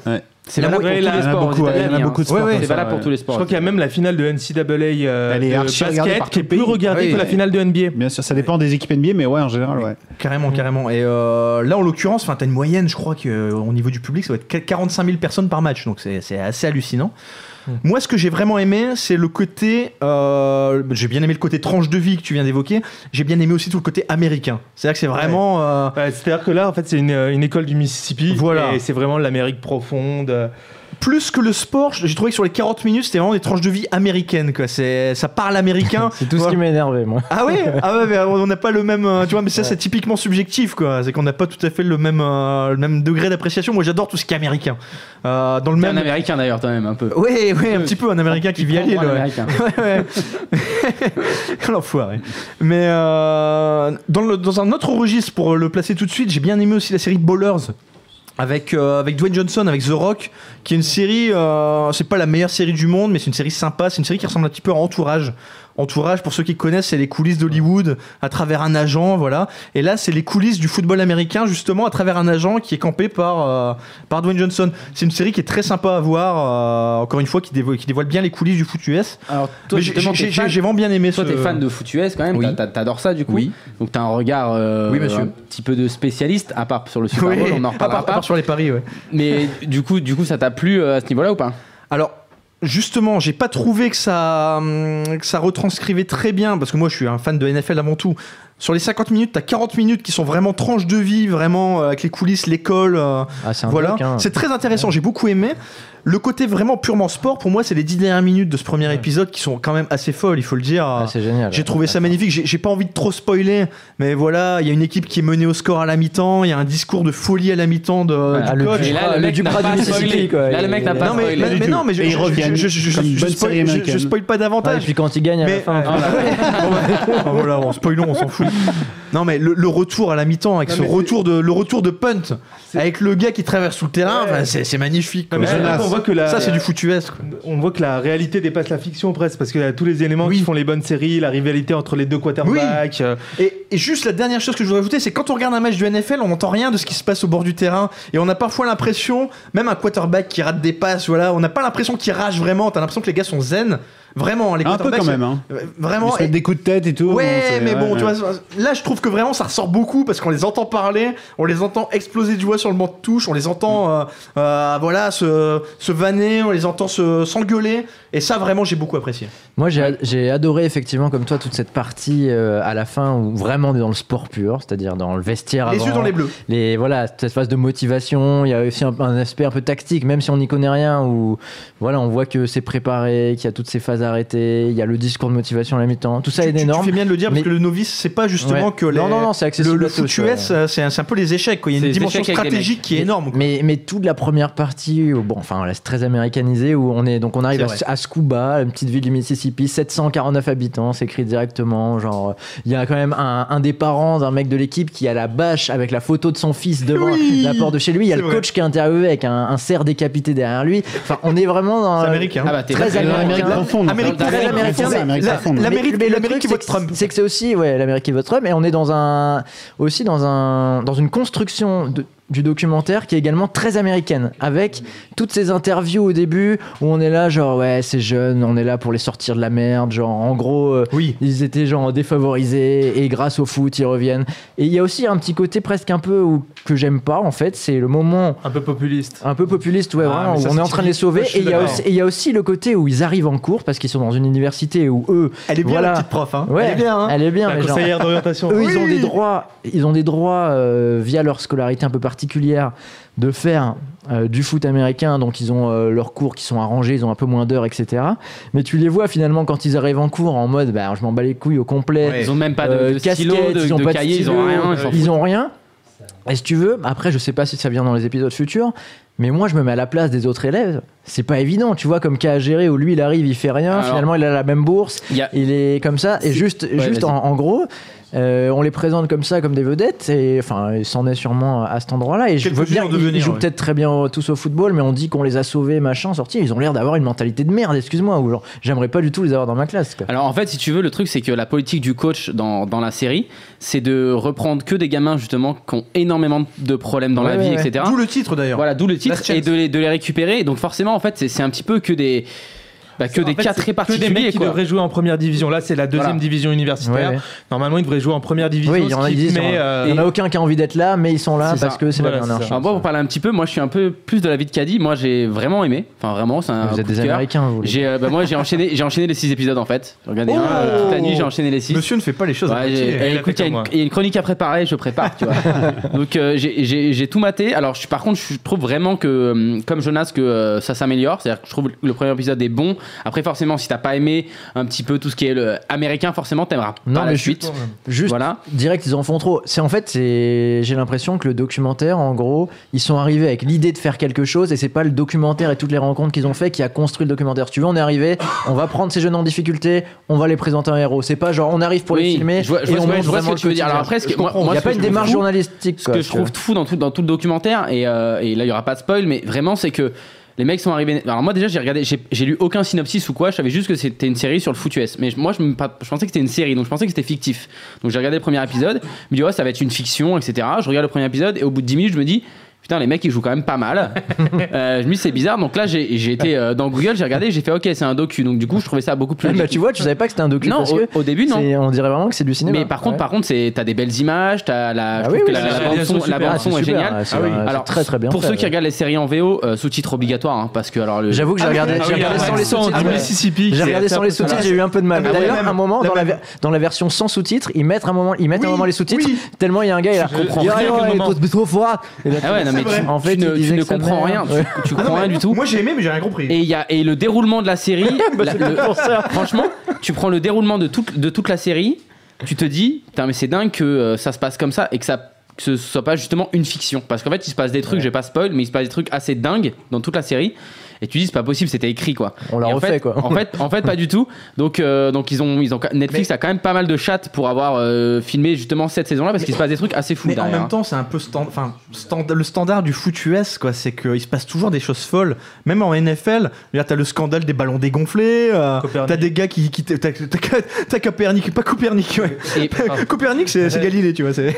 C'est Il y en valable a pour tous beaucoup, les il y en a sports. beaucoup, aux ouais, il y en a États-Unis, beaucoup de hein. sports Ouais, comme C'est ça, valable ouais. pour tous les je sports. crois qu'il y a même la finale de NCAA euh, Elle est de archi regardée basket par qui est tout le plus pays. regardée Oui. que la finale de NBA. Bien sûr, ça dépend des équipes NBA, mais ouais, en général, ouais. Mhm. Carrément, carrément. Et euh, là, en l'occurrence, enfin, t'as une moyenne, je crois qu'au niveau du public, ça va être qu- 45 000 personnes par match. Donc, c'est c'est assez hallucinant. Mhm. Moi, ce que j'ai vraiment aimé, c'est le côté. euh, j'ai bien aimé le côté tranche de vie que tu viens d'évoquer. J'ai bien aimé aussi tout le côté américain. C'est-à-dire que c'est vraiment. euh, euh, Ouais, C'est-à-dire que là, en fait, c'est une, une école du Mississippi. Voilà. Et c'est vraiment l'Amérique profonde. plus que le sport, j'ai trouvé que sur les 40 minutes, c'était vraiment des tranches de vie américaines. Quoi. C'est, ça parle américain. C'est tout ce qui m'a énervé, moi. Ah ouais, ah ouais mais on n'a pas le même. euh, Tu vois, mais ça, c'est typiquement subjectif, quoi. C'est qu'on n'a pas tout à fait le même, euh, le même degré d'appréciation. Moi, j'adore tout ce qui est américain. Euh, dans le T'es un même. américain d'ailleurs, toi-même, un peu. Oui, oui, un petit peu un américain qui vit à Comprends Lille. un ouais. Américain. Ouais, ouais. L'enfoiré. Mais euh, dans, le- dans un autre registre, pour le placer tout de suite, j'ai bien aimé aussi la série Ballers. Avec, euh, avec Dwayne Johnson, avec The Rock, qui est une série, euh, c'est pas la meilleure série du monde, mais c'est une série sympa, c'est une série qui ressemble un petit peu à Entourage. Entourage, pour ceux qui connaissent, c'est les coulisses d'Hollywood à travers un agent, voilà. Et là, c'est les coulisses du football américain, justement, à travers un agent qui est campé par, euh, par Dwayne Johnson. C'est une série qui est très sympa à voir, euh, encore une fois, qui dévoile, qui dévoile bien les coulisses du foot US. Alors, toi, Mais j'ai justement, j'ai- t'es j'ai- fan- j'ai vraiment bien aimé toi, ce- t'es fan de foot US quand même, Oui. t'as- t'as- t'adores ça du coup. Oui. Donc, t'as un regard euh, Oui, monsieur. un petit peu de spécialiste, à part sur le Super Oui, Bowl, on en à part- reparlera à part pas. sur les paris, ouais. Mais du coup, du coup, ça t'a plu euh, à ce niveau-là ou pas Alors, justement, j'ai pas trouvé que ça, hum, que ça retranscrivait très bien, parce que moi je suis un fan de NFL avant tout. Sur les 50 minutes, t'as 40 minutes qui sont vraiment tranches de vie, vraiment euh, avec les coulisses, l'école. euh, Ah, c'est un voilà, truc, hein. c'est très intéressant, j'ai beaucoup aimé. Le côté vraiment purement sport, pour moi, c'est les 10 dernières minutes de ce premier épisode qui sont quand même assez folles, il faut le dire. Ah, c'est génial. J'ai trouvé ça magnifique. J'ai j'ai pas envie de trop spoiler, mais voilà, il y a une équipe qui est menée au score à la mi-temps. Il y a un discours de folie à la mi-temps de, Voilà. Ah, du le coach. Et là, Duprat- le mec le n'a Duprat pas du spoilé. Mississippi, quoi. Là, le mec n'a pas non mais, spoilé mais- du mais tout. non mais je, Et ils je- reviennent je- je- je- comme je- une je bonne spoil, série je- je américaine. spoil pas Ah, et davantage. puis quand il gagne à la mais fin. Bon, Ah, là, bah, Oh bon, voilà, on spoilons, on s'en fout. Non mais le, le retour à la mi-temps avec Non, ce mais retour de le retour de punt avec le gars qui traverse sous le terrain, Ouais. enfin, c'est c'est magnifique. Non, quoi. mais là, on voit que la- Ça c'est du foutu quoi. On voit que la réalité dépasse la fiction presque, parce que y a tous les éléments qui font les bonnes séries, la rivalité entre les deux quarterbacks. euh, Et, et juste la dernière chose que je voudrais ajouter, c'est quand on regarde un match du NFL, on n'entend rien de ce qui se passe au bord du terrain. Et on a parfois l'impression, même un quarterback qui rate des passes, voilà, on n'a pas l'impression qu'il rage vraiment. T'as l'impression que les gars sont zen. Vraiment, les Un peu quarterbacks. quand même, hein. c'est- euh, Ils Vraiment. se mettent et- des coups de tête et tout. hein, Ouais, c'est- mais bon, ouais, tu ouais. vois, là je trouve que vraiment ça ressort beaucoup parce qu'on les entend parler, on les entend exploser du doigt sur le banc de touche, on les Mm. entend, euh, euh, voilà, se, se vanner, on les entend se- s'engueuler, et ça vraiment j'ai beaucoup apprécié. Moi, j'ai j'ai adoré effectivement, comme toi, toute cette partie euh, à la fin où vraiment on est dans le sport pur, c'est-à-dire dans le vestiaire. Les yeux avant, dans les bleus. les- voilà, cette phase de motivation. Il y a aussi un, un aspect un peu tactique, même si on n'y connaît rien. Où voilà, on voit que c'est préparé, qu'il y a toutes ces phases arrêtées. Il y a le discours de motivation à la mi-temps. Tout ça tu, est tu- tu énorme. fais bien de le dire Mais- parce que le novice, c'est pas justement Ouais. que les- Non, non, non, c'est le, accessible le à tous, foot US, ouais. euh, c'est un, c'est un peu les échecs. Quoi. Il y a C'est une les dimension échecs avec les stratégique qui est énorme. quoi. Mais, mais toute la première partie, où- bon, enfin, là, c'est très américanisé, où on est, donc on arrive C'est à, vrai. à Scuba, une petite ville du Mississippi, 749 habitants, c'est écrit directement, genre, euh, il y a quand même un, un des parents d'un mec de l'équipe qui a la bâche avec la photo de son fils devant Oui la porte de chez lui, il y a C'est le vrai. coach qui est interviewé avec un, un cerf décapité derrière lui, enfin, on est vraiment dans... C'est américain. Ah bah, t'es très très américain. américain. Profond, donc. Amérique- Très Profond, américain, c'est mais- américain la- profond, donc. la- L'Amérique- Mais- mais le l'Amérique truc, qui c'est vote que- Trump. C'est que c'est aussi, ouais, l'Amérique qui vote Trump, et on est dans un, aussi dans un, dans une construction de- du documentaire qui est également très américaine, avec toutes ces interviews au début où on est là, genre ouais, c'est jeune, on est là pour les sortir de la merde, genre en gros, euh, Oui. ils étaient genre défavorisés et grâce au foot ils reviennent. Et il y a aussi un petit côté presque un peu où- que j'aime pas en fait, c'est le moment un peu populiste. un peu populiste, ouais, Ah, vraiment, mais ça, où on c'est est en train de les typique. sauver. Ouais, je suis et il y a d'accord. aussi- et il y a aussi le côté où ils arrivent en cours parce qu'ils sont dans une université où eux, Elle est bien Voilà. la petite prof. Hein. Ouais, Elle est bien. hein. elle est bien, La mais genre, conseillère d'orientation. eux, ils ont Oui. des droits, ils ont des droits euh, via leur scolarité un peu particulière de faire euh, du foot américain. Donc, ils ont euh, leurs cours qui sont arrangés, ils ont un peu moins d'heures, etc. Mais tu les vois finalement quand ils arrivent en cours en mode, bah, je m'en bats les couilles au complet. Ouais. Ils ont même pas Euh, de, de stylo, casquette, de, ils ont de pas de cahier, ils ont stylo, rien. ils s'en foutent. Ils ont rien. Et si tu veux, après, je sais pas si ça vient dans les épisodes futurs, mais moi, je me mets à la place des autres élèves. C'est pas évident, tu vois, comme cas à gérer où lui, il arrive, il fait rien, Alors- finalement, il a la même bourse, Il y a- il est comme ça, et juste, juste vas-y. en, en gros, euh, on les présente comme ça, comme des vedettes, et enfin, il s'en est sûrement à cet endroit-là. Et je Quelques veux bien, jours de ils- ils venir, jouent ouais. peut-être très bien euh, tous au football, mais on dit qu'on les a sauvés, machin, sortis. Ils ont l'air d'avoir une mentalité de merde, excuse-moi, ou genre, j'aimerais pas du tout les avoir dans ma classe, quoi. Alors en fait, si tu veux, le truc c'est que la politique du coach dans, dans la série, c'est de reprendre que des gamins justement qui ont énormément de problèmes dans la Ouais, vie, ouais, etc. D'où le titre d'ailleurs. Voilà, d'où le Last titre chance. et de les, de les récupérer. Donc forcément, en fait, c'est- c'est un petit peu que des. bah, que des En fait, cas c'est très que des particuliers. mecs qui Quoi. devraient jouer en première division. Là, c'est la deuxième Voilà. division universitaire. Ouais, ouais. Normalement, ils devraient jouer en première division. Oui, il y en a ce qui qui disent, met, il y en a- euh, il y en a aucun qui a envie d'être là, mais ils sont là C'est parce ça. que c'est la Voilà, dernière c'est ça. Alors chance. moi, pour parler un petit peu, moi je suis un peu plus de la vie de Caddy. Moi j'ai vraiment aimé. Enfin vraiment, c'est un. Vous êtes coup de des cœur. Américains, vous. les J'ai, euh, bah, moi j'ai enchaîné, j'ai enchaîné les 6 épisodes en fait. J'ai regardé Oh un, euh, toute la nuit, j'ai enchaîné les 6. Monsieur ne fait pas les choses à Ouais, moitié. j'ai- eh, il a écoute, fait il y, a comme une- moi. il y a une chronique à préparer, je prépare, tu vois. Donc euh, j'ai- j'ai j'ai tout maté. Alors je, suis- par contre, je trouve vraiment que, euh, comme Jonas, que euh, ça s'améliore. C'est-à-dire que je trouve le premier épisode est bon. Après, forcément, si t'as pas aimé un petit peu tout ce qui est le américain, forcément, t'aimeras Non, pas mais la je suis- suite. Juste Voilà. direct, ils en font trop. C'est en fait, c'est j'ai l'impression que le documentaire, en gros, ils sont arrivés avec l'idée de faire quelque chose et c'est pas le documentaire et toutes les rencontres qu'ils ont fait qui a construit le documentaire. Si tu veux, on est arrivé, on va prendre ces jeunes en difficulté, on va les présenter à un héros. C'est pas genre on arrive pour les Oui, filmer je vois- je et vois- ouais, on montre je vois ce vraiment que tu veux le dire. Alors quotidien. après, ce que- Je comprends. moi- moi, il y a ce pas que une je trouve démarche fou, journalistique. Ce quoi, que tu je trouve vois. fou dans tout, dans tout le documentaire, et, euh, et là il y aura pas de spoil, mais vraiment c'est que les mecs sont arrivés. Alors moi déjà j'ai regardé, j'ai j'ai lu aucun synopsis ou quoi, je savais juste que c'était une série sur le foot US. Mais je- moi je, me pa- je pensais que c'était une série, donc je pensais que c'était fictif. Donc j'ai regardé le premier épisode, je me dis ouais ça va être une fiction, etc. Je regarde le premier épisode et au bout de 10 minutes je me dis. Putain, les mecs ils jouent quand même pas mal. Euh, je me dis c'est bizarre. Donc là j'ai j'ai été euh, dans Google, j'ai regardé, j'ai fait ok c'est un docu. Donc du coup je trouvais ça beaucoup plus. Ah, bah, logique. tu vois, tu savais pas que c'était un docu non, parce que au, au début non. c'est- on dirait vraiment que c'est du cinéma. Mais par contre Ouais. par contre c'est t'as des belles images, t'as la. Ah je oui, trouve que oui, la- c'est la super. bande son- Ah, c'est la bande son super. est géniale. Ah, c'est Ah oui. vrai, c'est Alors, très très bien. Pour fait, ceux qui ouais. regardent les séries en VO, euh, sous-titres obligatoires, hein, parce que alors le. J'avoue que j'ai regardé, Ah j'ai oui, regardé il y a sans les accent sous-titres. du ouais. Mississippi. J'ai qui est regardé sans assez les sous-titres, j'ai eu un peu de mal. Ah ouais, D'ailleurs, même. un moment, dans la, ver- dans la version sans sous-titres, ils mettent un moment, ils mettent un moment les sous-titres, tellement il y a un gars, il a Je comprends rien que le il est moment. trop- trop fort. Et là, Ah ouais, non, mais vrai. tu, En fait, tu ne, il tu disait ne que sa comprends mère- rien, Ouais. Bah, tu, tu comprends rien du tout. Moi j'ai aimé, Ah mais j'ai rien compris. Et il y a et le déroulement de la série. la- le- franchement, tu prends le déroulement de toute de toute la série, tu te dis, putain mais c'est dingue que euh, ça se passe comme ça et que ça que ce soit pas justement une fiction. Parce qu'en fait, il se passe des trucs, je vais pas spoil, mais il se passe des trucs assez dingues dans toute la série. Et tu dis, c'est pas possible, c'était écrit quoi. On l'a Et en refait, fait, quoi. En fait, en fait, pas du tout. Donc, euh, donc ils ont, ils ont Netflix a quand même pas mal de chattes pour avoir euh, filmé justement cette saison-là parce qu'il se passe des trucs assez fous Mais en derrière. même temps, c'est un peu stand- enfin, stand- le standard du foot US, quoi. C'est qu'il se passe toujours des choses folles. Même en NFL, je veux dire, t'as le scandale des ballons dégonflés, euh, Copernic. t'as des gars qui. qui t'as- t'as- T'as t'as Copernic, pas Copernic, ouais. Et- ah. Copernic, c'est c'est Galilée, tu vois. c'est-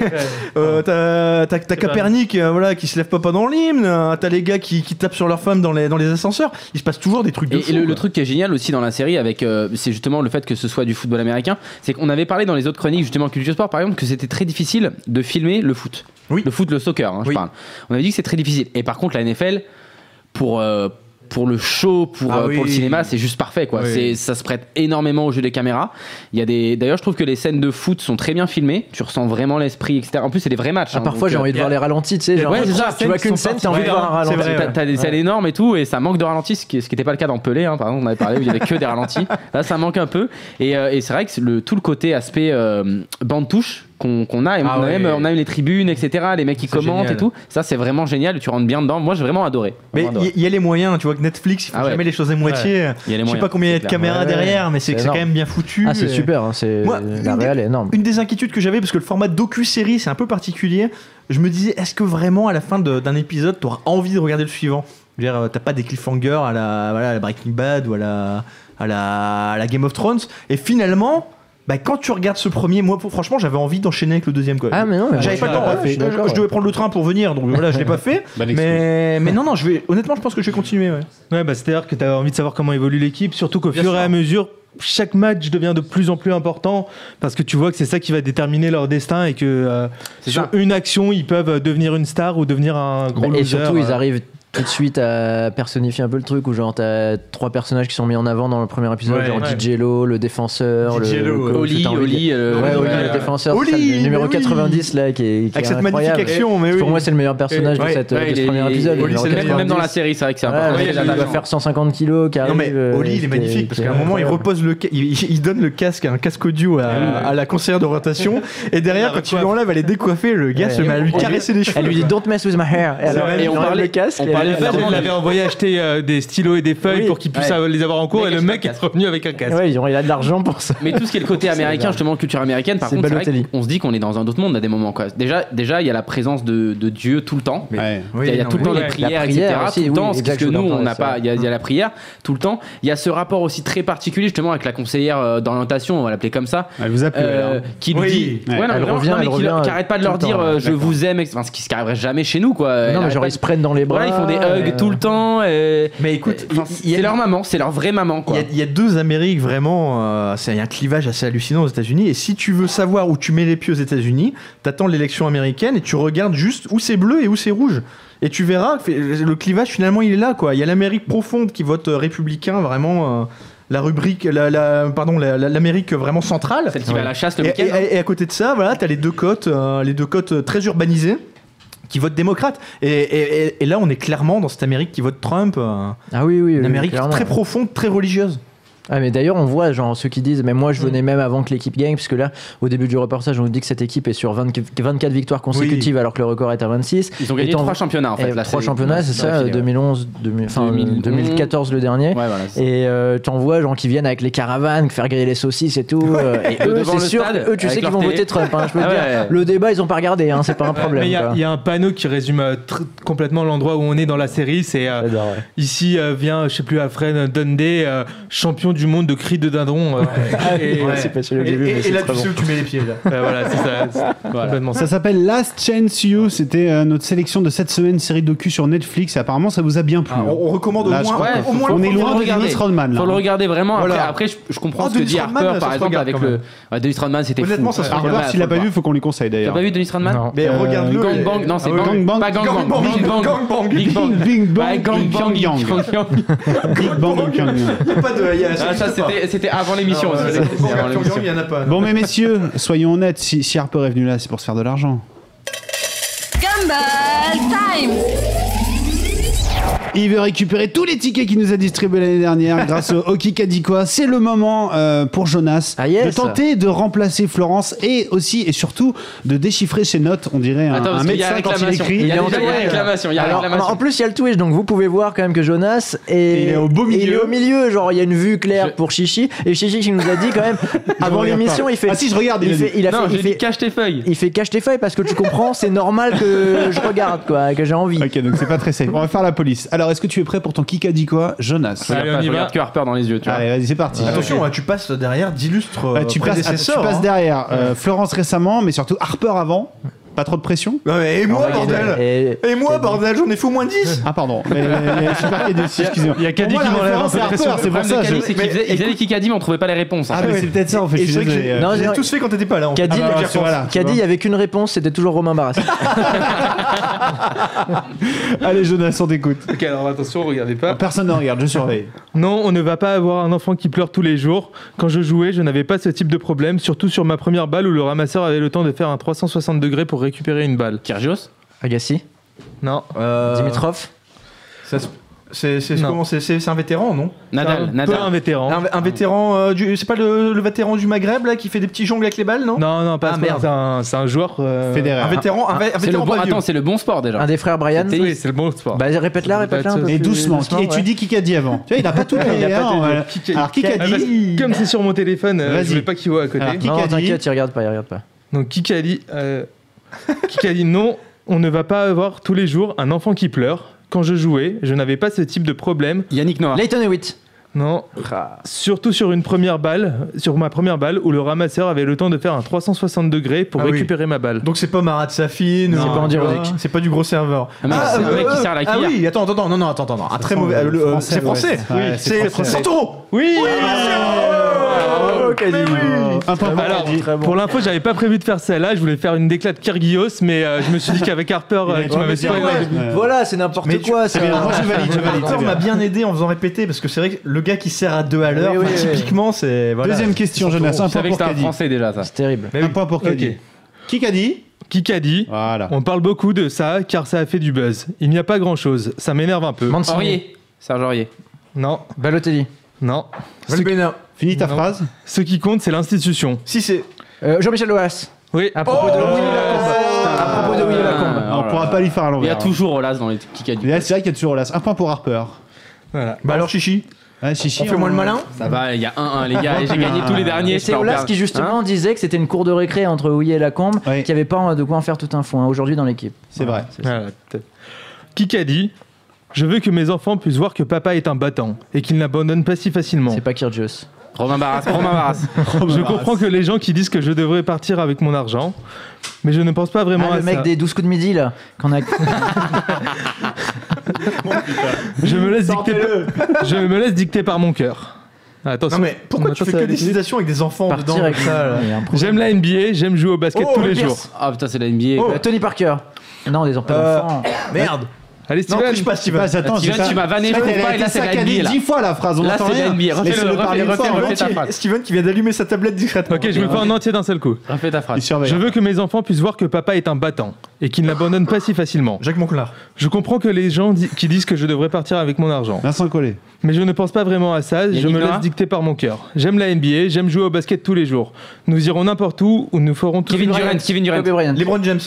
Euh, t'as t'as- t'as pas Copernic, euh, voilà, qui se lève pas, pas dans l'hymne, euh, t'as les gars qui, qui tapent sur leurs femmes dans les, dans les ascenseurs. Il se passe toujours des trucs de Et, fou, et le, le quoi. truc qui est génial aussi dans la série, avec, euh, c'est justement le fait que ce soit du football américain, c'est qu'on avait parlé dans les autres chroniques, justement Culture Sport par exemple, que c'était très difficile de filmer le foot. Oui. Le foot, le soccer, hein, je Oui. parle. On avait dit que c'est très difficile. Et par contre, la NFL, pour. euh, pour le show, pour, Ah euh, pour oui. le cinéma, c'est juste parfait. Quoi. Oui. C'est, ça se prête énormément au jeu des caméras. Il y a des... D'ailleurs, je trouve que les scènes de foot sont très bien filmées. Tu ressens vraiment l'esprit, etc. En plus, c'est des vrais matchs. Ah, hein, donc, parfois, j'ai euh, envie de voir les ralentis, tu sais. genre, Ouais, c'est ça, Tu vois qu'une scène, t'as envie de voir un C'est vrai, ralenti. T'as- T'as des salles énormes et tout, et ça manque de ralenti, ce qui n'était pas le cas dans Pelé, hein, par exemple, on avait parlé où il y avait que des ralentis. Là, ça manque un peu. Et, euh, et c'est vrai que c'est le, tout le côté aspect euh, bande touche qu'on qu'on a, et Ah on, a ouais. même, on a même les tribunes, etc., les mecs qui C'est commentent génial. et tout. Ça, c'est vraiment génial, tu rentres bien dedans. Moi, j'ai vraiment adoré. Mais Vraiment adoré. il y, y a les moyens, tu vois, que Netflix, ils font Ah ouais. jamais les choses à moitié. Il y Je a les sais moyens, pas combien il y a c'est de clair. caméras Ouais, ouais. derrière, mais c'est C'est c'est quand énorme. même bien foutu. Ah, c'est Et- super, hein, c'est Moi, la une des- réelle est énorme. Une des inquiétudes que j'avais, parce que le format docu-série, c'est un peu particulier, je me disais, est-ce que vraiment à la fin de- d'un épisode, t'auras envie de regarder le suivant Je veux dire, euh, t'as pas des cliffhangers à la, voilà, à la Breaking Bad ou à la, à, la, à la Game of Thrones. Et finalement, bah, quand tu regardes ce premier, moi, pour- franchement, j'avais envie d'enchaîner avec le deuxième. quoi. Ah, mais non, mais J'avais pas le temps. ouais, je suis Je, je d'accord, devais ouais. prendre le train pour venir, donc voilà, je l'ai pas fait. mais, mais non, non, je vais, honnêtement, je pense que je vais continuer. ouais. Ouais, bah, c'est-à-dire que tu as envie de savoir comment évolue l'équipe, surtout qu'au Bien fur et sûr. à mesure, chaque match devient de plus en plus important parce que tu vois que c'est ça qui va déterminer leur destin et que euh, C'est sur ça. une action, ils peuvent euh, devenir une star ou devenir un gros Bah, loser. Et surtout, ils euh. arrivent tout de suite à personnifier un peu le truc où genre t'as trois personnages qui sont mis en avant dans le premier épisode Ouais, genre ouais. DJ Lo, le défenseur le, DJ Lo, le- Oli, t'as envie de- Oli, euh, ouais, Oli, ouais, le défenseur Oli, c'est ça, le numéro mais oui. 90 là qui est, qui Avec est cette incroyable. magnifique action, mais oui. pour moi c'est le meilleur personnage de, Ouais, cette, ouais, de ce il est- premier il est- épisode Oli, le c'est numéro le Même, même dans 90. la série, hein, c'est vrai que c'est Ouais, important. ouais, C'est il va l'attaquant. faire 150 kilos qui Non arrive, mais euh, Oli il est qui magnifique parce qui est qu'à un moment il incroyable. repose le ca- il, il- il donne le casque à un casque audio Ah à, à la conseillère de rotation et derrière quand il lui enlève elle est décoiffée le gars Ouais. se met à lui caresser les cheveux. elle lui dit don't mess with my hair et, alors, vrai, il on enlève parlait- le casque on et elle- parlait En fait, elle- on l'avait envoyé acheter euh, des stylos et des feuilles Oui. pour qu'ils puissent Ouais. euh, les avoir en cours Le et le mec mec achète est revenu avec un casque. ouais, genre, il a de l'argent pour ça Mais tout ce qui est le côté américain, justement, culture américaine, par C'est contre, c'est vrai Balotelli. qu'on se dit qu'on est dans un autre monde à des moments. Quoi. Déjà, déjà, il y a la présence de, de Dieu tout le temps. il y a, il y a tout le temps oui, les la prières, prière etc. aussi, tout le oui, temps, ce exact, que je nous, l'entends, on n'a ça. pas. Il y, a, il y a la prière tout le temps. Il y a ce rapport aussi très particulier, justement, avec la conseillère euh, d'orientation, on va l'appeler comme ça, Elle vous a plu, euh, alors. qui nous Oui. dit. Ouais, non, elle vraiment, revient, non, mais elle qui leur- revient qui arrête pas de tout leur le temps, dire ouais, euh, je vous aime, etc. enfin, ce qui se arriverait jamais chez nous, quoi. Elle non mais arrête genre pas ils de- se prennent dans les bras euh, Voilà, ils font des hugs Ouais. tout le temps. et- Mais écoute, Enfin, il y a- c'est leur maman, c'est leur vraie maman Il quoi. y, a, il y a deux Amériques vraiment, euh, c'est- il y a un clivage assez hallucinant aux États-Unis. Et si tu veux savoir où tu mets les pieds aux États-Unis, t'attends l'élection américaine et tu regardes juste où c'est bleu et où c'est rouge. Et tu verras, que le clivage finalement il est là quoi. Il y a l'Amérique profonde qui vote euh, républicain vraiment, euh, la rubrique, la, la- pardon, la- la- l'Amérique vraiment centrale. Celle qui va à la chasse le Et, week-end. et- et à côté de ça, voilà, t'as les deux côtes, euh, les deux côtes euh, très urbanisées qui votent démocrate. Et, et- et- et là, on est clairement dans cette Amérique qui vote Trump, euh, Ah oui, oui. une oui, Amérique clairement. très profonde, très religieuse. Ah mais d'ailleurs on voit genre ceux qui disent mais moi je venais même avant que l'équipe gagne puisque là au début du reportage on nous dit que cette équipe est sur 20 24 victoires consécutives alors que le record est à 26 Ils ont gagné Et t'en- trois championnats en fait. Et là, trois championnats c'est dans la ça filée, ouais. 2011 2000, enfin, euh, 2011. 2014 le dernier Ouais, voilà, c'est- et euh, t'en vois gens qui viennent avec les caravanes faire griller les saucisses et tout euh, et eux Devant le c'est sûr stade, eux tu avec sais qu'ils leur vont télé. voter Trump hein, je peux Ah te dire ouais. le débat ils ont pas regardé hein, c'est pas un Mais problème il y, a- quoi. il y a un panneau qui résume euh, tr- complètement l'endroit où on est dans la série. C'est euh, J'adore, ouais. ici euh, vient, je sais plus, Afren Dundee, euh, champion du monde de cri de dindon. euh, et, Ouais, c'est pas celui que j'ai vu, mais c'est très bon. où tu mets les pieds. Là. Ouais, voilà, c'est ça. c'est Complètement ça. Ça s'appelle Last Chance You. C'était euh, notre sélection de cette semaine série docu sur Netflix. Et apparemment, ça vous a bien plu. Ah, on, on recommande Là, au je moins, crois Ouais, au faut- moins faut on le est loin de regarder. Dennis Rodman. là. Faut le regarder vraiment. Après, Voilà. après, je, je comprends Oh, ce que Dennis dit Rodman, Harper ça par se exemple regarde avec quand le. Ouais, Dennis Rodman, c'était fou. Honnêtement, ça se Ah, regarde. voilà, Alors, s'il l'a faut pas le vu, voir. faut qu'on lui conseille T'as d'ailleurs. pas vu Dennis Rodman Non. Mais Euh, regarde-le. et- Gang Bang, non, c'est Ah oui. Bang Bang. Pas Gang Gang Bang. Bang. Big Bang. Gang Bang. Big Bang. Big Ouais, Bang, Gang Bang. Pyongyang. Gang Bang. Big Bang de Pyongyang. Il y a pas de. il Y a, Ah, Ça, existe pas. c'était c'était avant l'émission. Non, ça, euh, c'était Gang avant Bang, l'émission. il y en a pas. non. Bon, mais messieurs, soyons honnêtes, si, si Harper est venu là, c'est pour se faire de l'argent. Gumball Time Il veut récupérer tous les tickets qu'il nous a distribués l'année dernière grâce au Hockey Kadikoa. C'est le moment euh, pour Jonas Ah, yes. de tenter de remplacer Florence et aussi et surtout de déchiffrer ses notes. On dirait un, Attends, un parce qu'il y a médecin quand il réclamation. écrit. Il y a est en déjà- il y a Twitch. réclamation, il y a Alors, réclamation. En plus, il y a le Twitch, donc vous pouvez voir quand même que Jonas est. Il est au beau milieu. Il est au milieu, genre il y a une vue claire Je- pour Chichi. Et Chichi qui nous a dit quand même, avant regarde l'émission, pas. il fait. Ah si, je regarde, il Il, a dit. fait, il a Non, fait. j'ai Il dit fait, cache tes feuilles. il fait cache tes feuilles parce que tu comprends, c'est normal que je regarde, quoi, que j'ai envie. Ok, donc c'est pas très safe. On va faire la police. Alors, est-ce que tu es prêt pour ton Kikadikoa, Jonas Allez, on y va. Regarde que Harper dans les yeux, tu vois. Allez, vas-y, c'est parti. Attention, hein, tu passes derrière d'illustres Euh, Bah, euh, tu, passes, attends, tu prédécesseurs. passes hein. derrière euh, Florence récemment, mais surtout Harper avant. Pas trop de pression Ouais, mais Et moi, Et- bordel et- Et moi, bordel, j'en ai fou moins 10 Ah, pardon. Mais, mais- mais- super qu'il y a des- excusez-moi. Il y a Caddy Pour moi, qui la m'enlève un référence, peu de c'est pression. Harper, c'est Le pour problème ça. de je- Caddy, c'est qu'ils faisaient- ils faisaient des kikadis, mais on trouvait pas les réponses. en Ah, fait. mais c'est peut-être ça en fait. Et je suis c'est vrai que désolé, j'ai- euh. Non, je non, l'ai tous fait quand t'étais pas là. en fait. Caddy, Ah, Ah, j'y repense. voilà. Qui a dit il y avait qu'une réponse, c'était toujours Romain Barras. Allez, Jonas, on t'écoute. Ok, alors attention, regardez pas. Personne ne regarde, je surveille. Non, on ne va pas avoir un enfant qui pleure tous les jours. Quand je jouais, je n'avais pas ce type de problème, surtout sur ma première balle où le ramasseur avait le temps de faire un 360 degrés pour récupérer une balle. Kyrgios Agassi, Non. Euh, Dimitrov, ça se- C'est c'est- Non. comment c'est- c'est- c'est un vétéran, non un Nadal, peu Nadal. un vétéran. un, un vétéran euh, du. C'est pas le, le vétéran du Maghreb là qui fait des petits jongles avec les balles, non, Non, non, pas Ah, ce merde. C'est un, c'est un joueur. euh, Un Federer. vétéran, un, vé- un Ah, C'est le vétéran bon- pas vieux. Attends, c'est le bon sport déjà. un des frères Brian. Oui, c'est le bon sport. Bah répète-la, répète-la un peu. Et plus doucement. Et tu ouais. dis qui a dit avant. Tu vois, il a pas tout Il a payé. pas hein, tout voilà. dit. Qui- Alors, qui Ah, a parce dit bah, que comme c'est sur mon téléphone, euh, Vas-y. je voulais pas qu'il voit à côté. Alors, Ah. qui- Non, Kikadi. t'inquiète, il regarde pas, il regarde pas. Donc Kikali, euh, Kikali, non, on ne va pas avoir tous les jours un enfant qui pleure. Quand je jouais, je n'avais pas ce type de problème. Yannick Noah. Leighton Hewitt. Non, Ah. surtout sur une première balle, sur ma première balle où le ramasseur avait le temps de faire un 360 degrés pour Ah oui. récupérer ma balle. Ah. Donc c'est pas Marat Safine, Non. C'est pas Andy Roddick. c'est pas du gros serveur. Un mec- c'est un mec qui sert la Ah cuillère. oui, attends, attends, attends, non, non, attends, attends, un très sent mauvais. le le- euh, français, C'est français. ouais. Ouais, Oui, c'est c'est français. Santoro. Oui. Bravo, Caddy. Oh, Un point pour Alors, Caddy. pour l'info, j'avais pas prévu de faire celle-là. Je voulais faire une déclate Kyrgios, mais euh, je me suis dit qu'avec Harper, euh, Il a tu été m'avais obligé, spoilé. ouais. Euh, Voilà, c'est n'importe quoi. Eh c'est bien, moi, je valide, je valide. Victor C'est m'a bien. bien aidé en faisant répéter parce que c'est vrai que le gars qui sert à deux à l'heure, Oui, oui, enfin, oui. typiquement, c'est. voilà. Deuxième question, C'est Jonas. Santoro. Un Je savais point pour que c'était un Caddy. français déjà ça. C'est terrible. Un point pour Caddy. Ok. Qui a dit Kikadi, Voilà. on parle beaucoup de ça car ça a fait du buzz. Il n'y a pas grand-chose. Ça m'énerve un peu. Mancini. Aurier. Serge Aurier. Non, Balotelli. non. Ce, Valbuena. Finis ta Non. phrase. ce qui compte, c'est l'institution. Si c'est. Euh, Jean-Michel Loas. Oui. À propos de Willy Lacombe. À propos de Willy Ah, Lacombe. alors On là. pourra pas lui faire à Il y a l'envers. hein. toujours Olas dans les petits Mais caddies. là, C'est vrai qu'il y a toujours Olas. Un point pour Harper. Voilà. Bah alors, Chichi, Ah, si, si, on fait moins le malin Ça va, il y a un 1 les gars. et J'ai gagné tous les derniers. Et je c'est peux en Olas perdre. qui justement disait que c'était une cour de récré entre Houillet et Lacombe, Oui. qu'il n'y avait pas euh, de quoi en faire tout un foin aujourd'hui dans l'équipe. C'est vrai. Voilà, peut-être. Kikadi, je veux que mes enfants puissent voir que papa est un battant et qu'il n'abandonne pas si facilement. C'est pas Kyrgios. Romain Barras. Romain Barras. Je comprends que les gens qui disent que je devrais partir avec mon argent, mais je ne pense pas vraiment Ah, à le mec ça. des 12 coups de midi là. qu'on a- Je me laisse dicter. Je me laisse dicter par mon cœur. Attention. Non mais pourquoi tu Attention fais à que la des musique. citations avec des enfants dedans Partir avec comme ça, ça. là il y a un problème. J'aime la NBA, j'aime jouer au basket Oh, tous les yes. jours. Ah putain, c'est la NBA. Euh, Tony Parker. Non, des Euh, enfants. Merde Allez Non, Steven. triche pas Steven Vas-y, attends, Steven, c'est ça. tu m'as vanné, je Steven, elle a comprends pas, et été là, c'est la saccadée NBA, là. dix fois la phrase, on Là, n'entend c'est rien. la NBA. Refais-le, Laissez-le refais-le, parler une refais-le, fois, refais-le. hein. ta phrase. Steven qui vient d'allumer sa tablette discrètement. Ok, je me fais en entier d'un seul coup. Refais ta Il phrase. surveille. Je veux que mes enfants puissent voir que papa est un battant et qu'il n'abandonne pas si facilement. Jacques Monclar. Je comprends que les gens di- qui disent que je devrais partir avec mon argent. Vincent Collet. Mais je ne pense pas vraiment à ça, je me Nicolas laisse dicter par mon cœur. J'aime la NBA, j'aime jouer au basket tous les jours. Nous irons n'importe où où nous ferons tout, Kevin Durant, Kevin Durant. Kobe Bryant. LeBron James.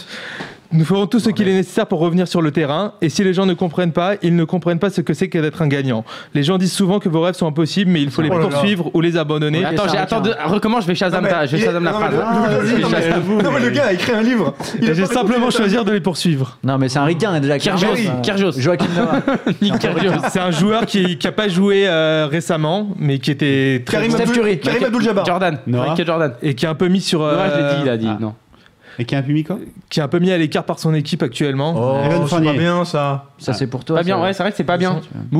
nous ferons tout ce qu'il est nécessaire pour revenir sur le terrain. Et si les gens ne comprennent pas, ils ne comprennent pas ce que c'est que d'être un gagnant. Les gens disent souvent que vos rêves sont impossibles, mais il faut les Oh là là. poursuivre ou les abandonner. Attends, j'ai- attends, de- recommence, je vais Shazam ta- je vais il est- Shazam la non, mais phrase. le- le- Je vais le- Shazam. le- Non mais le gars a écrit un livre. Il a Et j'ai pas répondu simplement à ta- choisir de les poursuivre. Non, mais c'est un ricain déjà. Kyrgios, Kyrgios. Joaquin Noah. Nick Kyrgios. C'est un joueur qui n'a pas joué euh, récemment, mais qui était très Karim bon. Steph Curry. Abdul- Karim Abdul-Jabbar. Jordan. Noah. Michael Jordan. et qui est un peu mis sur, euh, Ouais, je l'ai dit, il a dit. ah. Non. Et qui a un public quoi qui est un peu mis à l'écart par son équipe actuellement. Oh, Evan c'est Fournier. pas bien ça. Ça, c'est pour toi. Pas bien, ça. ouais, c'est vrai que c'est pas bien. Mais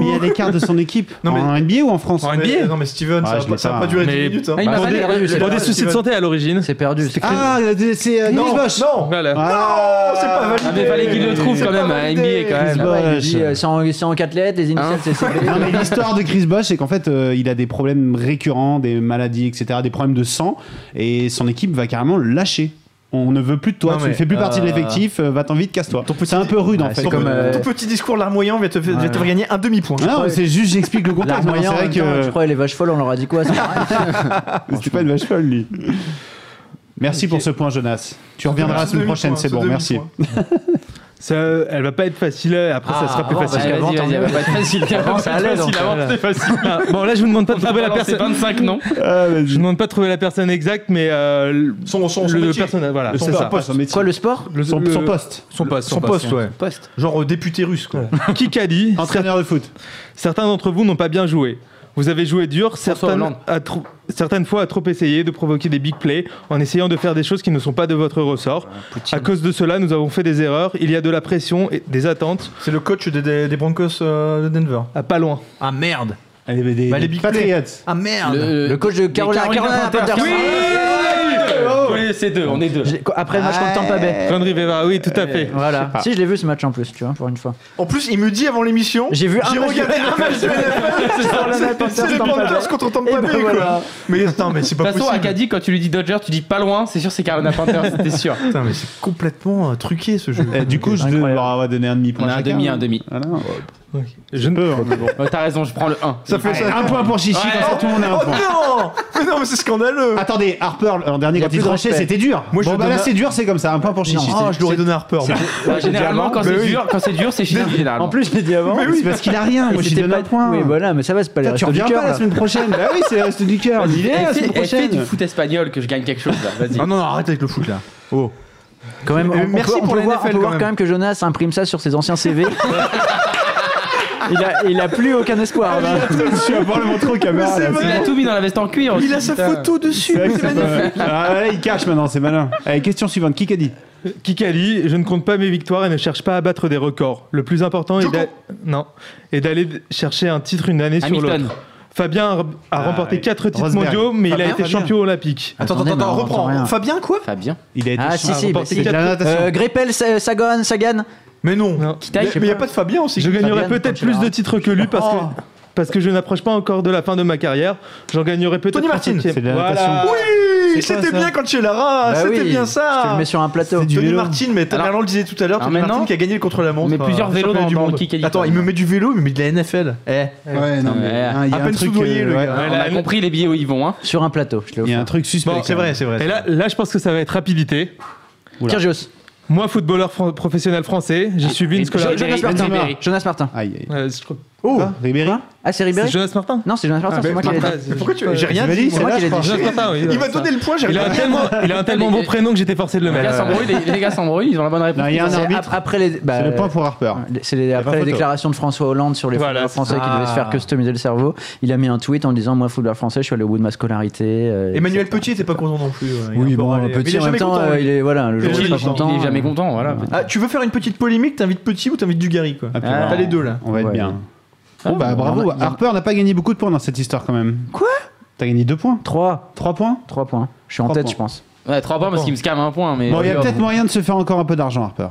il y a l'écart de son équipe. Non, mais- En NBA ou en France En Mais- NBA. Non mais Steven, Ah, ça je va pas- l'ai ça va pas, pas hein. durer Mais- 10 minutes. hein. Ah, il m'a Pour vanné, des- regardez, Pour c'est- des soucis de santé à l'origine. C'est perdu. c'est- Ah, c'est euh, Non, Chris Bosch. non, Voilà. Ah, c'est pas validé. Ah, mais fallait qu'il le trouve quand même à NBA quand Chris même. Là-bas, il Bosh. dit, euh, C'est en, c'est en 4 lettres, les initiales, Hein c'est CB. Non, mais l'histoire de Chris Bosch, c'est qu'en fait, euh, il a des problèmes récurrents, des maladies, etc., des problèmes de sang, et son équipe va carrément le lâcher. On ne veut plus de toi, Non, tu ne mais, fais plus partie de euh, l'effectif, euh, va-t'en vite, casse-toi. C'est un peu rude en Ouais, fait. c'est comme, Non, euh, Ton petit discours larmoyant va te va te faire gagner un demi-point. mais c'est juste, j'explique le La contexte. Non, C'est moyenne, vrai je que crois, les vaches folles, on leur a dit quoi c'est pareil. c'était pas une vache folle, lui. Merci pour ce point, Jonas. Tu reviendras la Ce semaine prochaine, demi-point, c'est ce bon, merci. demi-point. Ça, euh, elle va pas être facile. euh, Après, ça Ah, sera plus bon, facile. parce Allez, qu'avant, vas-y, t'en vas-y, avais- va pas être facile. Avant, ça allait, donc, Avant, C'est facile. Ah, bon, là, je vous demande pas de trouver la C'est personne. 25, non Ah, vas-y. Je vous demande pas de trouver la personne exacte, mais euh, le- Son son son le métier. personnage. Voilà, Son c'est ça. poste, son métier. Quoi, le sport Le- Son- le- son poste. Son poste. Son poste, ouais. Poste. Genre euh, député russe quoi. Qui qu'a dit Entraîneur de foot. Certains d'entre vous n'ont pas bien joué. Vous avez joué dur, certaines, Hollande. à trop- certaines fois à trop essayer de provoquer des big plays en essayant de faire des choses qui ne sont pas de votre ressort. à cause de cela, nous avons fait des erreurs. Il y a de la pression et des attentes C'est le coach des, des, des Broncos euh, de Denver. à pas loin. Ah merde Des Bah, les Big Patriots. Ah merde Euh, Le coach de Carolina Carolina Panthers. Oui, c'est deux, on est deux. J'ai- Après le match contre Tampa Bay. Henry Rivera, oui, tout à fait. Voilà. Si, je l'ai vu ce match en plus, tu vois, pour une fois. En plus, il me dit avant l'émission, J'ai vu un j'ai match regardé un match de NFL, c'est- c'est les Panthers contre Tampa Et ben Bay quoi. voilà. Mais attends, mais c'est De pas toute façon, à possible. Caddy, quand tu lui dis Dodger, tu dis pas loin, c'est sûr, c'est Carolina Panthers, c'était sûr. Putain, mais c'est complètement euh, truqué ce jeu. Eh, Du coup, je Incroyable. leur avoir donné un demi-point. On a un demi, un demi. Je ne peux. hein, mais bon. Euh, T'as raison, je prends le 1. ça fait Allez, ça. un point pour Chichi, Ouais. comme ça tout le monde a un Oh point. non Mais non, mais c'est scandaleux. Attendez, Harper, en dernier, Il y a quand il plus de tranchait, respect. c'était dur. Moi, je bon, bah là, donne un- c'est dur, c'est comme ça, un point pour Chichi. Oh, je l'aurais donné à Harper. moi. Ouais, généralement, quand Mais c'est oui. dur, quand c'est dur, c'est chiant. En plus, je l'ai dit avant. Mais oui, c'est parce qu'il a rien, moi, je lui C'était donne pas- un point. Oui, voilà, mais ça va, c'est pas les Putain, tu restes du reviens cœur. pas la là. semaine prochaine. bah oui, c'est le reste du cœur. L'idée, la semaine Fais du prochaine. foot espagnol que je gagne quelque chose là, vas-y. Ah non, non, arrête avec le foot là. Oh. Quand même, Euh, on- on merci peut- on pour peut la voir, NFL on peut voir quand quand même que Jonas imprime ça sur ses anciens CV. il, a, il a plus aucun espoir. hein. là. Tu vas voir le montrer aux caméras. là, Il a tout mis dans la veste en cuir aussi. Il a sa photo dessus. C'est vrai que c'est pas- Ah, là, il cache maintenant, c'est malin. Allez, question suivante. Qui qu'a dit Kikali, je ne compte pas mes victoires et ne cherche pas à battre des records. Le plus important est d'a- non, est d'aller chercher un titre une année sur Hamilton. l'autre. Fabien a, a Ah, remporté oui. 4 titres Rosberg. mondiaux, mais il a Fabien, été Fabien. champion olympique. Attends, Attendez, attends, mais on attends, entend rien. reprends. Fabien quoi Fabien. Il a été Ah, champion. si, si, bah, C'est de la Euh, natation. Greppel, Sa- Sagan, Sagan. Mais non. Mais taille, je sais il n'y a pas de Fabien aussi. Je gagnerai Fabien, peut-être quand il plus de aura- titres que lui parce que, Oh. parce que je n'approche pas encore de la fin de ma carrière. J'en gagnerai peut-être Tony un Martin. cinquième. C'est de la Voilà. natation. Oui, C'est quoi, c'était ça bien quand chez Lara, Bah Ah, c'était oui, bien ça. Je te le mets sur un plateau. C'est du Tony vélo. Martin, mais Alors- Tamerlan le disait tout à l'heure, Alors Tony Martin maintenant, qui a gagné contre la montre. met plusieurs vélos championnat dans- du dans le monde. Kikadi, Attends, quand il me met du vélo, il me met de la NFL. Eh. Ouais, non, mais. hein, Ouais. Il y a À un peine truc. soudoyé, le ouais. gars. On a là- compris les billets où ils vont. Hein. Sur un plateau, je l'ai Il y a un offert. truc suspect. Bon, C'est vrai, c'est vrai. Et là, là, je pense que ça va être rapidité. Kyrgios. Moi, footballeur fran- professionnel français, j'ai suivi une Et- scolarité. Jonas Martin. Jonas Martin. Aïe, aïe. Euh, je crois- Oh, Ribéry Ah, c'est Ribéry C'est Jonas Martin Non, c'est Jonas Martin, c'est moi qui l'ai dit. Euh, Pourquoi tu. J'ai rien J'ai dit. dit, c'est c'est moi là, qui je l'ai dit. pense. Jonas Martin, oui. Il m'a donné le point, j'ai Il a un rien tellement, il a un tellement Allez, bon prénom que j'étais forcé de le Les gars mettre. s'embrouillent, les, les gars s'embrouillent, ils ont la bonne réponse. Non, il y a un C'est arbitre. ap- après les, bah, C'est le point pour Harper. c'est les- après pas les photo. déclarations de François Hollande sur les footballeurs Voilà, c'est français qui ça. devaient se faire customiser le cerveau, il a mis un tweet en disant Moi, footballeur français, je suis allé au bout de ma scolarité. euh, Emmanuel etc. Petit était pas content non plus. ouais. Il est Oui, encore bon, allé- Mais il petit est en même jamais temps, content, euh, oui. il est voilà, Il le est jour où il est pas jamais content. content. Il est jamais content, voilà. Ah, tu veux faire une petite polémique T'invites Petit ou t'invites Dugarry quoi Ah, putain. T'as les deux là. On va être Ouais. bien. Bon, bah bravo. Harper n'a pas gagné beaucoup de points dans cette histoire quand même. Quoi T'as gagné 2 points 3 3 points Trois points. Je suis en Trois tête, points. je pense. Ouais, 3 points parce qu'il me scam un point. Mais Bon, il y a peut-être moyen de se faire encore un peu d'argent, Harper.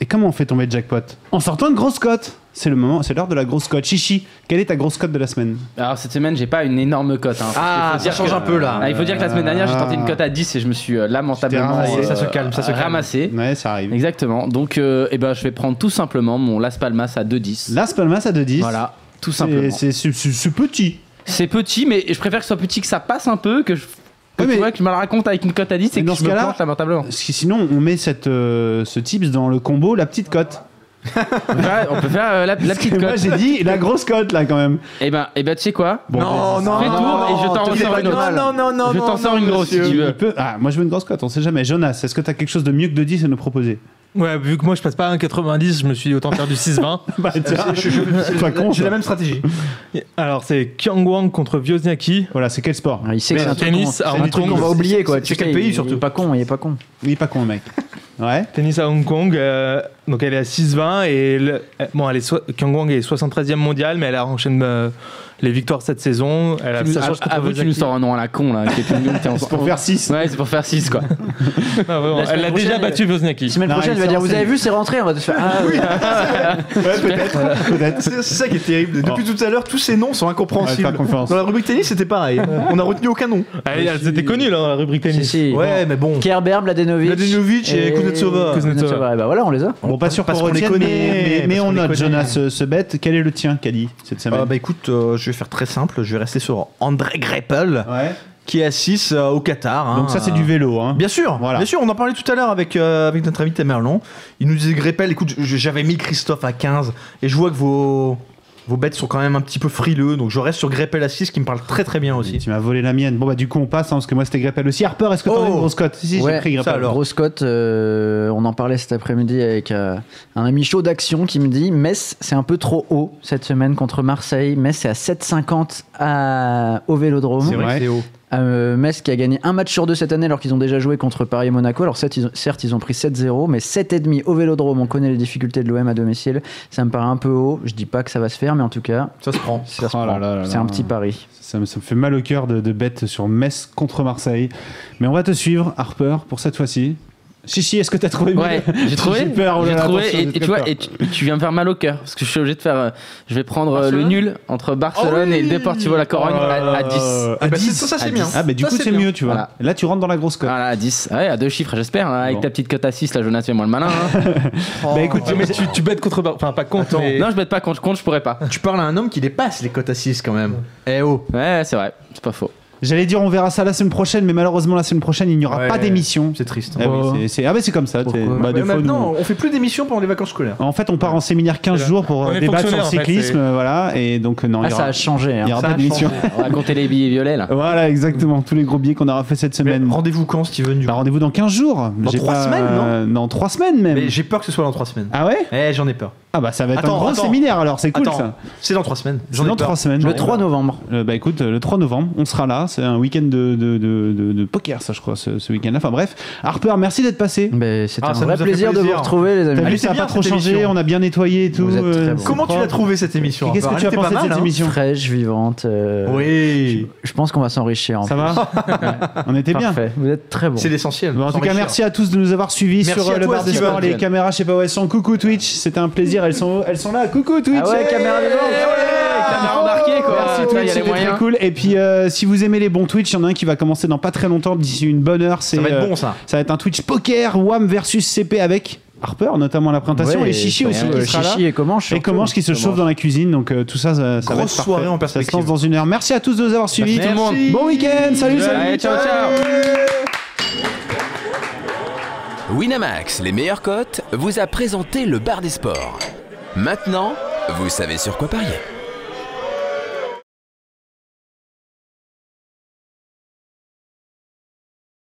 Et comment on fait tomber le jackpot En sortant de grosse cote C'est le moment, c'est l'heure de la grosse cote. Chichi, quelle est ta grosse cote de la semaine Alors cette semaine, j'ai pas une énorme cote. hein, parce qu'il faut dire que- Ah, il faut dire que la semaine dernière, j'ai tenté une cote à 10 et je me suis euh, lamentablement Tu t'es ramassé. Ça se Mm. calme, ça se ramassé. Ouais, ça arrive. Exactement. Donc, euh, eh ben, je vais prendre tout simplement mon Las Palmas à 2,10. Las Palmas à 2-10. Voilà, tout C'est- simplement. C'est c'est- c'est- c'est petit. C'est petit, mais je préfère que ce soit petit que ça passe un peu que je. Que Ouais, tu mais- vois, que tu me la racontes avec une cote à 10 Mais et dans que ce je me cas-là- plante lamentablement. Parce que Sinon, on met cette, euh, ce tips dans le combo, la petite cote. on peut faire, on peut faire, euh, la, la petite Et Moi, cote. j'ai dit la grosse cote, là, quand même. Et ben, eh ben, tu sais quoi Bon, bah, Non, non, Fais non, tour et je t'en non, ressors non, une autre. Non, non, non, Je non, t'en sors une non, grosse si monsieur. tu veux. Il peut- Ah, moi je veux une grosse cote, on sait jamais. Jonas, est-ce que t'as quelque chose de mieux que de 10 à nous proposer Ouais, vu que moi je passe pas à 1,90, je me suis dit autant faire du 6,20. Bah tiens, Je- je- je- pas con. J'ai toi. la même stratégie. Alors c'est Kyung Wang contre Wozniacki. Voilà, c'est quel sport Ah, Il sait que Mais c'est un truc tennis qu'on- à un Hong truc Kong. qu'on va oublier, quoi. C'est- Tu c'est sais, quel il- pays, Il surtout est pas con, il est pas con. Il est pas con, le mec. Ouais. Tennis à Hong Kong, euh, donc elle est à 6-20 et le- euh, bon, elle est so- Kyung Wang est 73e mondiale, mais elle a enchaîné euh, les victoires cette saison. Elle a Tu nous- sa chance contre Avoue, tu Wozniacki. nous sors un nom à la con là. qui est une- t'es en- C'est pour faire 6. Ouais, c'est pour faire 6 quoi. Ah, vraiment, La semaine Elle a déjà prochaine, battu Wozniacki. Semaine Non, prochaine, il il va s'en dire Vous renseigne. avez vu, c'est rentré. On va te faire. Ah, oui. peut-être. peut-être. C'est c'est ça qui est terrible. Depuis tout à l'heure, tous ces noms sont Ouais, incompréhensibles. faire confiance. Dans la rubrique tennis, c'était pareil. On n'a retenu aucun nom. Elle, elle était connue là, dans la rubrique Si, tennis. si. Ouais, mais bon. Kerber, Bladenovic. Bladenovic et Kuznetsova. Kuznetsova. Et bah voilà, on les a. Bon, pas sûr parce qu'on qu'on les retienne, mais, connaît, mais, parce mais qu'on on les note, connaît. Jonas, ce, ce bête. Quel est le tien, Kadi, cette Ah semaine bah écoute, euh, je vais faire très simple. Je vais rester sur André Greppel, Ouais. qui est à 6 euh, au Qatar. hein. Donc, ça, c'est du vélo. Hein. Bien sûr, Voilà. bien sûr, on en parlait tout à l'heure avec, euh, avec notre invité Merlon. Il nous disait Greppel, écoute, je- j'avais mis Christophe à 15 et je vois que vos, vos bêtes sont quand même un petit peu frileux, donc je reste sur Greppel à 6 qui me parle très très bien aussi. Tu m'as volé la mienne. Bon, bah, du coup, on passe, hein, parce que moi, c'était Greppel aussi. Harper, est-ce que t'en as Oh une grosse cote Si, si, j'ai Ouais, pris ça, Greppel. alors. Grosse cote, euh, on en parlait cet après-midi avec euh, un ami chaud d'action qui me dit Metz, c'est un peu trop haut cette semaine contre Marseille. Metz, c'est à 7,50 à... au vélodrome. C'est vrai Ouais. que c'est haut. Euh, Metz qui a gagné un match sur deux cette année alors qu'ils ont déjà joué contre Paris et Monaco. Alors certes, ils ont, certes, ils ont pris 7-0, mais 7,5 au Vélodrome. On connaît les difficultés de l'OM à domicile. Ça me paraît un peu haut. Je dis pas que ça va se faire, mais en tout cas, Ça se prend. ça se Oh là prend. là là C'est là. un petit pari. Ça me, ça me fait mal au cœur de, de bête sur Metz contre Marseille. Mais on va te suivre, Harper, pour cette fois-ci. Chichi, est-ce que t'as trouvé mieux Ouais, j'ai trouvé. J'ai peur, oh là J'ai là, trouvé. attention, Et, j'ai et tu très vois, peur. et tu, tu viens me faire mal au cœur parce que je suis obligé de faire. euh, je vais prendre euh, le Barcelone nul entre Ah Barcelone oui et le Deportivo La Corogne à, à 10. Euh, Eh à ben, 10. c'est- ça, ça, c'est à bien. 10. Ah, mais du Ça, coup, c'est c'est bien. mieux, tu vois. Voilà. Ah. Là, tu rentres dans la grosse cote. Voilà, à 10. Ouais, à deux chiffres, j'espère. hein, avec Bon. ta petite cote à 6, la Jonas, fais-moi le malin. hein. Bah écoute, Oh. Ouais, mais tu, tu bêtes contre. Bar- Enfin, pas contre. mais- non, je bête pas contre, contre, je pourrais pas. Tu parles à un homme qui dépasse les cotes à 6 quand même. Eh oh. Ouais, c'est vrai, c'est pas faux. j'allais dire on verra ça la semaine prochaine, mais malheureusement la semaine prochaine il n'y aura Ouais. pas d'émission. C'est triste. Ah oui, c'est- c'est ah, mais c'est comme ça. c'est- bah, Mais des fois, maintenant, nous- on fait plus d'émissions pendant les vacances scolaires. En fait, on part en séminaire 15 C'est jours pour On euh, est débattre sur le fonctionnaire, en fait, cyclisme, c'est- euh, voilà. Et donc, euh, non, il Ah, y ça aura, a changé. hein. il y aura Ça pas a d'émission. On va compter les billets violets là. voilà, exactement. Tous les gros billets qu'on aura fait cette Mais semaine. Rendez-vous quand, Steven du Bah, coup rendez-vous dans 15 jours. Dans J'ai trois pas- semaines, non euh, Dans 3 semaines Mais même. j'ai peur que ce soit dans 3 semaines. Ah ouais Eh, j'en ai peur. Ah bah ça va être Attends, un grand attends. séminaire alors, c'est cool Attends, ça. c'est dans 3 semaines. C'est J'en ai dans peur. 3 semaines. Le 3 novembre. Euh, bah écoute, euh, le 3 novembre, on sera là. C'est un week-end de, de, de- de- de poker, ça je crois, ce, ce week-end-là. Enfin bref, Harper, merci d'être passé. Mais Ben, C'était Ah, un ça vrai nous a fait plaisir, de vous plaisir. retrouver, les T'as amis. vu, Allez, ça c'est n'a pas bien, trop cette changé, émission. on a bien nettoyé et tout. êtes très euh, bons. c'est Comment tu propre. l'as trouvé cette émission Qu'est-ce que Raphaël tu as Elle pensé était pas de cette mal, hein émission Fraîche, vivante. euh, Oui. Je pense qu'on va s'enrichir. en Ça va On était fait. bien. Parfait. Vous êtes très bons. C'est l'essentiel. Bon, en tout cas, S'enrichir. merci à tous de nous avoir suivis Merci sur à euh, le toi, bar des Steven. sports. Les caméras, je sais pas où elles sont. Coucou Twitch, c'était un plaisir. Elles sont, elles sont là. Coucou Twitch. Ah ouais, Hey caméra vivante. T'as remarqué quoi Merci Putain, il y Twitch, a les c'était moyens. très cool. Et puis, euh, si vous aimez les bons Twitch, il y en a un qui va commencer dans pas très longtemps, d'ici une bonne heure. C'est Ça va euh, être bon ça. Ça va être un Twitch poker, WAM versus CP avec Harper, notamment à la présentation, Ouais, et Chichi aussi euh, qui sera là. Chichi et comment Et Comanche qui se chauffe dans la cuisine, donc euh, tout ça, ça, ça va Grosse être parfait. soirée en Ça se perspective. lance dans une heure. Merci à tous de nous avoir suivis. Merci tout le monde. Bon week-end, salut, salut. Allez, ciao, ciao. Winamax, les meilleures cotes, vous a présenté le bar des sports. Maintenant, vous savez sur quoi parier.